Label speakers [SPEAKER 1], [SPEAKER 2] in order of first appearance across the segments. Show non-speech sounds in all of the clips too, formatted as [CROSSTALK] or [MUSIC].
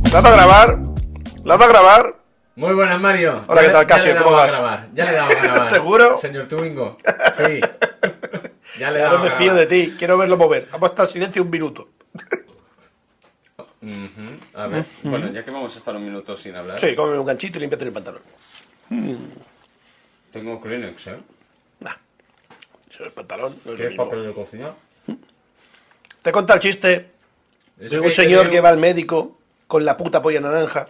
[SPEAKER 1] vas a grabar? ¿La vas a grabar?
[SPEAKER 2] Muy buenas, Mario.
[SPEAKER 1] Hola, ¿qué tal, Casio?
[SPEAKER 2] Ya le
[SPEAKER 1] ¿Cómo
[SPEAKER 2] damos a
[SPEAKER 1] vas?
[SPEAKER 2] grabar. Ya le damos a grabar.
[SPEAKER 1] [LAUGHS] ¿Seguro?
[SPEAKER 2] Señor
[SPEAKER 1] [LAUGHS]
[SPEAKER 2] Twingo. Sí. Ya le
[SPEAKER 1] Ya
[SPEAKER 2] damos
[SPEAKER 1] no me
[SPEAKER 2] a
[SPEAKER 1] fío de
[SPEAKER 2] grabar.
[SPEAKER 1] ti, quiero verlo mover. Vamos a estar en silencio un minuto.
[SPEAKER 2] Ujú. A ver. Bueno, ya que vamos a estar un minuto sin hablar.
[SPEAKER 1] Sí, cómeme un ganchito y límpiate el pantalón.
[SPEAKER 2] Tengo Kleenex, ¿eh?
[SPEAKER 1] Nah. Eso es el pantalón. no es lo
[SPEAKER 2] ¿Quieres
[SPEAKER 1] mismo.
[SPEAKER 2] papel de cocina?
[SPEAKER 1] Te conta el chiste
[SPEAKER 2] Es
[SPEAKER 1] de un señor que va al médico con la puta polla naranja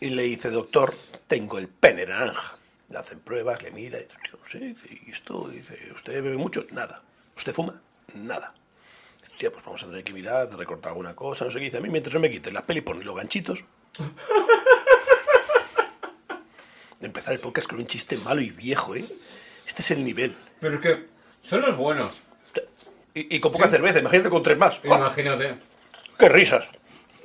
[SPEAKER 1] y le dice, doctor, tengo el pene naranja. Le hacen pruebas, le mira y dice, sí, dice, ¿y esto? Dice, ¿usted bebe mucho? Nada. ¿Usted fuma? Nada. Hostia, pues vamos a tener que mirar, de recortar alguna cosa, no sé qué. Dice, a mí mientras no me quiten las peli, ponen los ganchitos. [LAUGHS] Empezar el podcast con un chiste malo y viejo, ¿eh? Este es el nivel.
[SPEAKER 2] Pero es que son los buenos.
[SPEAKER 1] Y, y con poca cerveza, imagínate con tres más. ¡Oh,
[SPEAKER 2] Imagínate.
[SPEAKER 1] ¡Qué risas!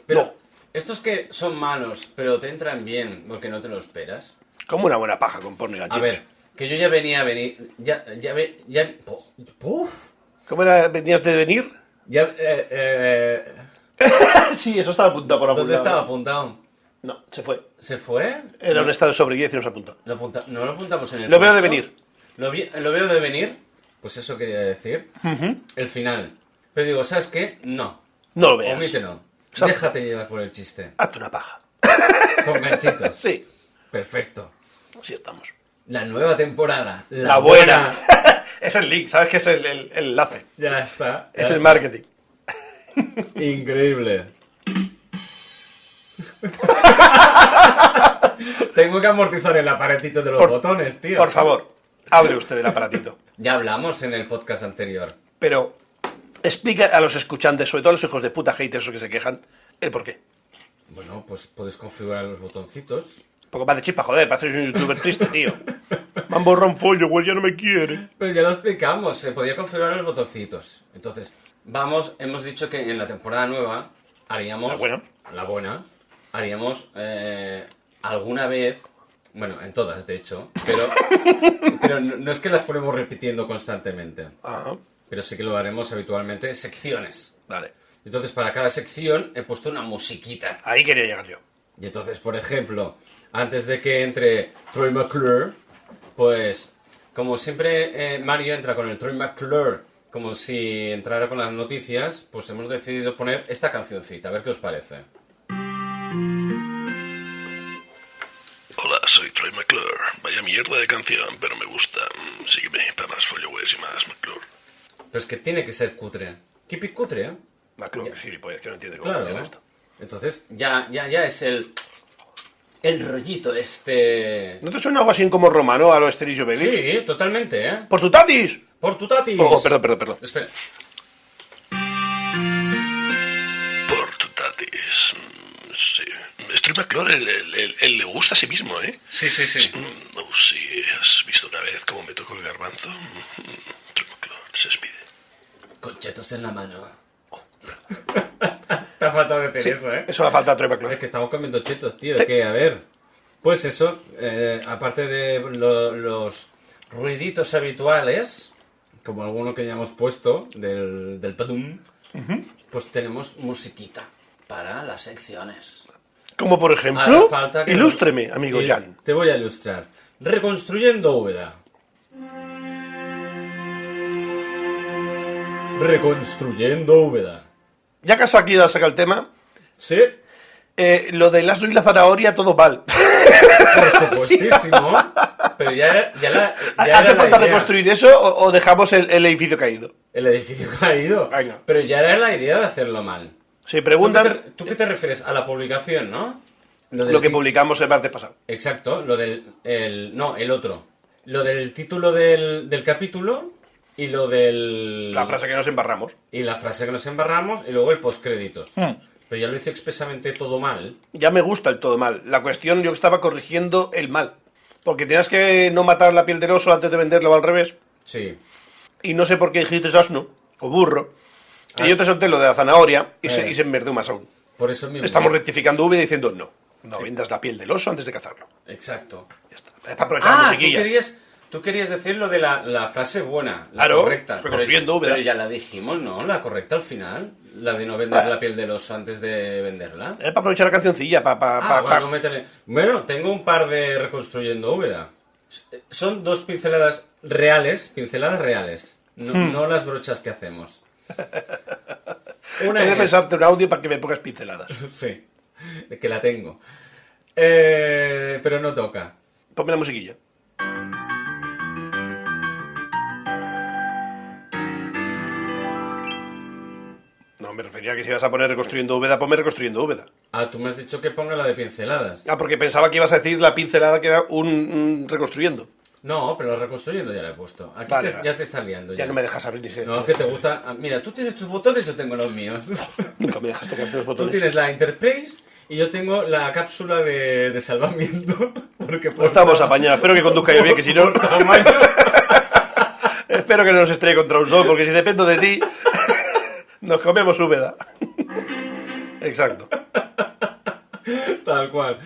[SPEAKER 2] Pero
[SPEAKER 1] No.
[SPEAKER 2] estos que son malos, pero te entran bien porque no te lo esperas.
[SPEAKER 1] Como una buena paja con porno y
[SPEAKER 2] A
[SPEAKER 1] ganchitos.
[SPEAKER 2] ver, que yo ya venía a venir. Ya, ya, ve- ya. Puf.
[SPEAKER 1] ¿Cómo era? ¿Venías de venir?
[SPEAKER 2] Ya. eh, eh,
[SPEAKER 1] [LAUGHS] sí, eso estaba apuntado por algún
[SPEAKER 2] ¿Dónde
[SPEAKER 1] lado.
[SPEAKER 2] estaba apuntado?
[SPEAKER 1] No, se fue.
[SPEAKER 2] ¿Se fue?
[SPEAKER 1] Era un estado de sobriedad y nos apuntó.
[SPEAKER 2] Lo apunta- No lo apuntamos en el.
[SPEAKER 1] Lo veo
[SPEAKER 2] corcho?
[SPEAKER 1] de venir.
[SPEAKER 2] Lo, vi- lo veo de venir. Pues eso quería decir. El final. Pero digo, ¿sabes qué? No.
[SPEAKER 1] No lo veas.
[SPEAKER 2] Omítelo.
[SPEAKER 1] Exacto.
[SPEAKER 2] Déjate llevar por el chiste.
[SPEAKER 1] Hazte una paja.
[SPEAKER 2] Con ganchitos.
[SPEAKER 1] [LAUGHS] Sí,
[SPEAKER 2] Perfecto.
[SPEAKER 1] así estamos.
[SPEAKER 2] La nueva temporada. La,
[SPEAKER 1] La buena. [LAUGHS] es el link, ¿sabes que es el, el- el enlace?
[SPEAKER 2] Ya está. ya
[SPEAKER 1] Es el
[SPEAKER 2] está.
[SPEAKER 1] marketing.
[SPEAKER 2] Increíble. [LAUGHS] Tengo que amortizar el aparatito de los
[SPEAKER 1] Por-
[SPEAKER 2] botones, tío.
[SPEAKER 1] Por favor, hable usted del aparatito.
[SPEAKER 2] Ya hablamos en el podcast anterior.
[SPEAKER 1] Pero explica a los escuchantes, sobre todo a los hijos de puta haters esos que se quejan, el por qué.
[SPEAKER 2] Bueno, pues puedes configurar los botoncitos.
[SPEAKER 1] Un poco más de chispa, joder, pareces un youtuber triste,
[SPEAKER 2] [LAUGHS]
[SPEAKER 1] tío. Me han borrado un follo, güey, ya no me quiere.
[SPEAKER 2] Pero ya lo explicamos, se podía configurar los botoncitos. Entonces, vamos, hemos dicho que en la temporada nueva haríamos...
[SPEAKER 1] La buena.
[SPEAKER 2] la buena, Haríamos eh, alguna vez... Bueno, en todas, de hecho.
[SPEAKER 1] [LAUGHS]
[SPEAKER 2] Pero, pero no, no es que las fuéramos repitiendo constantemente.
[SPEAKER 1] Ajá,
[SPEAKER 2] Pero sí que lo haremos habitualmente secciones.
[SPEAKER 1] vale.
[SPEAKER 2] Entonces, para cada sección he puesto una musiquita.
[SPEAKER 1] Ahí quería llegar yo.
[SPEAKER 2] Y entonces, por ejemplo, antes de que entre Troy McClure, pues como siempre eh, Mario entra con el Troy McClure como si entrara con las noticias, pues hemos decidido poner esta cancioncita, a ver qué os parece.
[SPEAKER 3] Hola, soy Troy McClure. Vaya mierda de canción, pero me gusta. Mm, Sígueme para más followers y más McClure.
[SPEAKER 2] Pero es que tiene que ser cutre. Tipi cutre, ¿eh?
[SPEAKER 1] Macron, que gilipollas, que no entiende cómo
[SPEAKER 2] Claro.
[SPEAKER 1] funciona esto.
[SPEAKER 2] Entonces, ya, ya, ya es el... El rollito este...
[SPEAKER 1] ¿No te suena algo así como romano a los Stereo Babies?
[SPEAKER 2] Sí, totalmente, ¿eh?
[SPEAKER 1] ¡Por tu tatis!
[SPEAKER 2] Por tu tatis.
[SPEAKER 1] Oh, perdón, perdón, perdón.
[SPEAKER 2] Espera.
[SPEAKER 3] Por tu tatis. Mm, Sí. Estoy McClure, él, él- él- él le gusta a sí mismo, ¿eh?
[SPEAKER 2] Sí, sí, sí.
[SPEAKER 3] Mm, Oh, sí. ¿Has visto una vez cómo me tocó el garbanzo? Mm, Troy McClure se despide.
[SPEAKER 2] Conchetos en la mano. [LAUGHS] Te ha faltado decir eso, ¿eh?
[SPEAKER 1] Eso le falta a Troy
[SPEAKER 2] Es
[SPEAKER 1] McClure.
[SPEAKER 2] que estamos comiendo chetos, tío. Es que, a ver. Pues eso, eh, aparte de lo- los ruiditos habituales, como alguno que ya hemos puesto, del, del padum, pues tenemos musiquita para las secciones.
[SPEAKER 1] Como por
[SPEAKER 2] Hará
[SPEAKER 1] ejemplo,
[SPEAKER 2] falta que-
[SPEAKER 1] ilústreme, amigo
[SPEAKER 2] Il-
[SPEAKER 1] Jan.
[SPEAKER 2] Te voy a ilustrar. Reconstruyendo Úbeda. Reconstruyendo Úbeda.
[SPEAKER 1] Ya que has aquí saca el tema,
[SPEAKER 2] Sí,
[SPEAKER 1] eh, lo de Laszlo y la zanahoria, todo mal. [LAUGHS]
[SPEAKER 2] por supuestísimo. pero ya, era- ya, la- ya era
[SPEAKER 1] ¿Hace
[SPEAKER 2] la
[SPEAKER 1] falta
[SPEAKER 2] idea.
[SPEAKER 1] reconstruir eso o, o dejamos el, el edificio caído?
[SPEAKER 2] El edificio caído.
[SPEAKER 1] Venga.
[SPEAKER 2] Pero ya era la idea de hacerlo mal.
[SPEAKER 1] Si
[SPEAKER 2] ¿Tú qué,
[SPEAKER 1] preguntan,
[SPEAKER 2] te, tú qué te refieres? A la publicación, ¿no? del
[SPEAKER 1] lo que
[SPEAKER 2] ti-
[SPEAKER 1] publicamos el martes pasado.
[SPEAKER 2] Exacto, lo del. El, no, el otro. Lo del título del, del capítulo y lo del.
[SPEAKER 1] La frase que nos embarramos.
[SPEAKER 2] Y la frase que nos embarramos y luego el postcréditos.
[SPEAKER 1] Hmm.
[SPEAKER 2] Pero ya lo hice expresamente todo mal.
[SPEAKER 1] Ya me gusta el todo mal. La cuestión, yo estaba corrigiendo el mal. Porque tenías que no matar la piel del oso antes de venderlo al revés.
[SPEAKER 2] Sí.
[SPEAKER 1] Y no sé por qué dijiste asno o burro.
[SPEAKER 2] Ah.
[SPEAKER 1] Y yo te solté lo de la zanahoria y, se,
[SPEAKER 2] Eh.
[SPEAKER 1] y se enmerdó más aún.
[SPEAKER 2] Por eso mismo.
[SPEAKER 1] Estamos rectificando V diciendo no. No vendas la piel del oso antes de cazarlo.
[SPEAKER 2] Exacto.
[SPEAKER 1] Ya está. Para aprovechar la
[SPEAKER 2] Ah, tú
[SPEAKER 1] musiquilla.
[SPEAKER 2] querías. Tú querías decir lo de la, la frase buena, la
[SPEAKER 1] Claro,
[SPEAKER 2] correcta. Pero,
[SPEAKER 1] recorriendo, ¿verdad?
[SPEAKER 2] pero ya la dijimos, ¿no? La correcta al final. La de no vender la piel de los antes de venderla.
[SPEAKER 1] Era para aprovechar la cancioncilla, para... Eh, Pa,
[SPEAKER 2] Ah,
[SPEAKER 1] pa- pa-
[SPEAKER 2] bueno, métele- Bueno, tengo un par de reconstruyendo Úbeda. Eh, Son dos pinceladas reales, pinceladas reales. No,
[SPEAKER 1] Hmm.
[SPEAKER 2] no las brochas
[SPEAKER 1] [LAUGHS]
[SPEAKER 2] que hacemos. Una
[SPEAKER 1] He de
[SPEAKER 2] es-
[SPEAKER 1] pensarte un audio para que me pongas pinceladas.
[SPEAKER 2] Sí, que la tengo. Eh, pero no toca.
[SPEAKER 1] Ponme la musiquilla. No, me refería a que si ibas a poner reconstruyendo Úbeda, ponme reconstruyendo Úbeda.
[SPEAKER 2] Ah, tú me has dicho que ponga la de pinceladas.
[SPEAKER 1] Ah, porque pensaba que ibas a decir la pincelada que era un, un reconstruyendo.
[SPEAKER 2] No, pero reconstruyendo ya la he puesto. Aquí
[SPEAKER 1] Vale,
[SPEAKER 2] te-
[SPEAKER 1] vale.
[SPEAKER 2] ya te estás liando. Ya,
[SPEAKER 1] Ya no me dejas abrir ni siquiera.
[SPEAKER 2] No, es que te gusta. ah, Mira, tú tienes tus botones, yo tengo los
[SPEAKER 1] [LAUGHS]
[SPEAKER 2] míos.
[SPEAKER 1] Nunca me dejas tocar los
[SPEAKER 2] Tú
[SPEAKER 1] botones.
[SPEAKER 2] tienes la interface y yo tengo la cápsula de, de salvamiento. [LAUGHS] Porque
[SPEAKER 1] No estamos apañados. Espero que conduzcáis bien, que si
[SPEAKER 2] [LAUGHS]
[SPEAKER 1] no... [LAUGHS]
[SPEAKER 2] tamaño.
[SPEAKER 1] Espero que no nos estrelle contra un sol, porque si dependo de ti, nos comemos Úbeda. Exacto.
[SPEAKER 2] Tal cual.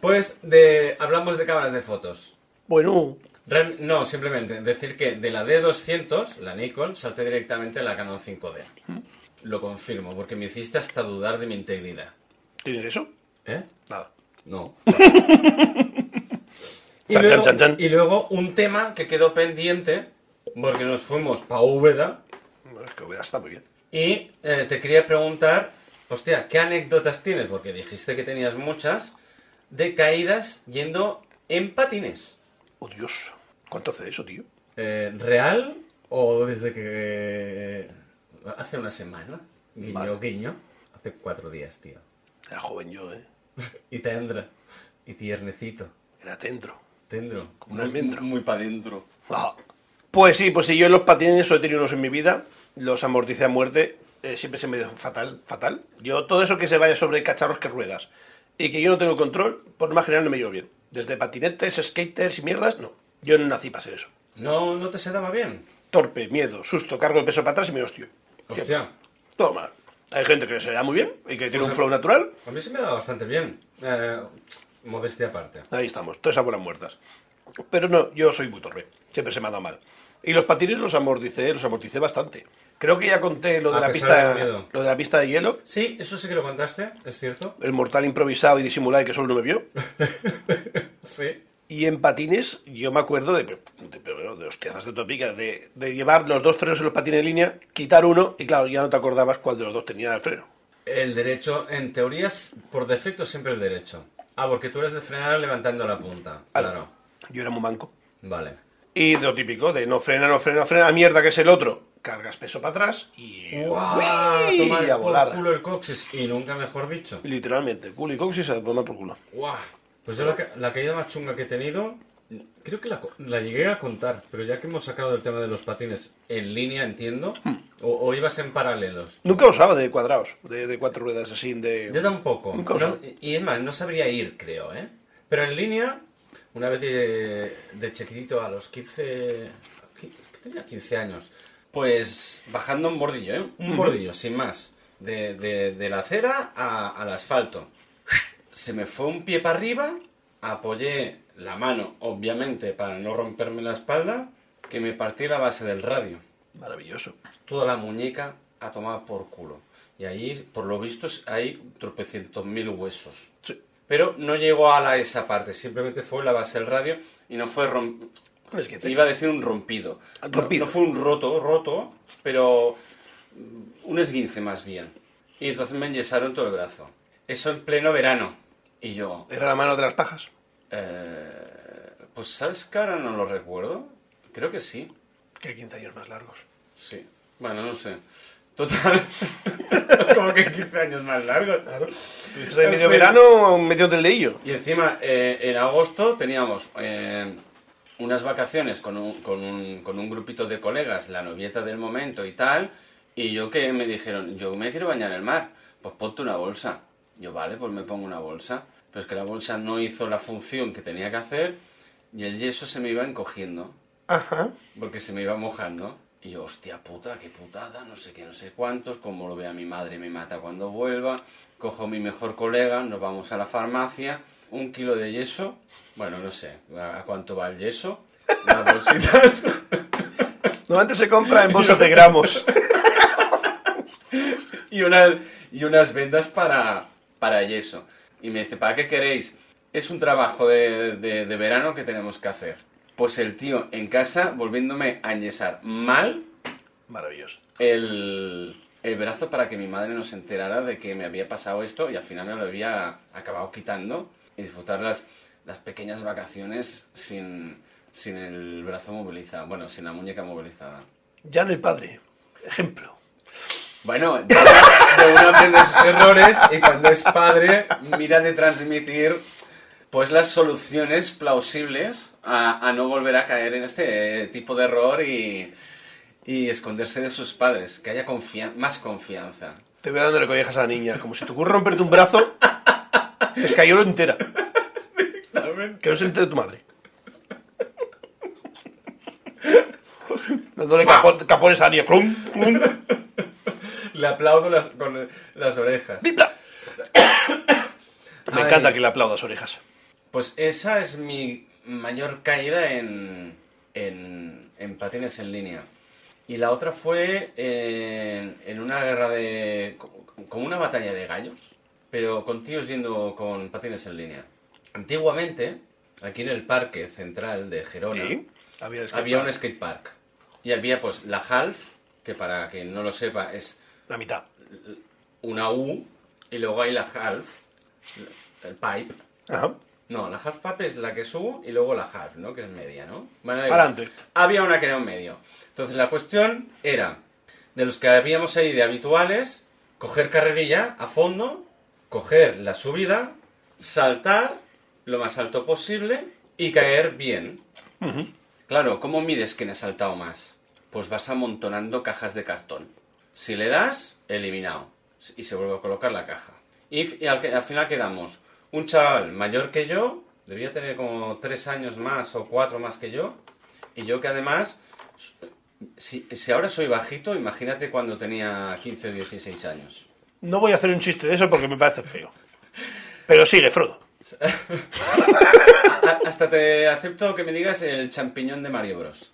[SPEAKER 2] Pues de, hablamos de cámaras de fotos.
[SPEAKER 1] Bueno,
[SPEAKER 2] Real- no, simplemente decir que de la D200, la Nikon, salté directamente a la Canon 5D. Lo confirmo, porque me hiciste hasta dudar de mi integridad.
[SPEAKER 1] ¿tienes eso?
[SPEAKER 2] ¿Eh?
[SPEAKER 1] Nada. [LAUGHS]
[SPEAKER 2] No. y,
[SPEAKER 1] Chan,
[SPEAKER 2] luego,
[SPEAKER 1] chan, chan, chan.
[SPEAKER 2] y luego un tema que quedó pendiente, porque nos fuimos pa' Úbeda,
[SPEAKER 1] Bueno, es que Úbeda está muy bien.
[SPEAKER 2] y eh, te quería preguntar, hostia, ¿qué anécdotas tienes? Porque dijiste que tenías muchas, de caídas yendo en patines.
[SPEAKER 1] Oh, Dios. ¿Cuánto hace eso, tío?
[SPEAKER 2] Eh, ¿Real o desde que... Hace una semana? Guiño,
[SPEAKER 1] Vale.
[SPEAKER 2] guiño. Hace cuatro días, tío.
[SPEAKER 1] Era joven yo, ¿eh?
[SPEAKER 2] Y tendra. Y tiernecito.
[SPEAKER 1] Era tendro.
[SPEAKER 2] Tendro.
[SPEAKER 1] Como una almendra.
[SPEAKER 2] Muy, para adentro.
[SPEAKER 1] Ah. Pues sí, pues sí, yo en los patines solo he tenido unos en mi vida, los amorticé a muerte, eh, siempre se me dejó fatal, fatal. Yo todo eso que se vaya sobre cacharros que ruedas y que yo no tengo control, por lo más general no me llevo bien. Desde patinetes, skaters y mierdas, no. Yo no nací para ser eso.
[SPEAKER 2] No, no te se daba bien.
[SPEAKER 1] Torpe, miedo, susto, cargo el peso para atrás y me hostio.
[SPEAKER 2] Hostia.
[SPEAKER 1] Toma. Hay gente que se da muy bien y que tiene un
[SPEAKER 2] Pues-
[SPEAKER 1] flow natural.
[SPEAKER 2] A mí se me daba bastante bien. Eh, modestia aparte.
[SPEAKER 1] Ahí estamos, tres abuelas muertas. Pero no, yo soy muy torpe, siempre se me ha dado mal. Y los patines los amorticé, los amorticé bastante. Creo que ya conté lo de
[SPEAKER 2] A
[SPEAKER 1] la
[SPEAKER 2] pesar
[SPEAKER 1] pista
[SPEAKER 2] del miedo.
[SPEAKER 1] lo de la pista de hielo,
[SPEAKER 2] Sí, eso sí que lo contaste, es cierto.
[SPEAKER 1] el mortal improvisado y disimulado y que solo no me vio.
[SPEAKER 2] Sí.
[SPEAKER 1] Y en patines, yo me acuerdo de, de, pero de hostiazas de topica, de, de llevar los dos frenos en los patines en línea, quitar uno, y claro, ya no te acordabas cuál de los dos tenía el freno.
[SPEAKER 2] El derecho, en teoría, es por defecto siempre el derecho. Ah, porque tú eres de frenar levantando la punta. Claro.
[SPEAKER 1] Yo era muy manco.
[SPEAKER 2] Vale.
[SPEAKER 1] Y de lo típico, de no frena, no frena, no frena, a mierda que es el otro. Cargas peso para atrás y,
[SPEAKER 2] ¡Guau!
[SPEAKER 1] ¡Uy!
[SPEAKER 2] Tomar
[SPEAKER 1] y a volar.
[SPEAKER 2] por culo el coxis y nunca mejor dicho.
[SPEAKER 1] Literalmente, culo y coxis a tomar por culo.
[SPEAKER 2] ¡Guau! Pues yo la, ca- la caída más chunga que he tenido, creo que la, co- la llegué a contar, pero ya que hemos sacado el tema de los patines en línea, entiendo, o, o ibas en paralelos.
[SPEAKER 1] Nunca usaba de cuadrados, de, de cuatro ruedas así, de...
[SPEAKER 2] Yo tampoco.
[SPEAKER 1] Nunca
[SPEAKER 2] No-
[SPEAKER 1] usaba.
[SPEAKER 2] y es más, no sabría ir, creo, ¿eh? Pero en línea, una vez de, de chiquitito a los 15... ¿qué- qué tenía 15 años. Pues bajando un bordillo, ¿eh? Un bordillo, sin más. De, de- de la acera a- al asfalto. Se me fue un pie para arriba, apoyé la mano, obviamente, para no romperme la espalda, que me partí la base del radio
[SPEAKER 1] Maravilloso.
[SPEAKER 2] toda la muñeca a tomar por culo. Y allí, por lo visto, hay tropecientos mil huesos.
[SPEAKER 1] Sí.
[SPEAKER 2] Pero no llegó a la esa parte, simplemente fue la base del radio y no fue rom-
[SPEAKER 1] Es que
[SPEAKER 2] iba a decir un rompido.
[SPEAKER 1] Ah,
[SPEAKER 2] No-
[SPEAKER 1] rompido.
[SPEAKER 2] No, fue un roto, roto, pero mm, un esguince más bien. Y entonces me enyesaron todo el brazo. Eso en pleno verano. Y yo,
[SPEAKER 1] era la mano de las pajas.
[SPEAKER 2] eh, pues sabes que ahora no lo recuerdo. Creo que sí.
[SPEAKER 1] Que 15 años más largos.
[SPEAKER 2] Sí. Bueno, no sé. Total. [LAUGHS] Como que 15 años más largo, claro.
[SPEAKER 1] ¿Es de medio verano medio del deillo?
[SPEAKER 2] Y encima, eh, en agosto teníamos eh, unas vacaciones con un, con, un, con un grupito de colegas, la novieta del momento y tal. Y yo que me dijeron, yo me quiero bañar en el mar. Pues ponte una bolsa. Yo, vale, pues me pongo una bolsa. Pero es que la bolsa no hizo la función que tenía que hacer y el yeso se me iba encogiendo
[SPEAKER 1] Ajá.
[SPEAKER 2] porque se me iba mojando. Y yo, hostia puta, qué putada, no sé qué, no sé cuántos, como lo vea mi madre me mata cuando vuelva. Cojo a mi mejor colega, nos vamos a la farmacia, un kilo de yeso, bueno, no sé a a cuánto va el yeso, Las bolsitas.
[SPEAKER 1] Normalmente se compra en bolsas de
[SPEAKER 2] [LAUGHS]
[SPEAKER 1] gramos.
[SPEAKER 2] y, una- y unas vendas para, para yeso. Y me dice, ¿para qué queréis? Es un trabajo de, de- de verano que tenemos que hacer. Pues el tío en casa volviéndome a enyesar mal
[SPEAKER 1] Maravilloso.
[SPEAKER 2] el, el brazo para que mi madre no se enterara de que me había pasado esto y al final me lo había acabado quitando y disfrutar las, las pequeñas vacaciones sin, sin el brazo movilizado, bueno, sin la muñeca movilizada.
[SPEAKER 1] Ya no hay padre. Ejemplo.
[SPEAKER 2] Bueno, [LAUGHS] de de uno aprende sus errores y cuando es padre mira de transmitir pues las soluciones plausibles a, a no volver a caer en este tipo de error y, y esconderse de sus padres, que haya confian- más confianza.
[SPEAKER 1] Te voy dándole collejas a la niña. Como si te ocurre romperte un brazo, es que yo lo entera. Que no se entere tu madre. Dándole capo- capones a la niña. Crum, crum,
[SPEAKER 2] Le aplaudo las- con las orejas.
[SPEAKER 1] bla. Me
[SPEAKER 2] Ay.
[SPEAKER 1] encanta que le aplaudas orejas.
[SPEAKER 2] Pues esa es mi mayor caída en, en, en patines en línea. Y la otra fue en, en una guerra de... co- como una batalla de gallos, pero con tíos yendo con patines en línea. Antiguamente, aquí en el parque central de Gerona,
[SPEAKER 1] Sí. Había,
[SPEAKER 2] había un
[SPEAKER 1] escapado.
[SPEAKER 2] skate park. Y había pues la half, que para quien no lo sepa es
[SPEAKER 1] La mitad.
[SPEAKER 2] una U, y luego hay la half, el pipe,
[SPEAKER 1] Ajá.
[SPEAKER 2] no, la half pipe es la que subo y luego la half, ¿no? Que es media, ¿no? Bueno, da igual.
[SPEAKER 1] Adelante.
[SPEAKER 2] Había una que era un medio. Entonces la cuestión era, de los que habíamos ahí de habituales, coger carrerilla a fondo, coger la subida, saltar lo más alto posible y caer bien. Claro, ¿cómo mides quién ha saltado más? Pues vas amontonando cajas de cartón. Si le das, eliminado. Y se vuelve a colocar la caja. Y, f- y al, que- al final quedamos. Un chaval mayor que yo, debía tener como tres años más o cuatro más que yo. Y yo que además, si, si ahora soy bajito, imagínate cuando tenía 15 o 16 años.
[SPEAKER 1] No voy a hacer un chiste de eso porque me parece feo. Pero sigue, Frodo.
[SPEAKER 2] A- hasta te acepto que me digas el champiñón de Mario Bros.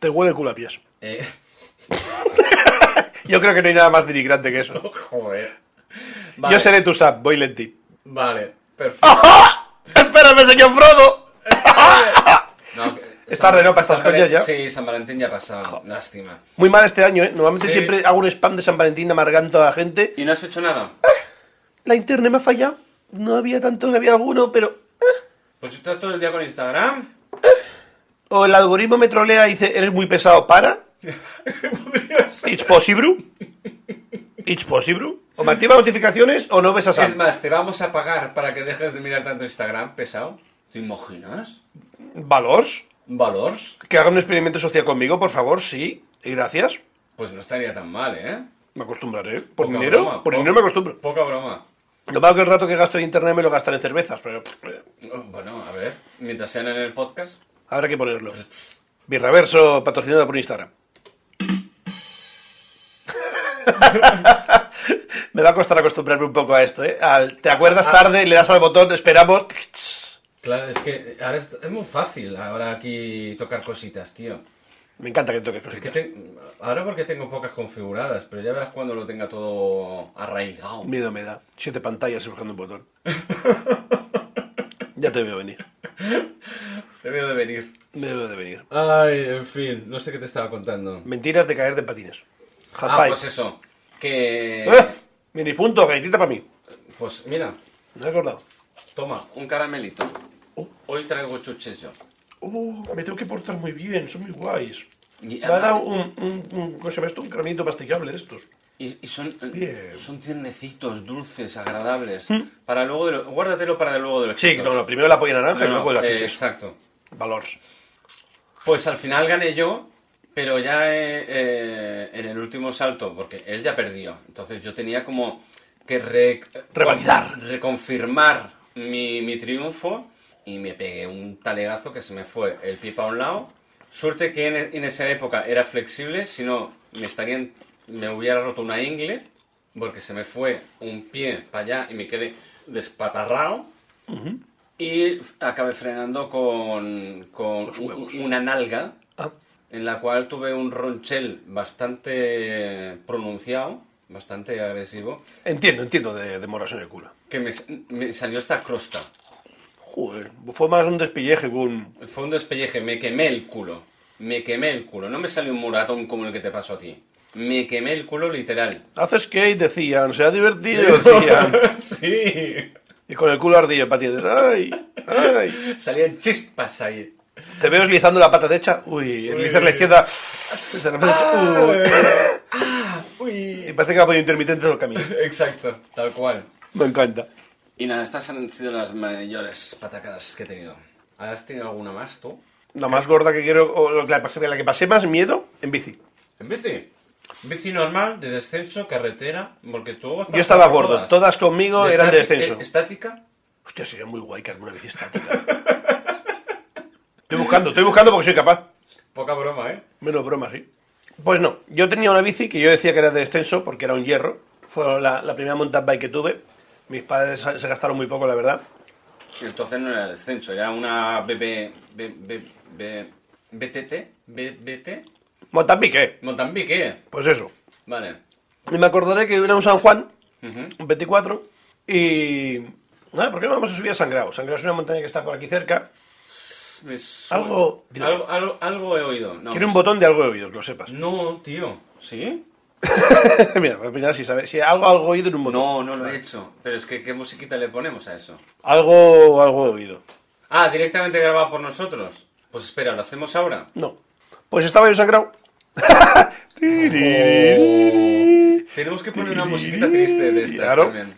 [SPEAKER 1] Te huele el culo a pies.
[SPEAKER 2] Eh, [LAUGHS]
[SPEAKER 1] Yo creo que no hay nada más denigrante que eso.
[SPEAKER 2] joder.
[SPEAKER 1] Yo seré tu sap, voy lenti.
[SPEAKER 2] Vale, perfecto.
[SPEAKER 1] ¡Espérame, señor Frodo! [LAUGHS]
[SPEAKER 2] No, que-
[SPEAKER 1] Es tarde, ¿no? Para estas
[SPEAKER 2] San Valen-
[SPEAKER 1] cosas ya.
[SPEAKER 2] Sí, San Valentín ya ha pasado. Lástima.
[SPEAKER 1] Muy mal este año, ¿eh? Normalmente
[SPEAKER 2] Sí.
[SPEAKER 1] siempre hago un spam de San Valentín amargando a la gente.
[SPEAKER 2] ¿Y no has hecho nada?
[SPEAKER 1] La internet me ha fallado. No había tantos, había alguno, pero...
[SPEAKER 2] Pues estás todo el día con Instagram.
[SPEAKER 1] O el algoritmo me trolea y dice, eres muy pesado,
[SPEAKER 2] [LAUGHS]
[SPEAKER 1] para. It's possible. It's possible. O me activa notificaciones o no ves a
[SPEAKER 2] Es
[SPEAKER 1] Sam.
[SPEAKER 2] más, te vamos a pagar para que dejes de mirar tanto Instagram, pesado. ¿Te imaginas?
[SPEAKER 1] ¿Valors?
[SPEAKER 2] ¿Valors?
[SPEAKER 1] Que haga un experimento social conmigo, por favor, sí. Y gracias.
[SPEAKER 2] Pues no estaría tan mal, ¿eh?
[SPEAKER 1] Me acostumbraré. ¿Por
[SPEAKER 2] Poca
[SPEAKER 1] dinero?
[SPEAKER 2] broma,
[SPEAKER 1] por
[SPEAKER 2] po-
[SPEAKER 1] dinero me acostumbro.
[SPEAKER 2] Poca broma.
[SPEAKER 1] Lo malo que el rato que gasto en internet me lo gastaré en cervezas, pero eh,
[SPEAKER 2] Oh, Bueno, a ver, mientras sean en el podcast.
[SPEAKER 1] habrá que ponerlo. Birraverso patrocinado por Instagram. [LAUGHS] me va a costar acostumbrarme un poco a esto, ¿eh? Al- te acuerdas tarde, le das al botón, esperamos.
[SPEAKER 2] Claro, es que ahora es, es muy fácil ahora aquí tocar cositas, tío.
[SPEAKER 1] Me encanta que toques
[SPEAKER 2] Es que
[SPEAKER 1] cositas.
[SPEAKER 2] te- ahora porque tengo pocas configuradas, pero ya verás cuando lo tenga todo arraigado.
[SPEAKER 1] Miedo me da. Siete pantallas y buscando un [LAUGHS] botón. ya te veo venir.
[SPEAKER 2] Te veo de venir.
[SPEAKER 1] Me veo de venir.
[SPEAKER 2] Ay, en fin, no sé qué te estaba contando.
[SPEAKER 1] Mentiras de caer de patines. High
[SPEAKER 2] Ah,
[SPEAKER 1] five.
[SPEAKER 2] pues eso. Que.
[SPEAKER 1] ¡Eh! Mini punto, galletita para mí.
[SPEAKER 2] Pues mira,
[SPEAKER 1] No he acordado.
[SPEAKER 2] toma, un caramelito.
[SPEAKER 1] Oh.
[SPEAKER 2] Hoy traigo chuches yo.
[SPEAKER 1] Uh, me tengo que portar muy bien, son muy guays.
[SPEAKER 2] Y,
[SPEAKER 1] Me ha dado un, un, un, ¿cómo se llama esto? Un caramelito masticable de estos.
[SPEAKER 2] y- y son,
[SPEAKER 1] Bien.
[SPEAKER 2] son tiernecitos, dulces, agradables. Para luego de lo- guárdatelo para de luego de los
[SPEAKER 1] Sí,
[SPEAKER 2] chicos.
[SPEAKER 1] no, no, primero la polla naranja
[SPEAKER 2] No,
[SPEAKER 1] y
[SPEAKER 2] no,
[SPEAKER 1] luego las
[SPEAKER 2] eh,
[SPEAKER 1] chuches.
[SPEAKER 2] Exacto.
[SPEAKER 1] Valors.
[SPEAKER 2] Pues al final gané yo, pero ya eh, eh, en el último salto, porque él ya perdió. Entonces yo tenía como que re-
[SPEAKER 1] Revalidar.
[SPEAKER 2] reconfirmar mi, mi triunfo y me pegué un talegazo que se me fue el pie para un lado. Suerte que en, e- en esa época era flexible, si no me estarían me hubiera roto una ingle porque se me fue un pie para allá y me quedé despatarrado. y acabé frenando con, con
[SPEAKER 1] Los
[SPEAKER 2] un-
[SPEAKER 1] huevos.
[SPEAKER 2] una nalga
[SPEAKER 1] Ah,
[SPEAKER 2] en la cual tuve un ronchel bastante pronunciado, bastante agresivo,
[SPEAKER 1] entiendo, entiendo de, de moras en el culo.
[SPEAKER 2] que me, s- me salió esta crosta.
[SPEAKER 1] Joder, fue más un despilleje que un...
[SPEAKER 2] Fue un despelleje, me quemé el culo. Me quemé el culo. No me salió un moratón como el que te pasó a ti. Me quemé el culo literal.
[SPEAKER 1] Haces que decían, se ha divertido, [LAUGHS] decían.
[SPEAKER 2] [LAUGHS] sí.
[SPEAKER 1] Y con el culo ardillo, patientes. ¡Ay! ¡Ay!
[SPEAKER 2] Salían chispas ahí.
[SPEAKER 1] Te veo deslizando la pata derecha. Uy, Ah, deslizas la izquierda. deslizas la pata derecha, uy. Y parece que ha podido intermitente todo el camino.
[SPEAKER 2] Exacto, tal cual.
[SPEAKER 1] Me encanta.
[SPEAKER 2] Y nada, estas han sido las mayores patacadas que he tenido. ¿Has tenido alguna más tú?
[SPEAKER 1] La más gorda que quiero, o lo que la, pasé, la que pasé más miedo, en bici.
[SPEAKER 2] En bici. Bici normal, de descenso, carretera, porque tú... has
[SPEAKER 1] Yo
[SPEAKER 2] pasado
[SPEAKER 1] estaba
[SPEAKER 2] por
[SPEAKER 1] gordo, todas conmigo eran de
[SPEAKER 2] estática-
[SPEAKER 1] descenso.
[SPEAKER 2] eh, ¿Estática?
[SPEAKER 1] Hostia, sería muy guay que alguna bici estática. Estoy buscando, estoy buscando porque soy capaz.
[SPEAKER 2] Poca broma, ¿eh?
[SPEAKER 1] Menos broma, sí. Pues no, yo tenía una bici que yo decía que era de descenso porque era un hierro. Fue la, la primera mountain bike que tuve. Mis padres se se gastaron muy poco, la verdad.
[SPEAKER 2] Entonces no era descenso, era una BB... B, B, B- BTT, B- BT,
[SPEAKER 1] Mountain bike, ¿eh?
[SPEAKER 2] Mozambique.
[SPEAKER 1] Pues eso.
[SPEAKER 2] Vale.
[SPEAKER 1] Y me acordaré que era un San Juan,
[SPEAKER 2] Ujú.
[SPEAKER 1] un 24, y... Ah, ¿por qué no vamos a subir a Sangrao? Sangrao es una montaña que está por aquí cerca.
[SPEAKER 2] Me su-
[SPEAKER 1] Algo-
[SPEAKER 2] algo, algo, algo he oído. No,
[SPEAKER 1] Tiene un botón de algo he oído, que lo sepas. [LAUGHS]
[SPEAKER 2] No, tío. ¿Sí?
[SPEAKER 1] Mira, al final sí sabes. Si algo, algo he oído en un botón.
[SPEAKER 2] No, no lo he hecho. Pero es que, ¿qué musiquita le ponemos a eso?
[SPEAKER 1] Algo, algo he oído.
[SPEAKER 2] Ah, directamente grabado por nosotros. Pues espera, ¿lo hacemos ahora?
[SPEAKER 1] No. Pues estaba yo Eh, en [LAUGHS] Sangrao.
[SPEAKER 2] Tenemos que poner una musiquita triste de estas
[SPEAKER 1] Claro.
[SPEAKER 2] también.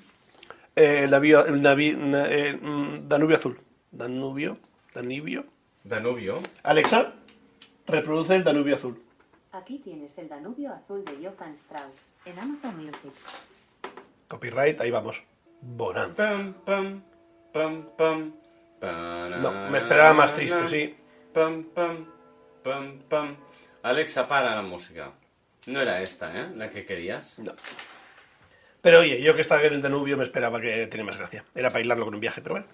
[SPEAKER 1] Eh, el navío, el navi- na- eh, mm, Danubio Azul. Danubio, Danubio.
[SPEAKER 2] Danubio.
[SPEAKER 1] Alexa, reproduce el Danubio Azul.
[SPEAKER 4] Aquí tienes el Danubio Azul de Johann Strauss en Amazon Music.
[SPEAKER 1] Copyright, ahí vamos. Bonanza.
[SPEAKER 2] Pam, pam, pam, pam. Para-
[SPEAKER 1] No, me esperaba más triste, sí.
[SPEAKER 2] Pam, pam, pam, pam. Alexa, para la música. No era esta, ¿eh? La que querías.
[SPEAKER 1] No. Pero oye, yo que estaba en el Danubio me esperaba que tenía más gracia. Era para bailarlo con un viaje, pero bueno.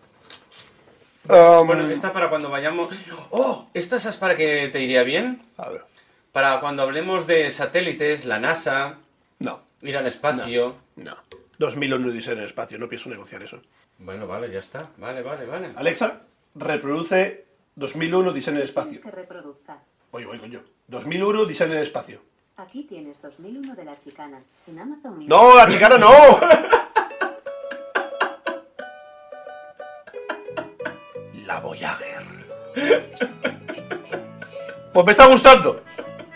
[SPEAKER 1] Um,
[SPEAKER 2] Bueno, esta para cuando vayamos. ¡Oh! ¿Esta es para que te iría bien?
[SPEAKER 1] A ver.
[SPEAKER 2] Para cuando hablemos de satélites, la NASA,
[SPEAKER 1] No,
[SPEAKER 2] ir al espacio.
[SPEAKER 1] no. 2001 Odisea en el espacio, no pienso negociar eso.
[SPEAKER 2] Bueno, vale, ya está. Vale, vale, vale.
[SPEAKER 1] Alexa, reproduce 2001 Odisea en el espacio.
[SPEAKER 4] Tienes que reproduzca.
[SPEAKER 1] Oye, voy, coño. 2001 Odisea en el espacio.
[SPEAKER 4] Aquí tienes 2001 de la Chicana en Amazon Music.
[SPEAKER 1] ¡No, la chicana no! [LAUGHS] La Voyager. [LAUGHS] Pues me está gustando.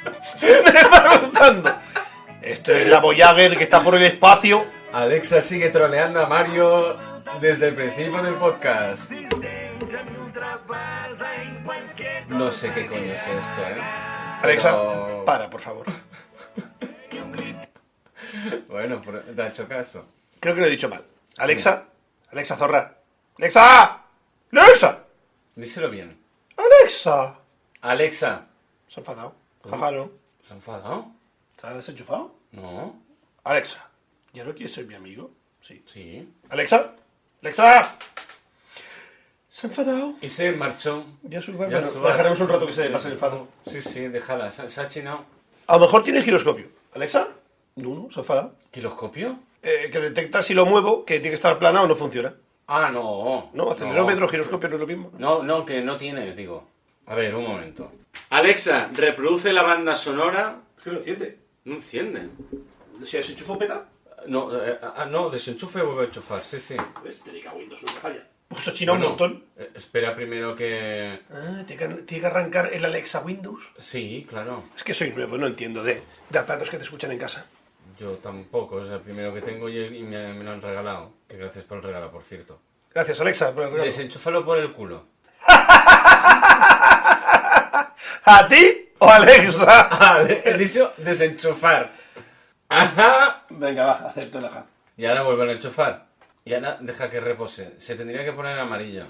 [SPEAKER 1] [LAUGHS] Me está gustando. Esto es la Voyager que está por el espacio.
[SPEAKER 2] Alexa sigue troleando a Mario desde el principio del podcast. No sé qué coño es esto, ¿eh?
[SPEAKER 1] Alexa,
[SPEAKER 2] Pero-
[SPEAKER 1] para, por favor.
[SPEAKER 2] Bueno, pero te ha hecho caso.
[SPEAKER 1] Creo que lo he dicho mal. Alexa, Alexa Zorra. Alexa, Alexa,
[SPEAKER 2] Díselo bien.
[SPEAKER 1] Alexa.
[SPEAKER 2] Alexa,
[SPEAKER 1] Se ha enfadado. Jaja, no.
[SPEAKER 2] ¿se ha enfadado?
[SPEAKER 1] ¿Se ha desenchufado?
[SPEAKER 2] No.
[SPEAKER 1] Alexa, ¿ya no quieres ser mi amigo? Sí.
[SPEAKER 2] Sí.
[SPEAKER 1] Alexa, Alexa. Se ha enfadado.
[SPEAKER 2] Y se marchó.
[SPEAKER 1] Ya suba,
[SPEAKER 2] Ya
[SPEAKER 1] bueno,
[SPEAKER 2] suba.
[SPEAKER 1] dejaremos un rato que se pase el enfado.
[SPEAKER 2] Sí, sí, déjala. Se se ha chinado.
[SPEAKER 1] A lo mejor tiene giroscopio. Alexa, no, no, se enfada.
[SPEAKER 2] ¿Kiloscopio?
[SPEAKER 1] Eh, que detecta si lo muevo, que tiene que estar plana o no funciona.
[SPEAKER 2] Ah, no.
[SPEAKER 1] No, acelerómetro, giroscopio no es lo mismo.
[SPEAKER 2] No, no, que no tiene, digo. A ver, un momento. Alexa, reproduce la banda sonora.
[SPEAKER 1] ¿Qué lo enciende?
[SPEAKER 2] No enciende.
[SPEAKER 1] Si desenchufo peta,
[SPEAKER 2] No, eh, ah, no, desenchufe y vuelve a enchufar, sí, sí.
[SPEAKER 1] ves, te diga pues, Windows, nunca falla. Esto china
[SPEAKER 2] Bueno,
[SPEAKER 1] Pues un montón.
[SPEAKER 2] eh, Espera primero que.
[SPEAKER 1] Ah, tiene que, tiene que arrancar el Alexa Windows.
[SPEAKER 2] Sí, claro.
[SPEAKER 1] Es que soy nuevo, no entiendo de, de aparatos que te escuchan en casa.
[SPEAKER 2] Yo tampoco, es el primero que tengo y, y me, me lo han regalado. Que gracias por el regalo, por cierto.
[SPEAKER 1] Gracias, Alexa, por el regalo.
[SPEAKER 2] Desenchúfalo por
[SPEAKER 1] [LAUGHS]
[SPEAKER 2] el culo.
[SPEAKER 1] ¿A ti o a Alexa?
[SPEAKER 2] Ah, he dicho desenchufar. Ajá.
[SPEAKER 1] Venga, va, acepto el ajá.
[SPEAKER 2] Y ahora volver a enchufar. Y ahora deja que repose. Se tendría que poner amarillo.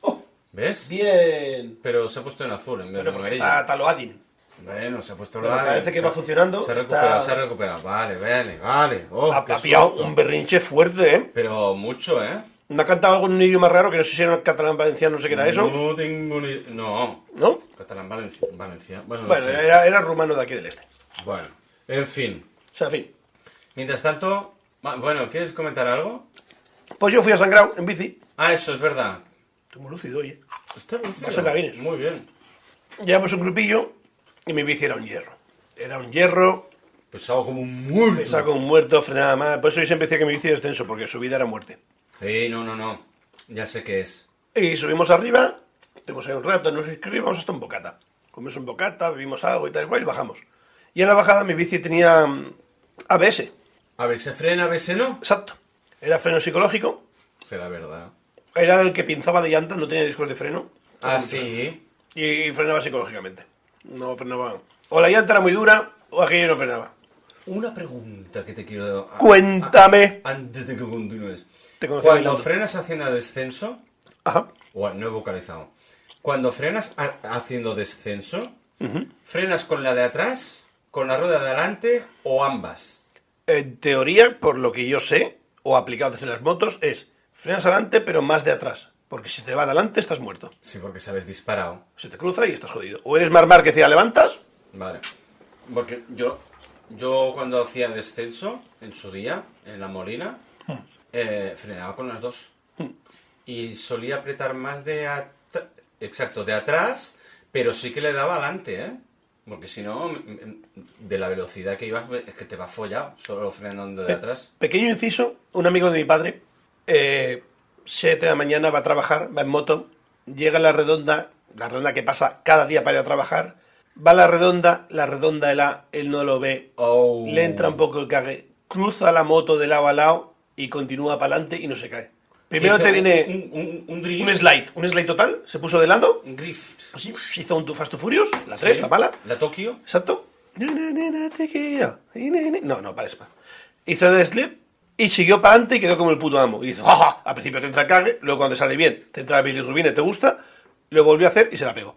[SPEAKER 1] Oh,
[SPEAKER 2] ¿Ves?
[SPEAKER 1] bien.
[SPEAKER 2] Pero se ha puesto en azul en vez de
[SPEAKER 1] Pero
[SPEAKER 2] en
[SPEAKER 1] porque
[SPEAKER 2] amarillo.
[SPEAKER 1] está Taloadin.
[SPEAKER 2] Bueno, se ha puesto
[SPEAKER 1] Pero
[SPEAKER 2] la-
[SPEAKER 1] parece que
[SPEAKER 2] se
[SPEAKER 1] va
[SPEAKER 2] ha-
[SPEAKER 1] funcionando,
[SPEAKER 2] Se ha
[SPEAKER 1] está-
[SPEAKER 2] recuperado, se ha recuperado. Vale, vale, vale. Oh,
[SPEAKER 1] Ha,
[SPEAKER 2] qué
[SPEAKER 1] ha pillado
[SPEAKER 2] susto.
[SPEAKER 1] un berrinche fuerte, ¿eh?
[SPEAKER 2] Pero mucho, ¿eh?
[SPEAKER 1] Me ha cantado algo en un idioma raro que no sé si era catalán, valenciano, no sé qué era eso.
[SPEAKER 2] No tengo ni... No.
[SPEAKER 1] ¿No?
[SPEAKER 2] Catalán, Valencia. Valencia. Bueno, no
[SPEAKER 1] Bueno,
[SPEAKER 2] sé.
[SPEAKER 1] era, era rumano de aquí del este.
[SPEAKER 2] Bueno, en fin.
[SPEAKER 1] O sea, en fin.
[SPEAKER 2] Mientras tanto... ma- Bueno, ¿quieres comentar algo?
[SPEAKER 1] Pues yo fui a Sangrao en bici.
[SPEAKER 2] Ah, eso es verdad.
[SPEAKER 1] Estoy muy lúcido, oye.
[SPEAKER 2] Está lúcido.
[SPEAKER 1] Vas en la Guinness.
[SPEAKER 2] Muy bien.
[SPEAKER 1] Llevamos un grupillo y mi bici era un hierro. Era un hierro,
[SPEAKER 2] Pesado Pues como un muerto.
[SPEAKER 1] pesaba como un muerto, frenaba más. Por eso yo siempre decía que mi bici es descenso, porque su vida era muerte.
[SPEAKER 2] Eh, no, no, no. Ya sé qué es.
[SPEAKER 1] Y subimos arriba, estuvimos ahí un rato, nos inscribimos hasta un bocata. Comimos un bocata, bebimos algo y tal y cual, y bajamos. Y en la bajada mi bici tenía mm, ABS,
[SPEAKER 2] A ver, ¿se frena, a veces no?
[SPEAKER 1] exacto. Era freno psicológico,
[SPEAKER 2] Será verdad.
[SPEAKER 1] era el que pinzaba de llanta, no tenía discos de freno.
[SPEAKER 2] Ah, sí.
[SPEAKER 1] Y frenaba psicológicamente. No frenaba. O la llanta era muy dura, o aquello no frenaba.
[SPEAKER 2] Una pregunta que te quiero... a-
[SPEAKER 1] Cuéntame.
[SPEAKER 2] a- antes de que continúes.
[SPEAKER 1] Te conocí
[SPEAKER 2] Cuando
[SPEAKER 1] bailando.
[SPEAKER 2] frenas haciendo descenso...
[SPEAKER 1] Ajá.
[SPEAKER 2] o- no he vocalizado. Cuando frenas ha- haciendo descenso, ¿frenas con la de atrás, con la rueda de adelante o ambas?
[SPEAKER 1] En teoría, por lo que yo sé, o aplicado desde las motos, es frenas adelante, pero más de atrás. Porque si te va adelante, estás muerto.
[SPEAKER 2] Sí, porque sabes disparado.
[SPEAKER 1] Se te cruza y estás jodido. O eres Mar Márquez y la levantas.
[SPEAKER 2] Vale. Porque yo, yo cuando hacía descenso, en su día, en la Molina,
[SPEAKER 1] Hmm.
[SPEAKER 2] eh, frenaba con las dos. Y solía apretar más de atr- exacto, de atrás, pero sí que le daba adelante, ¿eh? Porque si no, m- m- de la velocidad que ibas, es que te va follado, solo frenando
[SPEAKER 1] Eh,
[SPEAKER 2] de atrás.
[SPEAKER 1] Pequeño inciso, un amigo de mi padre, eh, 7 de la mañana va a trabajar, va en moto, llega a la redonda, la redonda que pasa cada día para ir a trabajar, va a la redonda, la redonda él, la- él no lo ve,
[SPEAKER 2] Oh.
[SPEAKER 1] le entra un poco el cague, cruza la moto de lado a lado y continúa para adelante y no se cae. Primero
[SPEAKER 2] Hizo
[SPEAKER 1] te viene
[SPEAKER 2] un, un, un
[SPEAKER 1] un,
[SPEAKER 2] drift.
[SPEAKER 1] slide, un slide total, se puso de lado,
[SPEAKER 2] un grift.
[SPEAKER 1] así, hizo un Too Fast to Furious, la 3,
[SPEAKER 2] Sí.
[SPEAKER 1] la mala,
[SPEAKER 2] La Tokio.
[SPEAKER 1] Exacto. Na, na, na, na, te quiero. Y na, na. No, no, parece mal. Hizo el slip y siguió para adelante y quedó como el puto amo. Y dice, jaja, al principio te entra el cague, luego cuando te sale bien, te entra la bilirrubina y te gusta, lo volvió a hacer y se la pegó.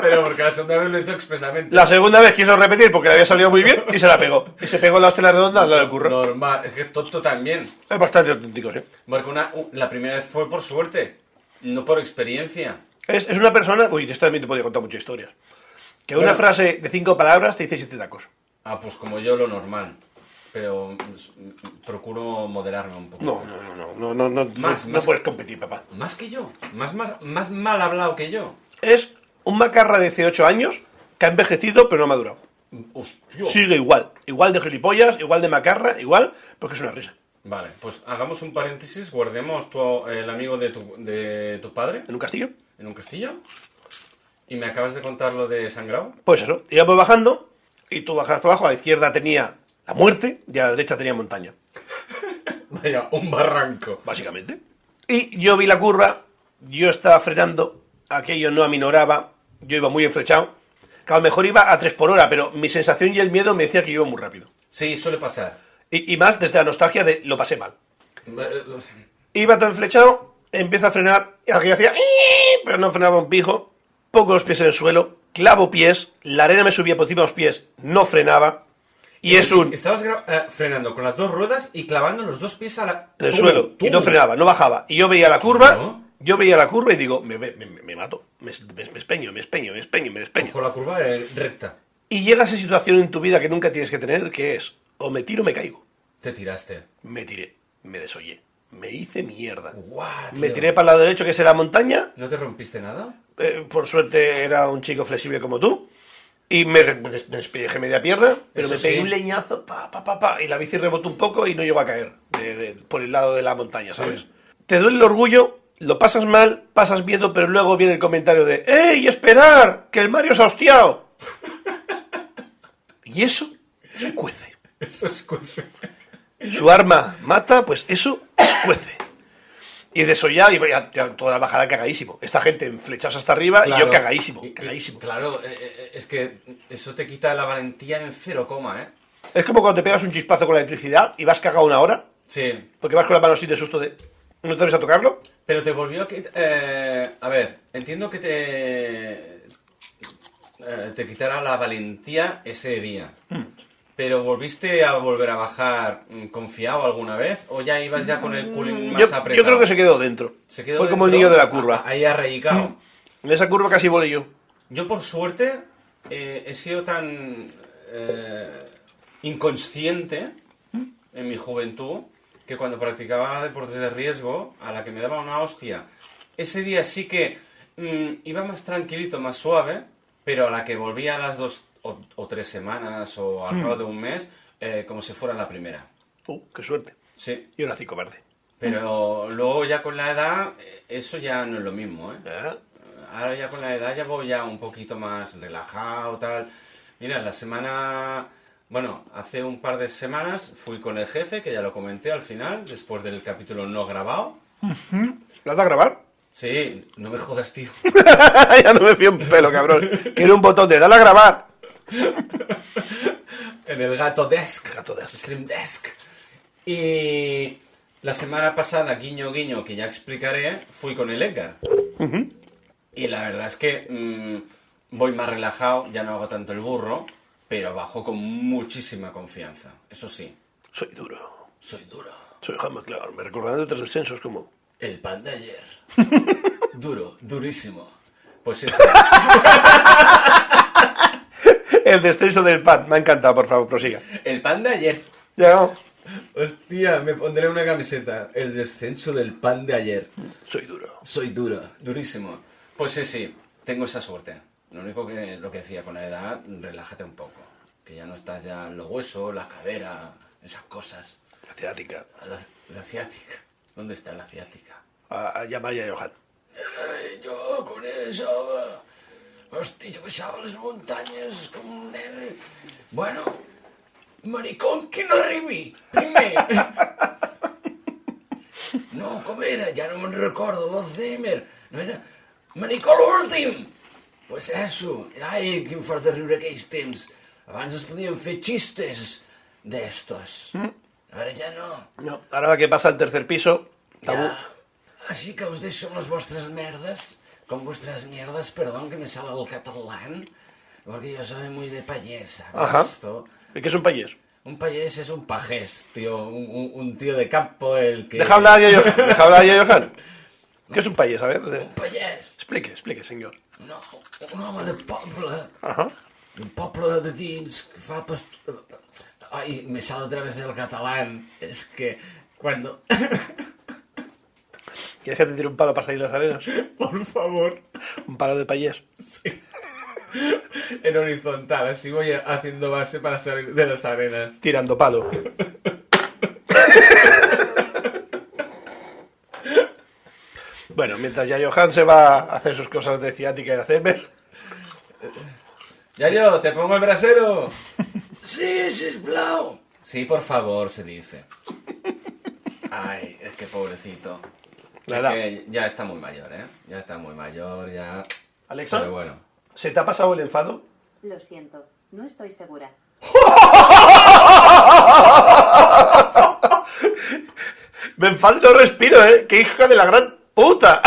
[SPEAKER 2] Pero porque la segunda vez lo hizo expresamente.
[SPEAKER 1] La segunda vez quiso repetir porque le había salido muy bien y se la pegó. Y se pegó la hostia en la redonda al lado del curro.
[SPEAKER 2] Normal. Es que tonto también.
[SPEAKER 1] Es bastante auténtico, sí.
[SPEAKER 2] Porque una, u- la primera vez fue por suerte, no por experiencia.
[SPEAKER 1] Es, es una persona... Uy, de esto también te podía contar muchas historias. Que una
[SPEAKER 2] Bueno.
[SPEAKER 1] frase de cinco palabras te dice siete tacos.
[SPEAKER 2] Ah, pues como yo lo normal. Pero mm, procuro moderarme un poco.
[SPEAKER 1] No, no, no, no, no, no, no,
[SPEAKER 2] Más,
[SPEAKER 1] no
[SPEAKER 2] más.
[SPEAKER 1] puedes competir, papá.
[SPEAKER 2] Más que yo. Más, más, más mal hablado que yo.
[SPEAKER 1] Es un macarra de 18 años que ha envejecido pero no ha madurado.
[SPEAKER 2] Hostia.
[SPEAKER 1] Sigue igual. Igual de gilipollas, igual de macarra, igual, porque es una risa.
[SPEAKER 2] Vale, pues hagamos un paréntesis. Guardemos tu- el amigo de tu, de tu padre
[SPEAKER 1] ¿En un castillo?
[SPEAKER 2] en un castillo. Y me acabas de contar lo de Sangrao.
[SPEAKER 1] Pues eso. Íbamos bajando y tú bajas para abajo. A la izquierda tenía la muerte y a la derecha tenía montaña,
[SPEAKER 2] Vaya, un barranco.
[SPEAKER 1] básicamente. Y yo vi la curva, yo estaba frenando, aquello no aminoraba, yo iba muy enflechado. Que a lo mejor iba a 3 por hora, pero mi sensación y el miedo me decía que yo iba muy rápido.
[SPEAKER 2] Sí, suele pasar.
[SPEAKER 1] Y, y más desde la nostalgia de lo pasé mal.
[SPEAKER 2] Eh,
[SPEAKER 1] Iba tan flechado, empieza a frenar, y aquello hacía, "Ii", pero no frenaba un pijo. Pongo los pies en el suelo, clavo pies, la arena me subía por encima de los pies, no frenaba. Y es un
[SPEAKER 2] Estabas gra- eh, frenando con las dos ruedas y clavando los dos pies a la...
[SPEAKER 1] en el
[SPEAKER 2] Tú,
[SPEAKER 1] suelo,
[SPEAKER 2] tú.
[SPEAKER 1] y no frenaba, no bajaba. Y yo veía la curva,
[SPEAKER 2] Claro.
[SPEAKER 1] yo veía la curva y digo, me, me- me- me mato, me, me- me espeño, me espeño, me espeño, me despeño.
[SPEAKER 2] Con la curva eh, recta.
[SPEAKER 1] Y llega esa situación en tu vida que nunca tienes que tener, que es, o me tiro o me caigo.
[SPEAKER 2] Te tiraste.
[SPEAKER 1] Me tiré, me desollé, me hice mierda.
[SPEAKER 2] Guau, tío.
[SPEAKER 1] Me tiré para el lado derecho, que es la montaña,
[SPEAKER 2] ¿No te rompiste nada?
[SPEAKER 1] Eh, por suerte era un chico flexible como tú. Y me, des- me des- me despellejé media pierna, pero
[SPEAKER 2] Eso
[SPEAKER 1] me pegué
[SPEAKER 2] sí.
[SPEAKER 1] un leñazo, pa, pa, pa, pa, y la bici rebotó un poco y no llegó a caer de- de- por el lado de la montaña, ¿sabes? Te duele el orgullo, lo pasas mal, pasas miedo, pero luego viene el comentario de ¡Ey, esperar! ¡Que el Mario se ha hostiado! [LAUGHS] y eso, [LAUGHS] eso cuece.
[SPEAKER 2] Eso es cuece.
[SPEAKER 1] Su arma mata, pues eso cuece. Y desollado, y vaya, ya toda la bajada cagadísimo. Esta gente en flechas hasta arriba y yo cagadísimo,
[SPEAKER 2] Y- y-
[SPEAKER 1] cagadísimo.
[SPEAKER 2] Claro, eh, eh, es que eso te quita la valentía en cero coma, ¿eh?
[SPEAKER 1] Es como cuando te pegas un chispazo con la electricidad y vas cagado una hora,
[SPEAKER 2] Sí.
[SPEAKER 1] porque vas con la mano así de susto de. ¿No te atreves a tocarlo?
[SPEAKER 2] Pero te volvió a quitar... a ver, entiendo que
[SPEAKER 1] Hmm.
[SPEAKER 2] te... eh, te quitará la valentía ese día. ¿Pero volviste a volver a bajar mm, confiado alguna vez? ¿O ya ibas ya con el culín
[SPEAKER 1] Mm, Yo,
[SPEAKER 2] Mm. más
[SPEAKER 1] yo
[SPEAKER 2] apretado?
[SPEAKER 1] creo que se quedó dentro.
[SPEAKER 2] Se quedó
[SPEAKER 1] Fue como el
[SPEAKER 2] dentro,
[SPEAKER 1] niño
[SPEAKER 2] Ah,
[SPEAKER 1] de la
[SPEAKER 2] a-
[SPEAKER 1] curva. Hmm.
[SPEAKER 2] a- Ahí arraigado.
[SPEAKER 1] En esa curva casi volé yo.
[SPEAKER 2] Yo, por suerte, eh, he sido tan eh, inconsciente en mi juventud que cuando practicaba deportes de riesgo, a la que me daba una hostia, ese día sí que mm, iba más tranquilito, más suave, pero a la que volvía a las dos o, o tres semanas o al cabo de un mes, eh, como si fuera la primera.
[SPEAKER 1] Oh, qué suerte.
[SPEAKER 2] Sí,
[SPEAKER 1] Yo nací cobarde.
[SPEAKER 2] pero luego ya con la edad, eh, eso ya no es lo mismo, ¿eh?
[SPEAKER 1] Ah,
[SPEAKER 2] Ahora ya con la edad ya voy ya un poquito más relajado, tal. Mira, la semana... Bueno, hace un par de semanas fui con el jefe, que ya lo comenté al final, después del capítulo no grabado.
[SPEAKER 1] ¿Lo has dado a grabar? [LAUGHS]
[SPEAKER 2] Sí, no me jodas, tío.
[SPEAKER 1] ya no me fío un pelo, cabrón. Quiero un botón de dale a grabar.
[SPEAKER 2] En el gato desk.
[SPEAKER 1] Gato desk.
[SPEAKER 2] Stream desk. Y la semana pasada, guiño guiño, que ya explicaré, fui con el Edgar. Y la verdad es que mm, voy más relajado, ya no hago tanto el burro, pero bajo con muchísima confianza. Eso sí,
[SPEAKER 1] Soy duro.
[SPEAKER 2] soy duro.
[SPEAKER 1] Soy Juan McLeod. Me recordando otros descensos como...
[SPEAKER 2] El pan de [LAUGHS] ayer. Duro, durísimo. Pues eso.
[SPEAKER 1] [LAUGHS] El descenso del pan. Me ha encantado, por favor, prosiga.
[SPEAKER 2] El pan de ayer.
[SPEAKER 1] Ya vamos.
[SPEAKER 2] Hostia, me pondré una camiseta. El descenso del pan de ayer.
[SPEAKER 1] Soy duro.
[SPEAKER 2] Soy duro, durísimo. Pues sí, sí, tengo esa suerte. Lo único que lo que decía con la edad, relájate un poco. Que ya no estás ya en los huesos, la cadera, esas cosas.
[SPEAKER 1] Asiática.
[SPEAKER 2] A La, la ciática. ¿Dónde está la ciática?
[SPEAKER 1] A, a Yamaya y a Johan.
[SPEAKER 2] Ay, yo con él estaba. Hostia, yo besaba las montañas con él. Bueno, maricón que no arribi. Dime. No, ¿cómo era? Ya no me recuerdo. Los Zimmer. No era. Maricón últim. Pues eso. Ai, quin fort de riure aquells temps. Abans es podien fer xistes d'estos. Ara ja no.
[SPEAKER 1] No. Ahora que pasa al tercer piso... Tabú.
[SPEAKER 2] Ya. Así que os deixo amb les vostres merdes, con vuestras mierdas, perdón que me salga el catalán, porque yo soy muy de payés, ¿sabes?
[SPEAKER 1] Ajá.
[SPEAKER 2] Esto-
[SPEAKER 1] ¿Y ¿Qué es un payés?
[SPEAKER 2] Un payés es un pajés, tío, un, un- un tío de campo el que...
[SPEAKER 1] Deja hablar a Yaya Johan. Deja hablar a Yaya Johan. ¿Qué es un payés? A ver. de-
[SPEAKER 2] Un payés,
[SPEAKER 1] Explique, explique, señor.
[SPEAKER 2] un, ho- un home de poble,
[SPEAKER 1] Ajá.
[SPEAKER 2] un poble de dins que fa... Post... Ay, me sale otra vez el catalán, es que cuando... [COUGHS]
[SPEAKER 1] ¿Quieres que te tire un palo para salir de las arenas?
[SPEAKER 2] Por favor.
[SPEAKER 1] Un palo de payés.
[SPEAKER 2] En horizontal, así voy haciendo base para salir de las arenas.
[SPEAKER 1] Tirando palo. [LAUGHS] bueno, mientras ya Johan se va a hacer sus cosas de ciática y de Alzheimer,
[SPEAKER 2] Ya yo, te pongo el brasero. [LAUGHS] Sí, sí, blau. Sí, por favor, se dice. Ay, es que pobrecito.
[SPEAKER 1] La
[SPEAKER 2] Es
[SPEAKER 1] edad.
[SPEAKER 2] que ya está muy mayor, ¿eh? Ya está muy mayor, ya.
[SPEAKER 1] Alexa.
[SPEAKER 2] Pero bueno.
[SPEAKER 1] ¿se te ha pasado el enfado?
[SPEAKER 4] Lo siento, no estoy segura.
[SPEAKER 1] Me enfado y no respiro, ¿eh? ¡Qué hija de la gran puta!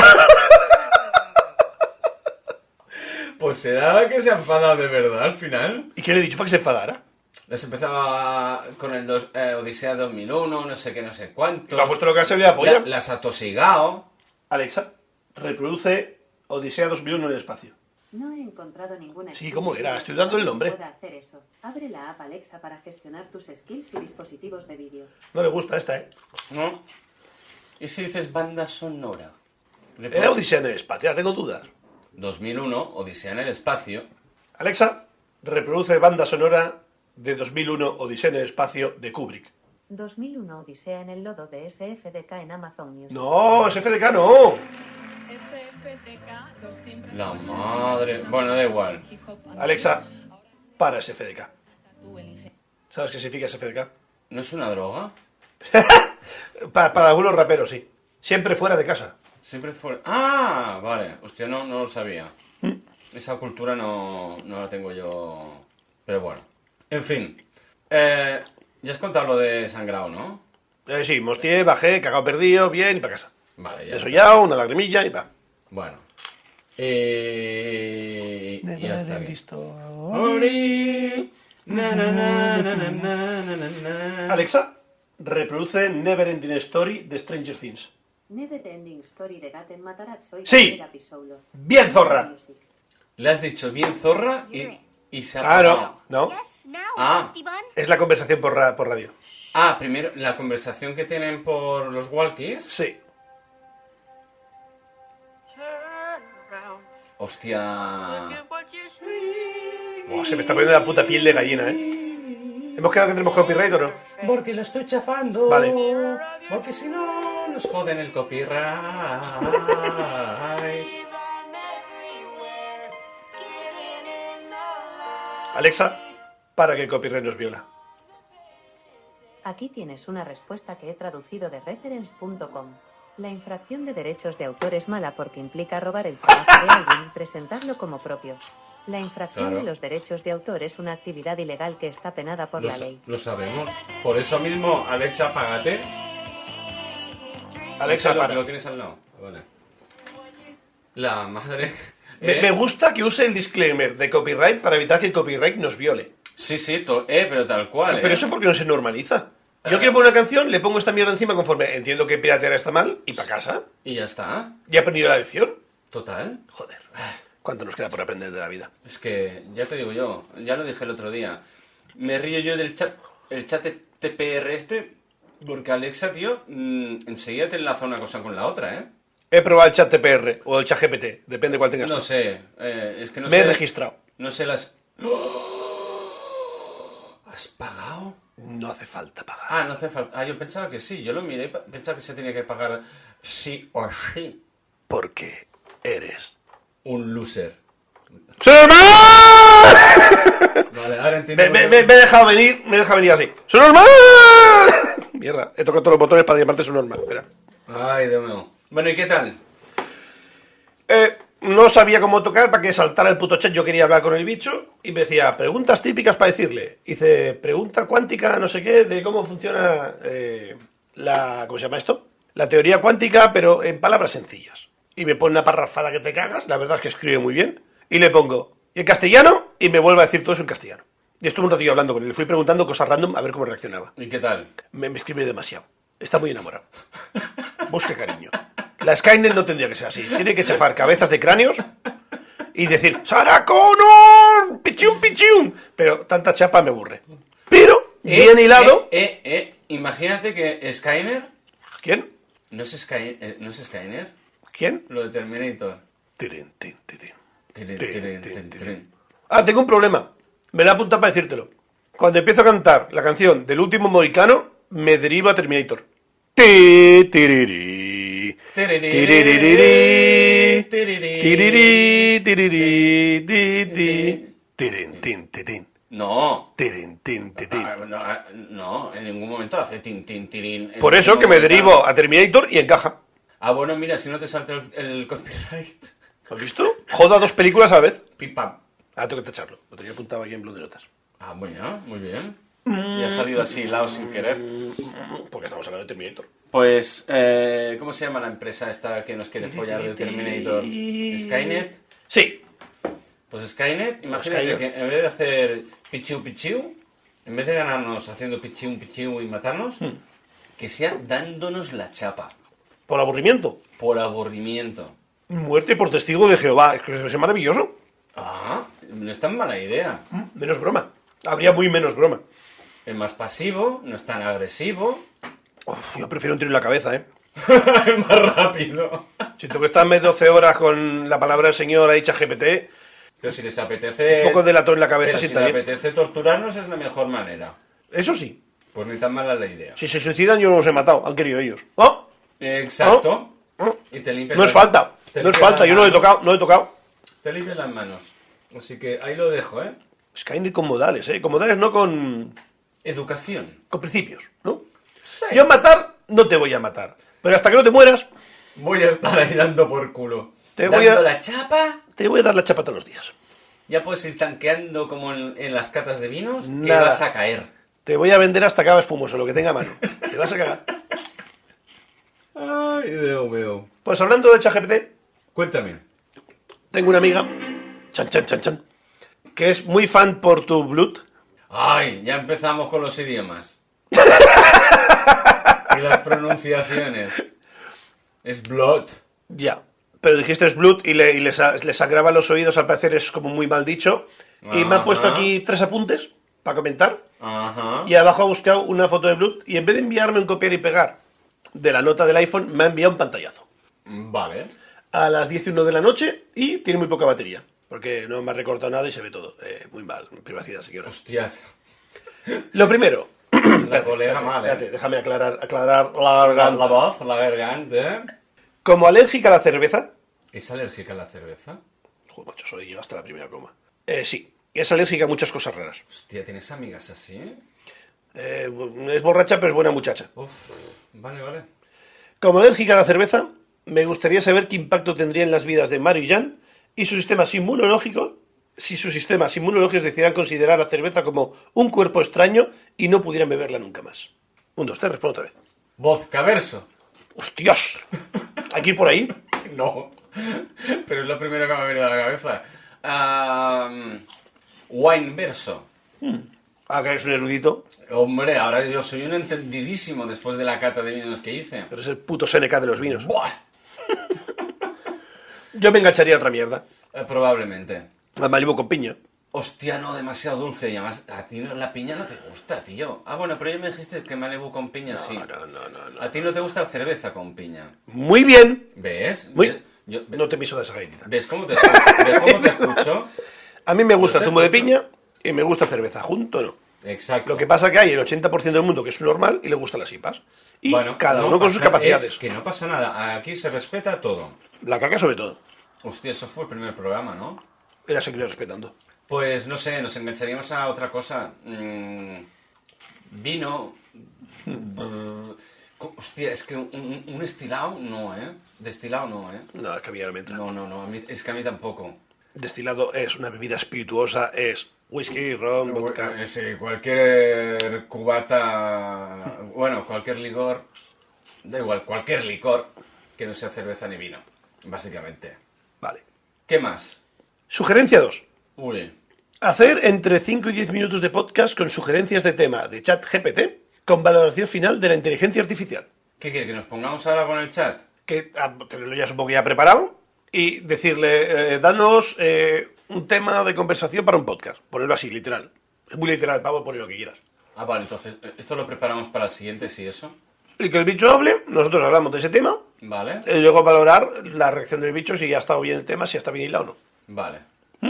[SPEAKER 2] Pues se daba que se ha enfadado de verdad al final.
[SPEAKER 1] [LAUGHS] ¿Y qué le he dicho para que se enfadara?
[SPEAKER 2] Les empezaba con el dos- eh, Odisea 2001, no sé qué, no sé cuánto.
[SPEAKER 1] Le ha puesto lo que se le apoya.
[SPEAKER 2] La- las ha tosigado.
[SPEAKER 1] Alexa, reproduce Odisea 2001 en el espacio.
[SPEAKER 4] No he encontrado ninguna.
[SPEAKER 1] Sí,
[SPEAKER 4] skill
[SPEAKER 1] ¿cómo era?
[SPEAKER 4] que
[SPEAKER 1] Estoy dando el nombre.
[SPEAKER 4] pueda hacer eso. Abre la app Alexa para gestionar tus skills y dispositivos de vídeo.
[SPEAKER 1] No le gusta esta, ¿eh?
[SPEAKER 2] ¿No? ¿Y si dices banda sonora?
[SPEAKER 1] Era Odisea en el espacio, ya tengo dudas.
[SPEAKER 2] 2001, Odisea en el espacio.
[SPEAKER 1] Alexa, reproduce banda sonora de 2001 Odisea en el espacio de Kubrick.
[SPEAKER 4] 2001 Odisea en el lodo de SFDK en Amazon Music.
[SPEAKER 1] No, es FDK no.
[SPEAKER 5] SFTK, los siempre-
[SPEAKER 2] La madre. Bueno, da igual.
[SPEAKER 1] Alexa, para ese FDK.
[SPEAKER 5] Tú elige.
[SPEAKER 1] ¿Sabes qué significa ese FDK?
[SPEAKER 2] ¿No es una droga?
[SPEAKER 1] Pa- para algunos raperos, sí. Siempre fuera de casa.
[SPEAKER 2] Siempre fue... ¡Ah! Vale. Hostia, no, no lo sabía. Esa cultura no, no la tengo yo... Pero bueno. En fin. Eh, ya has contado lo de sangrado, ¿no?
[SPEAKER 1] Eh, sí, mostié, bajé, cagado perdido, bien, y para casa.
[SPEAKER 2] Vale, ya. está.
[SPEAKER 1] Desollado, una lagrimilla y va.
[SPEAKER 2] Bueno. Eh, y ya está bien.
[SPEAKER 1] Listo.
[SPEAKER 2] Morí, Na, na, na, na, na, na, na, na.
[SPEAKER 1] Alexa, reproduce Never Ending Story de Stranger Things.
[SPEAKER 4] Never Ending Story de Gaten Matarazzo y
[SPEAKER 1] Sí.
[SPEAKER 4] Gabriela Pisoulo.
[SPEAKER 1] Bien, zorra.
[SPEAKER 2] Le has dicho bien zorra y, y se ha
[SPEAKER 1] Claro,
[SPEAKER 2] parado.
[SPEAKER 1] ¿no?
[SPEAKER 5] Yes, now,
[SPEAKER 2] Ah.
[SPEAKER 5] Rusty Bun.
[SPEAKER 1] Es la conversación por, ra- por radio.
[SPEAKER 2] Ah, primero, la conversación que tienen por los walkies.
[SPEAKER 1] Sí.
[SPEAKER 6] Turn around. Look
[SPEAKER 2] Hostia.
[SPEAKER 6] at what you see.
[SPEAKER 1] Buah, se me está poniendo la puta piel de gallina, ¿eh? ¿Hemos quedado que tenemos copyright o no?
[SPEAKER 2] Porque lo estoy chafando.
[SPEAKER 1] Vale.
[SPEAKER 2] Porque si no, nos joden el copyright.
[SPEAKER 5] I'm everywhere, getting in the light.
[SPEAKER 1] Alexa, para que el copyright nos viola.
[SPEAKER 4] Aquí tienes una respuesta que he traducido de reference.com. La infracción de derechos de autor es mala porque implica robar el trabajo de alguien y presentarlo como propio. La infracción
[SPEAKER 2] Claro.
[SPEAKER 4] de los derechos de autor es una actividad ilegal que está penada por
[SPEAKER 2] Lo,
[SPEAKER 4] la
[SPEAKER 2] sa-
[SPEAKER 4] ley.
[SPEAKER 2] lo sabemos. Por eso mismo, Alexa, apágate.
[SPEAKER 1] Alexa,
[SPEAKER 2] Ese lo-
[SPEAKER 1] para.
[SPEAKER 2] Lo tienes al lado. Vale. La madre.
[SPEAKER 1] Me,
[SPEAKER 2] ¿Eh?
[SPEAKER 1] me gusta que use el disclaimer de copyright para evitar que el copyright nos viole.
[SPEAKER 2] Sí, sí, to- eh, pero tal cual.
[SPEAKER 1] Pero
[SPEAKER 2] eh.
[SPEAKER 1] eso porque no se normaliza. Yo quiero poner una canción, le pongo esta mierda encima conforme entiendo que piratear está mal y para casa.
[SPEAKER 2] Y ya está.
[SPEAKER 1] Ya he aprendido la lección.
[SPEAKER 2] Total.
[SPEAKER 1] Joder, ¿cuánto nos queda por aprender de la vida?
[SPEAKER 2] Es que, ya te digo yo, ya lo dije el otro día. Me río yo del chat, el chat TPR este, porque Alexa, tío, mm, enseguida te enlaza una cosa con la otra, ¿eh?
[SPEAKER 1] He probado el chat TPR o el chat GPT, depende cuál tengas.
[SPEAKER 2] No
[SPEAKER 1] tú.
[SPEAKER 2] sé, eh, es que no
[SPEAKER 1] Me
[SPEAKER 2] sé.
[SPEAKER 1] he registrado.
[SPEAKER 2] No sé las. [GASPS] ¿Has pagado?
[SPEAKER 1] No hace falta pagar.
[SPEAKER 2] Ah, no hace falta. Ah, yo pensaba que sí, yo lo miré, y pa- pensaba que se tenía que pagar sí o sí.
[SPEAKER 1] Porque eres.
[SPEAKER 2] Un loser.
[SPEAKER 1] ¡Superman! [LAUGHS]
[SPEAKER 2] Vale, ahora entiendo.
[SPEAKER 1] Me, me-
[SPEAKER 2] por
[SPEAKER 1] me-
[SPEAKER 2] qué-
[SPEAKER 1] me he dejado venir, me he dejado venir así. ¡Son normal! [LAUGHS] Mierda, he tocado todos los botones para llamarte su normal. Espera.
[SPEAKER 2] Ay, Dios mío. Bueno, ¿y qué tal?
[SPEAKER 1] Eh, no sabía cómo tocar para que saltara el puto chat. Yo quería hablar con el bicho y me decía preguntas típicas para decirle. Hice pregunta cuántica, no sé qué, de cómo funciona eh, la. ¿Cómo se llama esto? La teoría cuántica, pero en palabras sencillas. Y me pone una parrafada que te cagas. La verdad es que escribe muy bien. Y le pongo, ¿y en castellano? Y me vuelve a decir todo eso en castellano. Y estuve un ratillo hablando con él. Le fui preguntando cosas random a ver cómo reaccionaba.
[SPEAKER 2] ¿Y qué tal?
[SPEAKER 1] Me, me escribe demasiado. Está muy enamorado. Busca cariño. La Skynet no tendría que ser así. Tiene que chafar cabezas de cráneos y decir ¡Sara Connor! ¡Pichum, pichum! Pero tanta chapa me aburre. Pero, bien
[SPEAKER 2] Eh,
[SPEAKER 1] hilado.
[SPEAKER 2] Eh, eh, eh, imagínate que Skyner.
[SPEAKER 1] ¿Quién?
[SPEAKER 2] ¿No es, Sky, eh, ¿No es Skyner?
[SPEAKER 1] ¿Quién?
[SPEAKER 2] Lo de Terminator.
[SPEAKER 1] Tirín, tin, tin, tin.
[SPEAKER 2] Tirin,
[SPEAKER 1] Tin,
[SPEAKER 2] tirin,
[SPEAKER 1] tin,
[SPEAKER 2] tin,
[SPEAKER 1] tin.
[SPEAKER 2] tirin.
[SPEAKER 1] Ah, tengo un problema. Me la he apuntado para decírtelo. Cuando empiezo a cantar la canción del último mohicano, me deriva a Terminator. Ti, tiriri.
[SPEAKER 2] Tiriri.
[SPEAKER 1] Tiririri.
[SPEAKER 2] Tiriri.
[SPEAKER 1] Tiriri, tiriri, ti, ti.
[SPEAKER 2] Ti.
[SPEAKER 1] Tirin, tin, ti, tin.
[SPEAKER 2] No.
[SPEAKER 1] Tirin, tin, ti, tin.
[SPEAKER 2] Ah, no. ah, No, en ningún momento hace tin, tin, tirin.
[SPEAKER 1] Por
[SPEAKER 2] En
[SPEAKER 1] eso
[SPEAKER 2] ningún
[SPEAKER 1] que me
[SPEAKER 2] momento.
[SPEAKER 1] derivo a Terminator y encaja.
[SPEAKER 2] Ah, bueno, mira, si no te salta el, el copyright. [LAUGHS]
[SPEAKER 1] ¿Has visto? Jodo a dos películas a la vez.
[SPEAKER 2] Pipa.
[SPEAKER 1] Ah, tengo que tacharlo. Lo tenía apuntado aquí en blog de notas.
[SPEAKER 2] Ah, bueno, muy bien. Y ha salido así, lao sin querer.
[SPEAKER 1] Porque estamos hablando de Terminator.
[SPEAKER 2] Pues, eh, ¿cómo se llama la empresa esta que nos quiere follar de Terminator? Skynet.
[SPEAKER 1] Sí.
[SPEAKER 2] Pues Skynet, imagínate
[SPEAKER 1] Skynet.
[SPEAKER 2] que en vez de hacer pichiu pichiu, en vez de ganarnos haciendo pichiu pichiu y matarnos,
[SPEAKER 1] Hmm.
[SPEAKER 2] que sea dándonos la chapa
[SPEAKER 1] Por aburrimiento.
[SPEAKER 2] por aburrimiento.
[SPEAKER 1] Muerte por testigo de Jehová. Es que es maravilloso.
[SPEAKER 2] Ah, no es tan mala idea.
[SPEAKER 1] Menos broma. Habría muy menos broma.
[SPEAKER 2] Es más pasivo, no es
[SPEAKER 1] [LAUGHS]
[SPEAKER 2] tan agresivo,
[SPEAKER 1] Uf, yo prefiero un tiro en la cabeza, ¿eh?
[SPEAKER 2] es más rápido.
[SPEAKER 1] Siento que estarme 12 horas con la palabra del señor ahí GPT,
[SPEAKER 2] Pero si les apetece.
[SPEAKER 1] Un poco de latón en la cabeza
[SPEAKER 2] Eh, pero si
[SPEAKER 1] sienta
[SPEAKER 2] les
[SPEAKER 1] bien.
[SPEAKER 2] apetece torturarnos es la mejor manera.
[SPEAKER 1] Eso sí.
[SPEAKER 2] Pues ni tan mala la idea.
[SPEAKER 1] Si se suicidan, yo no los he matado. Han querido ellos. ¿No?
[SPEAKER 2] Exacto.
[SPEAKER 1] ¿No?
[SPEAKER 2] Y te limpias
[SPEAKER 1] No es
[SPEAKER 2] las-
[SPEAKER 1] falta.
[SPEAKER 2] te
[SPEAKER 1] No es
[SPEAKER 2] limpias
[SPEAKER 1] falta.
[SPEAKER 2] las
[SPEAKER 1] Yo no lo he
[SPEAKER 2] manos.
[SPEAKER 1] tocado. No lo he tocado.
[SPEAKER 2] Te limpias las manos. Así que ahí lo dejo, ¿eh?
[SPEAKER 1] Skynet con modales, ¿eh? Con modales, no con,
[SPEAKER 2] Educación.
[SPEAKER 1] con principios, ¿no?
[SPEAKER 2] Sí.
[SPEAKER 1] Yo matar, no te voy a matar. Pero hasta que no te mueras,
[SPEAKER 2] Voy a estar ahí dando por culo.
[SPEAKER 1] Te
[SPEAKER 2] dando
[SPEAKER 1] voy a-
[SPEAKER 2] la chapa.
[SPEAKER 1] te voy a dar la chapa todos los días.
[SPEAKER 2] Ya puedes ir tanqueando como en, en las catas de vinos que
[SPEAKER 1] Nada.
[SPEAKER 2] vas a caer.
[SPEAKER 1] Te voy a vender hasta que hagas fumoso, lo que tenga a mano. Te vas a cagar.
[SPEAKER 2] Ay, Dios mío.
[SPEAKER 1] Pues hablando de ChatGPT,
[SPEAKER 2] Cuéntame.
[SPEAKER 1] tengo una amiga, chan, chan, chan, chan, que es muy fan por tu blood.
[SPEAKER 2] Ay, ya empezamos con los idiomas. y las pronunciaciones. Es blood.
[SPEAKER 1] Ya. Pero dijiste es blood y, le, y les, a- les agrava los oídos, al parecer es como muy mal dicho. Y me han puesto
[SPEAKER 2] Ajá.
[SPEAKER 1] aquí tres apuntes para comentar.
[SPEAKER 2] Ajá.
[SPEAKER 1] Y abajo ha buscado una foto de blood y en vez de enviarme un copiar y pegar de la nota del iPhone, me ha enviado un pantallazo.
[SPEAKER 2] Vale.
[SPEAKER 1] A las 11 de la noche y tiene muy poca batería. Porque no me ha recortado nada y se ve todo. Eh, muy mal, privacidad, señora.
[SPEAKER 2] Hostias.
[SPEAKER 1] Lo primero.
[SPEAKER 2] [COUGHS] La colega mal,
[SPEAKER 1] Espérate,
[SPEAKER 2] ¿eh?
[SPEAKER 1] déjame aclarar, aclarar la
[SPEAKER 2] La,
[SPEAKER 1] garganta.
[SPEAKER 2] la voz, la garganta.
[SPEAKER 1] Como alérgica a la cerveza,
[SPEAKER 2] ¿Es alérgica a la cerveza?
[SPEAKER 1] Joder, macho, soy llega hasta la primera coma. Eh, sí, es alérgica a muchas cosas raras.
[SPEAKER 2] Hostia, ¿tienes amigas así?
[SPEAKER 1] Eh, es borracha, pero es buena muchacha.
[SPEAKER 2] Uf. Vale, vale.
[SPEAKER 1] Como alérgica a la cerveza, me gustaría saber qué impacto tendría en las vidas de Mario y Jan y sus sistemas inmunológicos si sus sistemas inmunológicos decidieran considerar la cerveza como un cuerpo extraño y no pudieran beberla nunca más. Un, dos, tres, respondo otra vez.
[SPEAKER 2] Vodka verso.
[SPEAKER 1] ¡Hostias! Aquí por ahí.
[SPEAKER 2] No. Pero es lo primero que me ha venido a la cabeza. Am, wine verso.
[SPEAKER 1] Ah, que es un erudito.
[SPEAKER 2] Hombre, ahora yo soy un entendidísimo después de la cata de vinos que hice.
[SPEAKER 1] Pero es el puto Seneca de los vinos.
[SPEAKER 2] Buah.
[SPEAKER 1] Yo me engancharía a otra mierda.
[SPEAKER 2] Eh, probablemente.
[SPEAKER 1] Al Malibu con piña.
[SPEAKER 2] Hostia, no, demasiado dulce. Y además, a ti no- la piña no te gusta, tío. Ah, bueno, pero ya me dijiste que Malibu con piña sí.
[SPEAKER 1] No, no, no, no, no.
[SPEAKER 2] A ti no te gusta la cerveza con piña.
[SPEAKER 1] Muy bien.
[SPEAKER 2] ¿Ves?
[SPEAKER 1] Muy-
[SPEAKER 2] ¿Ves? Yo-
[SPEAKER 1] No te piso de esa galletita.
[SPEAKER 2] ¿Ves cómo te escucho? ¿Ves cómo te escucho?
[SPEAKER 1] A mí me gusta
[SPEAKER 2] Perfecto.
[SPEAKER 1] zumo de piña y me gusta cerveza, junto no.
[SPEAKER 2] Exacto.
[SPEAKER 1] Lo que pasa que hay el 80% del mundo que es normal y le gustan las IPAs. Y cada
[SPEAKER 2] no
[SPEAKER 1] uno con sus
[SPEAKER 2] pasa-
[SPEAKER 1] capacidades.
[SPEAKER 2] es que no pasa nada. Aquí se respeta todo.
[SPEAKER 1] La caca sobre todo.
[SPEAKER 2] Hostia, eso fue el primer programa, ¿no?
[SPEAKER 1] Y la seguiré respetando.
[SPEAKER 2] Pues no sé, nos engancharíamos a otra cosa. Mm, [LAUGHS] vino. brr, co- Hostia, es que un, un- un estilado no, ¿eh? Destilado no, ¿eh?
[SPEAKER 1] No, es que a mí ya no me entra.
[SPEAKER 2] No, no, no, a mí- es que a mí tampoco.
[SPEAKER 1] Destilado es una bebida espirituosa, es whisky, ron, vodka.
[SPEAKER 2] Eh, Sí, cualquier cubata, bueno, cualquier licor, da igual, cualquier licor que no sea cerveza ni vino, básicamente.
[SPEAKER 1] Vale.
[SPEAKER 2] ¿Qué más?
[SPEAKER 1] Sugerencia 2.
[SPEAKER 2] Uy,
[SPEAKER 1] Hacer entre 5 y 10 minutos de podcast con sugerencias de tema de chat GPT con valoración final de la inteligencia artificial.
[SPEAKER 2] ¿qué quiere? ¿Que nos pongamos ahora con el chat?
[SPEAKER 1] que ah, tenerlo ya supongo que ya preparado y decirle, eh, danos eh, un tema de conversación para un podcast. Ponerlo así, literal. Es muy literal, pavo, poner lo que quieras.
[SPEAKER 2] Ah, vale, entonces, eh, esto lo preparamos para el siguiente, si eso.
[SPEAKER 1] Y que el bicho hable, nosotros hablamos de ese tema,
[SPEAKER 2] Vale,
[SPEAKER 1] y luego valorar la reacción del bicho, si ha estado bien el tema, si está bien hilado o no.
[SPEAKER 2] vale,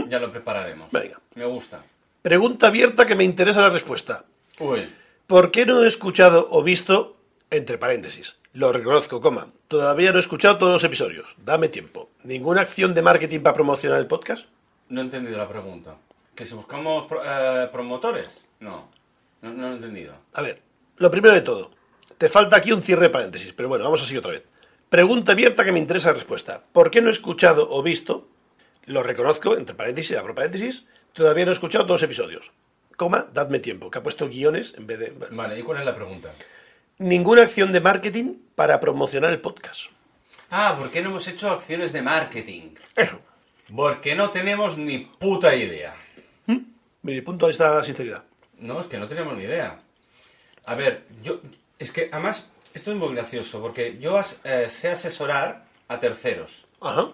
[SPEAKER 2] ya lo prepararemos.
[SPEAKER 1] Venga.
[SPEAKER 2] Me gusta.
[SPEAKER 1] Pregunta abierta que me interesa la respuesta.
[SPEAKER 2] Uy,
[SPEAKER 1] ¿Por qué no he escuchado o visto, entre paréntesis, lo reconozco, coma, todavía no he escuchado todos los episodios, dame tiempo, ninguna acción de marketing para promocionar el podcast?
[SPEAKER 2] no he entendido la pregunta. ¿Que si buscamos pro- eh, promotores? No, no, no lo he entendido.
[SPEAKER 1] A ver, lo primero de todo, te falta aquí un cierre de paréntesis, pero bueno, vamos así otra vez. Pregunta abierta que me interesa la respuesta. ¿Por qué no he escuchado o visto? Lo reconozco, entre paréntesis, abro paréntesis, todavía no he escuchado todos los episodios. Coma, dadme tiempo, que ha puesto guiones en vez de... bueno.
[SPEAKER 2] Vale, ¿y cuál es la pregunta?
[SPEAKER 1] Ninguna acción de marketing para promocionar el podcast.
[SPEAKER 2] Ah, ¿por qué no hemos hecho acciones de marketing?
[SPEAKER 1] Eso.
[SPEAKER 2] Porque no tenemos ni puta idea.
[SPEAKER 1] Mi punto de vista de la sinceridad.
[SPEAKER 2] No, es que no tenemos ni idea. A ver, yo. Es que además, esto es muy gracioso, porque yo as- eh, sé asesorar a terceros.
[SPEAKER 1] Ajá.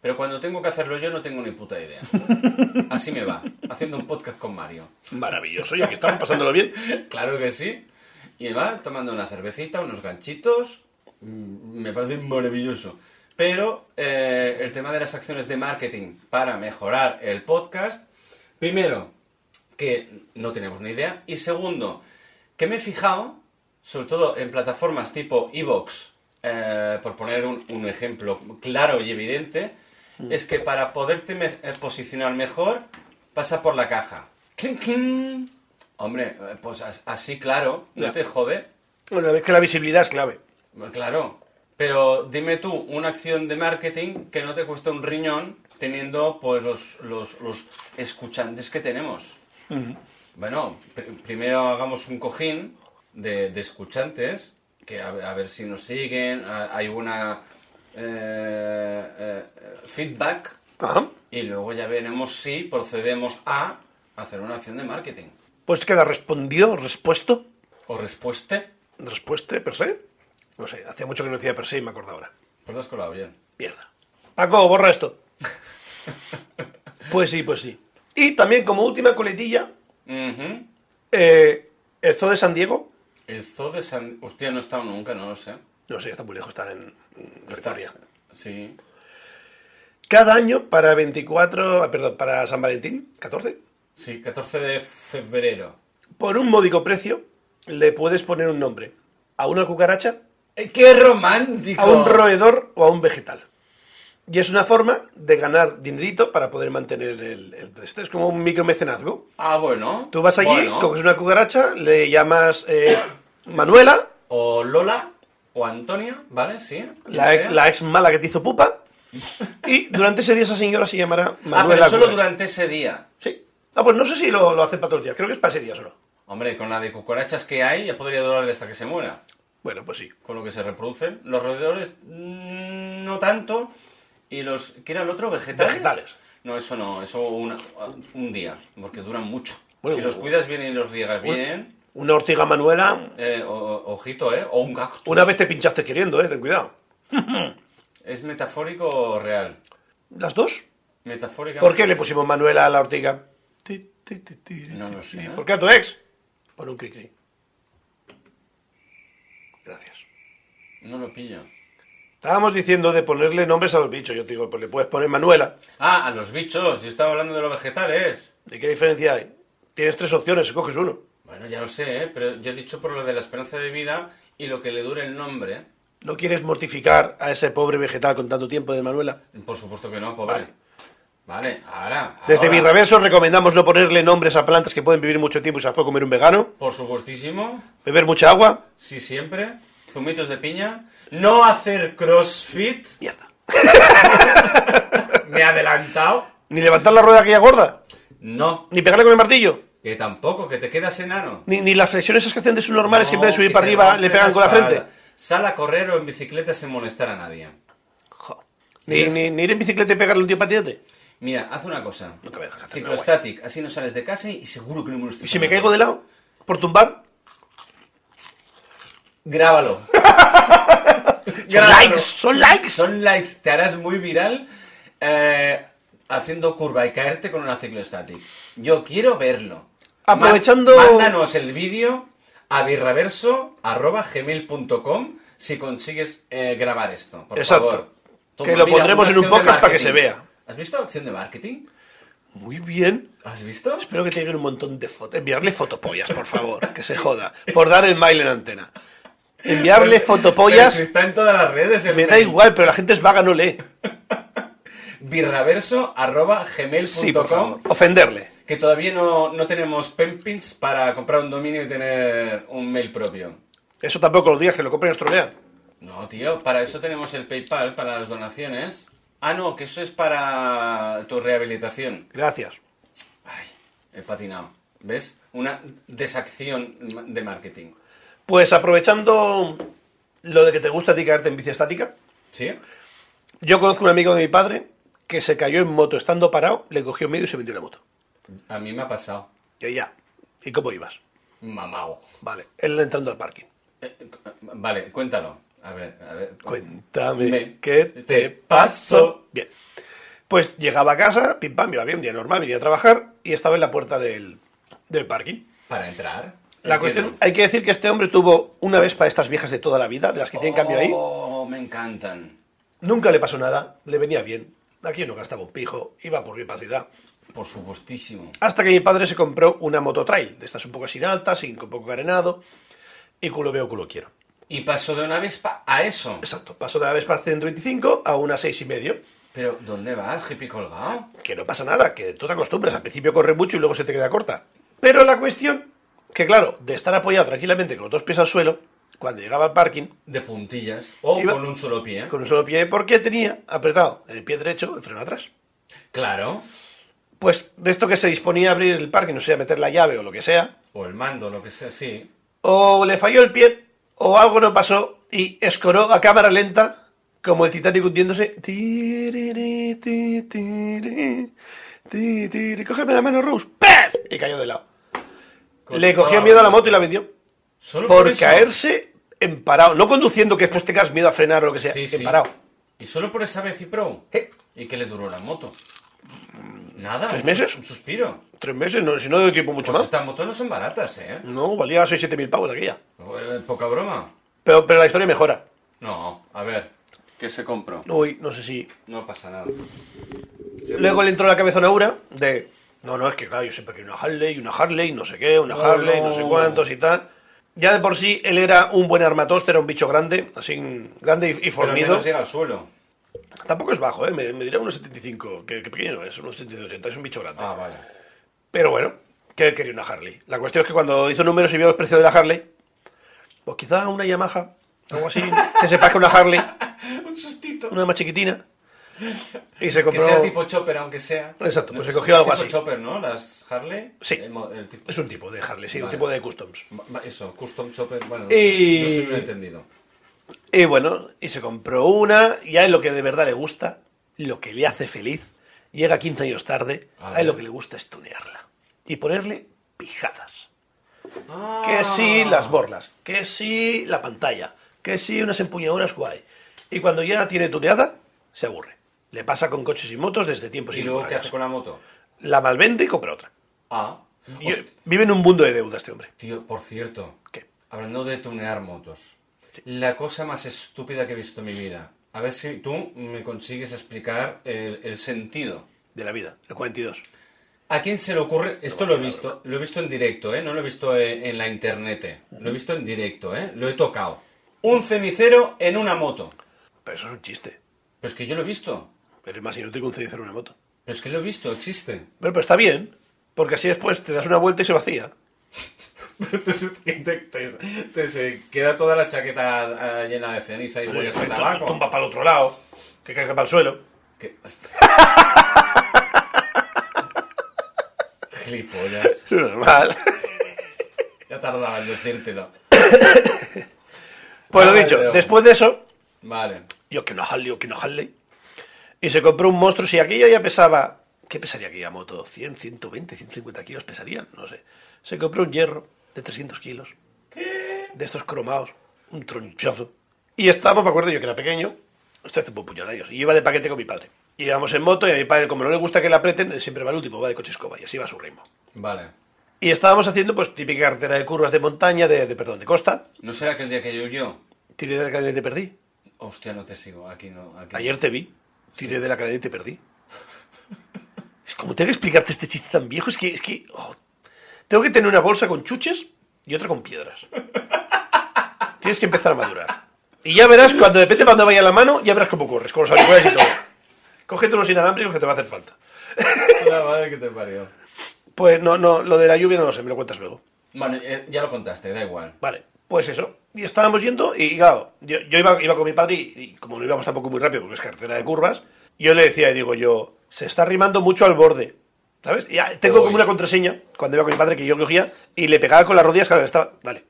[SPEAKER 2] Pero cuando tengo que hacerlo yo no tengo ni puta idea. Así me va, haciendo un podcast con Mario.
[SPEAKER 1] Maravilloso, ya que estamos pasándolo bien.
[SPEAKER 2] Claro que sí. Y va tomando una cervecita, unos ganchitos. Mm, Me parece maravilloso. Pero eh, el tema de las acciones de marketing para mejorar el podcast, primero, que no tenemos ni idea. Y segundo, que me he fijado, sobre todo en plataformas tipo Evox, eh, por poner un, un ejemplo claro y evidente, es que para poderte me- eh, posicionar mejor, pasa por la caja. ¡Clink, clink! Hombre, eh, pues as- así claro, no
[SPEAKER 1] Ya.
[SPEAKER 2] te jode.
[SPEAKER 1] Bueno, es que la visibilidad es clave.
[SPEAKER 2] Claro, pero dime tú una acción de marketing que no te cuesta un riñón teniendo pues los, los, los escuchantes que tenemos. Bueno, pr- primero hagamos un cojín de, de escuchantes, que a, a ver si nos siguen, a- hay una eh, eh, feedback,
[SPEAKER 1] Ajá.
[SPEAKER 2] y luego ya veremos si procedemos a hacer una acción de marketing.
[SPEAKER 1] Pues queda respondido, respuesto,
[SPEAKER 2] ¿O respuesta?
[SPEAKER 1] respuesta per se. No sé, hacía mucho que no decía per se y me acuerdo ahora.
[SPEAKER 2] Pues lo has colado bien.
[SPEAKER 1] Mierda. Paco, borra esto. Pues sí, pues sí. Y también como última coletilla,
[SPEAKER 2] Ujú.
[SPEAKER 1] eh, el Zoo de San Diego.
[SPEAKER 2] El zoo de San... Hostia, no he estado nunca, no lo sé.
[SPEAKER 1] No sé, está muy lejos, está en en Pretoria.
[SPEAKER 2] Sí.
[SPEAKER 1] Cada año para 24, ah, perdón, para San Valentín, 14,
[SPEAKER 2] Sí, 14 de febrero.
[SPEAKER 1] por un módico precio le puedes poner un nombre a una cucaracha,
[SPEAKER 2] ¡Eh, ¡Qué romántico!
[SPEAKER 1] a un roedor o a un vegetal. Y es una forma de ganar dinerito para poder mantener el... el este es como un micromecenazgo.
[SPEAKER 2] Ah, bueno.
[SPEAKER 1] Tú vas allí,
[SPEAKER 2] Bueno.
[SPEAKER 1] coges una cucaracha, le llamas eh, Manuela,
[SPEAKER 2] O Lola, o Antonia, ¿vale? Sí.
[SPEAKER 1] la ex, la ex mala que te hizo pupa, y durante ese día esa señora se llamará
[SPEAKER 2] Ah, pero
[SPEAKER 1] Manuela.
[SPEAKER 2] solo
[SPEAKER 1] Cucaracha.
[SPEAKER 2] durante ese día.
[SPEAKER 1] Sí. Ah, pues no sé si lo, lo hacen para todos los días, creo que es para ese día solo.
[SPEAKER 2] Hombre, con la de cucarachas que hay, ya podría durar hasta que se muera.
[SPEAKER 1] Bueno, pues sí.
[SPEAKER 2] Con lo que se reproducen. Los roedores, mm, no tanto. Y los... ¿Qué era el otro? ¿Vegetales?
[SPEAKER 1] Vegetales.
[SPEAKER 2] No, eso no. Eso una- un día. Porque duran mucho.
[SPEAKER 1] Bueno,
[SPEAKER 2] si los
[SPEAKER 1] bueno.
[SPEAKER 2] cuidas bien y los riegas
[SPEAKER 1] Bueno.
[SPEAKER 2] bien...
[SPEAKER 1] Una ortiga Manuela,
[SPEAKER 2] eh, o- o- ojito, ¿eh? O un cactus.
[SPEAKER 1] una vez te pinchaste queriendo, eh, ten cuidado.
[SPEAKER 2] ¿Es metafórico o real?
[SPEAKER 1] ¿Las dos?
[SPEAKER 2] Metafórica.
[SPEAKER 1] ¿Por qué le pusimos Manuela a la ortiga? Ti, ti, ti, ti,
[SPEAKER 2] No
[SPEAKER 1] ti,
[SPEAKER 2] lo
[SPEAKER 1] ti.
[SPEAKER 2] sé.
[SPEAKER 1] ¿Por qué a tu ex? Por un cri-cri. Gracias.
[SPEAKER 2] No lo pillo.
[SPEAKER 1] Estábamos diciendo de ponerle nombres a los bichos. Yo te digo, pues le puedes poner Manuela.
[SPEAKER 2] Ah, a los bichos. Yo estaba hablando de los vegetales.
[SPEAKER 1] ¿De qué diferencia hay? Tienes tres opciones, escoges uno.
[SPEAKER 2] Bueno, ya lo sé, ¿eh? pero yo he dicho por lo de la esperanza de vida y lo que le dure el nombre.
[SPEAKER 1] ¿No quieres mortificar a ese pobre vegetal con tanto tiempo de Manuela?
[SPEAKER 2] Por supuesto que no, pobre.
[SPEAKER 1] Vale.
[SPEAKER 2] Vale, ahora.
[SPEAKER 1] Desde
[SPEAKER 2] ahora.
[SPEAKER 1] Birraverso recomendamos no ponerle nombres a plantas que pueden vivir mucho tiempo y se las puede comer un vegano,
[SPEAKER 2] Por supuestísimo,
[SPEAKER 1] beber mucha agua.
[SPEAKER 2] sí siempre. Zumitos de piña. No hacer crossfit.
[SPEAKER 1] Mierda.
[SPEAKER 2] Me he adelantado.
[SPEAKER 1] Ni levantar la rueda aquella gorda,
[SPEAKER 2] No,
[SPEAKER 1] ni pegarle con el martillo,
[SPEAKER 2] que tampoco, que te quedas enano.
[SPEAKER 1] ni, ni las flexiones esas que hacen de sus normales,
[SPEAKER 2] No,
[SPEAKER 1] siempre de subir
[SPEAKER 2] que
[SPEAKER 1] para
[SPEAKER 2] te
[SPEAKER 1] arriba, le
[SPEAKER 2] rompen
[SPEAKER 1] pegan con la
[SPEAKER 2] espalda.
[SPEAKER 1] frente.
[SPEAKER 2] Sal a correr o en bicicleta sin molestar a nadie.
[SPEAKER 1] Jo. Ni, ni- ni ir en bicicleta y pegarle un tío patinete.
[SPEAKER 2] Mira, haz una cosa.
[SPEAKER 1] Nunca me dejas hacer nada guay.
[SPEAKER 2] Ciclostatic, así no sales de casa y seguro que no me lo
[SPEAKER 1] Y si me caigo de lado, por tumbar,
[SPEAKER 2] Grábalo.
[SPEAKER 1] [LAUGHS] son likes, son likes.
[SPEAKER 2] Son likes. Te harás muy viral eh, haciendo curva y caerte con una ciclostatic. Yo quiero verlo.
[SPEAKER 1] Aprovechando-
[SPEAKER 2] Ma- Mándanos el vídeo a birraverso.gmail.com si consigues eh, grabar esto, por
[SPEAKER 1] Exacto.
[SPEAKER 2] favor.
[SPEAKER 1] Que lo pondremos
[SPEAKER 2] una
[SPEAKER 1] en un
[SPEAKER 2] acción de
[SPEAKER 1] podcast para que
[SPEAKER 2] marketing.
[SPEAKER 1] se vea.
[SPEAKER 2] ¿Has visto acción de marketing?
[SPEAKER 1] Muy bien.
[SPEAKER 2] ¿Has visto?
[SPEAKER 1] Espero que te lleguen un montón de fotos. Enviarle fotopollas, por favor, que se joda. Por dar el mail en antena. Enviarle
[SPEAKER 2] Pero si
[SPEAKER 1] fotopollas,
[SPEAKER 2] Pues, está en todas las redes. el
[SPEAKER 1] me da
[SPEAKER 2] mail.
[SPEAKER 1] igual, pero la gente es vaga, no lee.
[SPEAKER 2] birraverso.gmail.com
[SPEAKER 1] Sí, por favor. Ofenderle.
[SPEAKER 2] que todavía no, no tenemos penpins para comprar un dominio y tener un mail propio.
[SPEAKER 1] Eso tampoco lo digas, que lo compren y nos trolean.
[SPEAKER 2] No, tío, para eso tenemos el PayPal, para las donaciones. Ah, no, que eso es para tu rehabilitación.
[SPEAKER 1] Gracias.
[SPEAKER 2] Ay, he patinado. ¿Ves? Una desacción de marketing.
[SPEAKER 1] Pues aprovechando lo de que te gusta a ti caerte en bici estática,
[SPEAKER 2] ¿Sí?
[SPEAKER 1] yo conozco un amigo de mi padre que se cayó en moto estando parado, le cogió medio y se metió en la moto.
[SPEAKER 2] A mí me ha pasado.
[SPEAKER 1] Yo ya. ¿Y cómo ibas?
[SPEAKER 2] Mamao.
[SPEAKER 1] Vale, él entrando al parking.
[SPEAKER 2] Eh, cu- vale, cuéntalo. A ver, a ver.
[SPEAKER 1] Cuéntame
[SPEAKER 2] Me-
[SPEAKER 1] qué te pasó. Bien. Pues llegaba a casa, pim pam, iba bien, día normal, venía a trabajar y estaba en la puerta del, del parking.
[SPEAKER 2] Para entrar.
[SPEAKER 1] La
[SPEAKER 2] Entiendo.
[SPEAKER 1] cuestión, hay que decir que este hombre tuvo una Vespa de estas viejas de toda la vida, de las que tienen cambio ahí.
[SPEAKER 2] Oh, me encantan.
[SPEAKER 1] Nunca le pasó nada, le venía bien. Aquí no gastaba un pijo, iba por bien para ciudad.
[SPEAKER 2] Por supuestísimo.
[SPEAKER 1] Hasta que mi padre se compró una mototrail, de estas un poco sin alta, sin con poco carenado, y culo veo, culo quiero.
[SPEAKER 2] Y pasó de una Vespa a eso.
[SPEAKER 1] Exacto, pasó de la Vespa 125 a una 6,5.
[SPEAKER 2] Pero, ¿dónde vas, hippie colgado?
[SPEAKER 1] que no pasa nada, que tú te acostumbras, al principio corre mucho y luego se te queda corta. Pero la cuestión, que claro, de estar apoyado tranquilamente con los dos pies al suelo, cuando llegaba al parking,
[SPEAKER 2] De puntillas. O
[SPEAKER 1] Iba-
[SPEAKER 2] con un solo pie.
[SPEAKER 1] con un solo pie, porque tenía apretado el pie derecho, el freno atrás.
[SPEAKER 2] Claro.
[SPEAKER 1] Pues de esto que se disponía a abrir el parking, no sé, a meter la llave o lo que sea,
[SPEAKER 2] O el mando, lo que sea, sí.
[SPEAKER 1] o le falló el pie, o algo no pasó, y escoró a cámara lenta, como el Titanic hundiéndose. Tiriri, ti, tiri, ti, tiri. Cógeme la mano, Rose. ¡Pef! Y cayó de lado.
[SPEAKER 2] Con
[SPEAKER 1] le
[SPEAKER 2] toda
[SPEAKER 1] cogió miedo a la
[SPEAKER 2] velocidad.
[SPEAKER 1] moto y la vendió.
[SPEAKER 2] Solo
[SPEAKER 1] Por
[SPEAKER 2] eso.
[SPEAKER 1] caerse en parado. No conduciendo que después tengas miedo a frenar o lo que sea.
[SPEAKER 2] Sí,
[SPEAKER 1] en
[SPEAKER 2] sí.
[SPEAKER 1] parado.
[SPEAKER 2] Y solo por esa vez y pro.
[SPEAKER 1] Eh.
[SPEAKER 2] ¿Y qué le duró la moto? Nada.
[SPEAKER 1] ¿Tres
[SPEAKER 2] un sus-
[SPEAKER 1] meses?
[SPEAKER 2] Un suspiro.
[SPEAKER 1] Tres meses, no, si no doy tiempo mucho
[SPEAKER 2] Pues
[SPEAKER 1] más.
[SPEAKER 2] estas motos no son baratas, ¿eh?
[SPEAKER 1] No, valía 6-7 mil pavos de aquella.
[SPEAKER 2] Eh, Poca broma.
[SPEAKER 1] Pero, pero la historia mejora.
[SPEAKER 2] No, a ver. ¿Qué se compró?
[SPEAKER 1] Uy, no sé si.
[SPEAKER 2] No pasa nada.
[SPEAKER 1] Luego le entró la cabezona Ura de. No, no, es que claro, yo siempre quería una Harley, una Harley, no sé qué, una
[SPEAKER 2] No,
[SPEAKER 1] Harley, no.
[SPEAKER 2] no.
[SPEAKER 1] sé cuántos y tal. Ya de por sí él era un buen armatoste, era un bicho grande, así grande y, y
[SPEAKER 2] Pero al
[SPEAKER 1] fornido.
[SPEAKER 2] menos llega al suelo.
[SPEAKER 1] Tampoco es bajo, ¿eh? me, me dirá unos 75, que, que pequeño no es, unos 75, 80, es un bicho grande.
[SPEAKER 2] Ah, vale.
[SPEAKER 1] Pero bueno, que él quería una Harley. La cuestión es que cuando hizo números y vio los precios de la Harley, pues quizá una Yamaha, algo
[SPEAKER 2] [LAUGHS]
[SPEAKER 1] así, que sepas que una Harley,
[SPEAKER 2] Un sustito.
[SPEAKER 1] una más chiquitina, y se
[SPEAKER 2] Que
[SPEAKER 1] compró...
[SPEAKER 2] sea tipo chopper, aunque sea.
[SPEAKER 1] Exacto, pues se
[SPEAKER 2] es-
[SPEAKER 1] cogió
[SPEAKER 2] es
[SPEAKER 1] algo
[SPEAKER 2] tipo
[SPEAKER 1] así.
[SPEAKER 2] chopper, ¿no? Las Harley.
[SPEAKER 1] Sí.
[SPEAKER 2] El, mo- el tipo...
[SPEAKER 1] Es un tipo de Harley, sí, un
[SPEAKER 2] Vale.
[SPEAKER 1] tipo de customs.
[SPEAKER 2] Va- va- Eso, custom chopper. Bueno, no,
[SPEAKER 1] Y-
[SPEAKER 2] sé, no soy un entendido.
[SPEAKER 1] Y bueno, y se compró una, y a él lo que de verdad le gusta, lo que le hace feliz, llega 15 años tarde,
[SPEAKER 2] A
[SPEAKER 1] a,
[SPEAKER 2] ver.
[SPEAKER 1] él lo que le gusta es tunearla. Y ponerle pijadas.
[SPEAKER 2] Ah.
[SPEAKER 1] Que si las borlas, que si la pantalla, que si unas empuñaduras guay. Y cuando ya la tiene tuneada, se aburre. Le pasa con coches y motos desde tiempos
[SPEAKER 2] ¿Y luego qué
[SPEAKER 1] inmemoriales.
[SPEAKER 2] hace con la moto?
[SPEAKER 1] La malvende y compra otra.
[SPEAKER 2] Ah.
[SPEAKER 1] Y- eh,
[SPEAKER 2] Host-
[SPEAKER 1] Vive en un mundo de deuda este hombre.
[SPEAKER 2] Tío, por cierto.
[SPEAKER 1] ¿Qué?
[SPEAKER 2] Hablando de tunear motos, la cosa más estúpida que he visto en mi vida. A ver si tú me consigues explicar el, el sentido.
[SPEAKER 1] De la vida, el 42.
[SPEAKER 2] ¿A quién se le ocurre? Esto lo he visto, lo he visto en directo, ¿eh? No lo he visto en, en la internet. ¿eh? Lo he visto en directo, ¿eh? Lo he tocado. Un cenicero en una moto.
[SPEAKER 1] Pero eso es un chiste.
[SPEAKER 2] Pero es que yo lo he visto.
[SPEAKER 1] Pero es más inútil que un cenicero en una moto.
[SPEAKER 2] Pero es que lo he visto, existe.
[SPEAKER 1] Bueno, pero está bien, porque así después te das una vuelta y se vacía.
[SPEAKER 2] Entonces [LAUGHS] te, se queda toda la chaqueta ah, llena de ceniza y hueles a tabaco.
[SPEAKER 1] Tumba para el otro lado, que caiga para el suelo.
[SPEAKER 2] ¿Qué? [LAUGHS] Gilipollas.
[SPEAKER 1] Es normal.
[SPEAKER 2] Ya tardaba en decírtelo.
[SPEAKER 1] Pues lo
[SPEAKER 2] Vale,
[SPEAKER 1] dicho,
[SPEAKER 2] Leo.
[SPEAKER 1] después de eso,
[SPEAKER 2] Vale.
[SPEAKER 1] Yo que no Harley, yo que no Harley. Y se compró un monstruo. Si aquella ya pesaba. ¿Qué pesaría aquella moto? ¿100, 120, 150 kilos pesarían? No sé. Se compró un hierro de 300 kilos. De estos cromados. Un tronchazo. Y estábamos, me acuerdo yo que era pequeño. Esto hace un puñado de años. Y iba de paquete con mi padre. Y íbamos en moto y a mi padre, como no le gusta que la apreten, él siempre va el último, va de coche escoba. Y así va a su ritmo.
[SPEAKER 2] Vale.
[SPEAKER 1] Y estábamos haciendo, pues, típica carretera de curvas de montaña, de, de- perdón, de costa.
[SPEAKER 2] ¿No será que el día que yo yo?
[SPEAKER 1] Tiré de la cadena y te perdí.
[SPEAKER 2] Hostia, no te sigo. Aquí no. Aquí.
[SPEAKER 1] Ayer te vi, tiré de la cadena y te perdí. Es como tengo que explicarte este chiste tan viejo, es que, es que oh. tengo que tener una bolsa con chuches y otra con piedras. Tienes que empezar a madurar. Y ya verás, cuando depende de cuando vaya la mano, ya verás cómo corres, con los auriculares y todo. Cógete unos inalámbricos que te va a hacer falta.
[SPEAKER 2] La madre que te parió.
[SPEAKER 1] Pues no, no, lo de la lluvia no lo sé, me lo cuentas luego.
[SPEAKER 2] Bueno, eh, ya lo contaste, da igual.
[SPEAKER 1] Vale, pues eso. Y estábamos yendo y, claro, yo, yo iba, iba con mi padre y, y como no íbamos tampoco muy rápido porque es carretera de curvas, yo le decía y digo yo, se está arrimando mucho al borde. ¿Sabes? Y, ah, tengo
[SPEAKER 2] Uy.
[SPEAKER 1] como una contraseña cuando iba con mi padre que yo cogía y le pegaba con las rodillas, claro, estaba... Dale.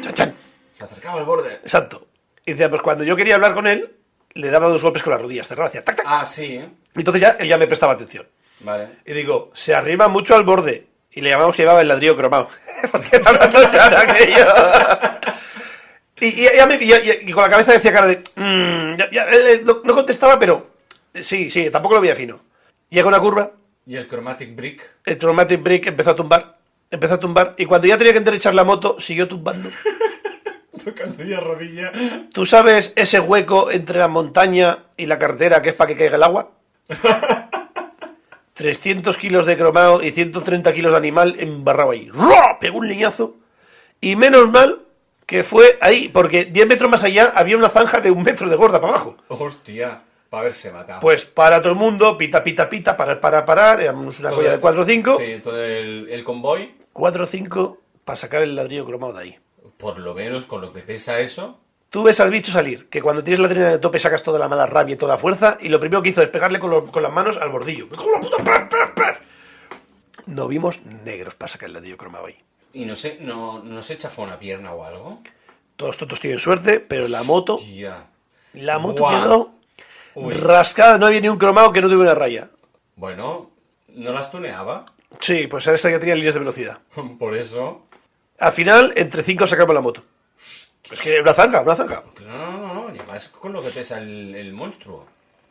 [SPEAKER 1] Chan, chan.
[SPEAKER 2] Se acercaba al borde.
[SPEAKER 1] Exacto. Y decía, pues cuando yo quería hablar con él, le daba dos golpes con las rodillas, cerraba, hacía tac, tac.
[SPEAKER 2] Ah, sí, ¿eh?
[SPEAKER 1] Entonces ya él ya me prestaba atención.
[SPEAKER 2] Vale.
[SPEAKER 1] Y digo, se arriba mucho al borde. Y le llamamos que llevaba el ladrillo cromado. [LAUGHS] Porque era una tochara aquello. Y, y ella me- y- y- y con la cabeza decía cara de... "Mm", ya- ya, eh, eh, no, no contestaba, pero... eh, Sí, sí, tampoco lo veía fino. Llega una curva,
[SPEAKER 2] ¿Y el chromatic brick?
[SPEAKER 1] el traumatic break empezó a tumbar, empezó a tumbar, y cuando ya tenía que enderechar la moto, siguió tumbando.
[SPEAKER 2] [LAUGHS] Tocando ya rodilla.
[SPEAKER 1] ¿Tú sabes ese hueco entre la montaña y la carretera que es para que caiga el
[SPEAKER 2] [LAUGHS]
[SPEAKER 1] agua? 300 kilos de cromado y 130 kilos de animal embarrado ahí. ¡Ruah! Pegó un leñazo. Y menos mal que fue ahí, porque 10 metros más allá había una zanja de un metro de gorda para abajo.
[SPEAKER 2] Hostia, para verse matado.
[SPEAKER 1] Pues para todo el mundo, pita, pita, pita, parar, parar, parar. Éramos una
[SPEAKER 2] Todo
[SPEAKER 1] colla
[SPEAKER 2] el-
[SPEAKER 1] de 4 o 5.
[SPEAKER 2] Sí, todo el, el convoy.
[SPEAKER 1] 4 o 5 para sacar el ladrillo cromado de ahí.
[SPEAKER 2] Por lo menos con lo que pesa eso.
[SPEAKER 1] Tú ves al bicho salir, que cuando tienes la adrenalina de tope sacas toda la mala rabia y toda la fuerza, y lo primero que hizo es pegarle con, lo- con las manos al bordillo. ¡Me cago en la puta! ¡Praf, praf, praf! No vimos negros para sacar el ladrillo cromado ahí.
[SPEAKER 2] ¿Y no se, no, no se chafó una pierna o algo?
[SPEAKER 1] Todos tontos tienen suerte, pero la moto,
[SPEAKER 2] Ya.
[SPEAKER 1] la moto
[SPEAKER 2] Guau.
[SPEAKER 1] quedó
[SPEAKER 2] Uy.
[SPEAKER 1] rascada, no había ni un cromado que no tuviera una raya.
[SPEAKER 2] Bueno, ¿no las tuneaba? [LAUGHS]
[SPEAKER 1] Sí, pues era esta que tenía líneas de velocidad.
[SPEAKER 2] Por eso.
[SPEAKER 1] Al final, entre cinco sacamos la moto. Es que una zanja, una zanja.
[SPEAKER 2] No, no, no, ya vas con lo que pesa el, el monstruo.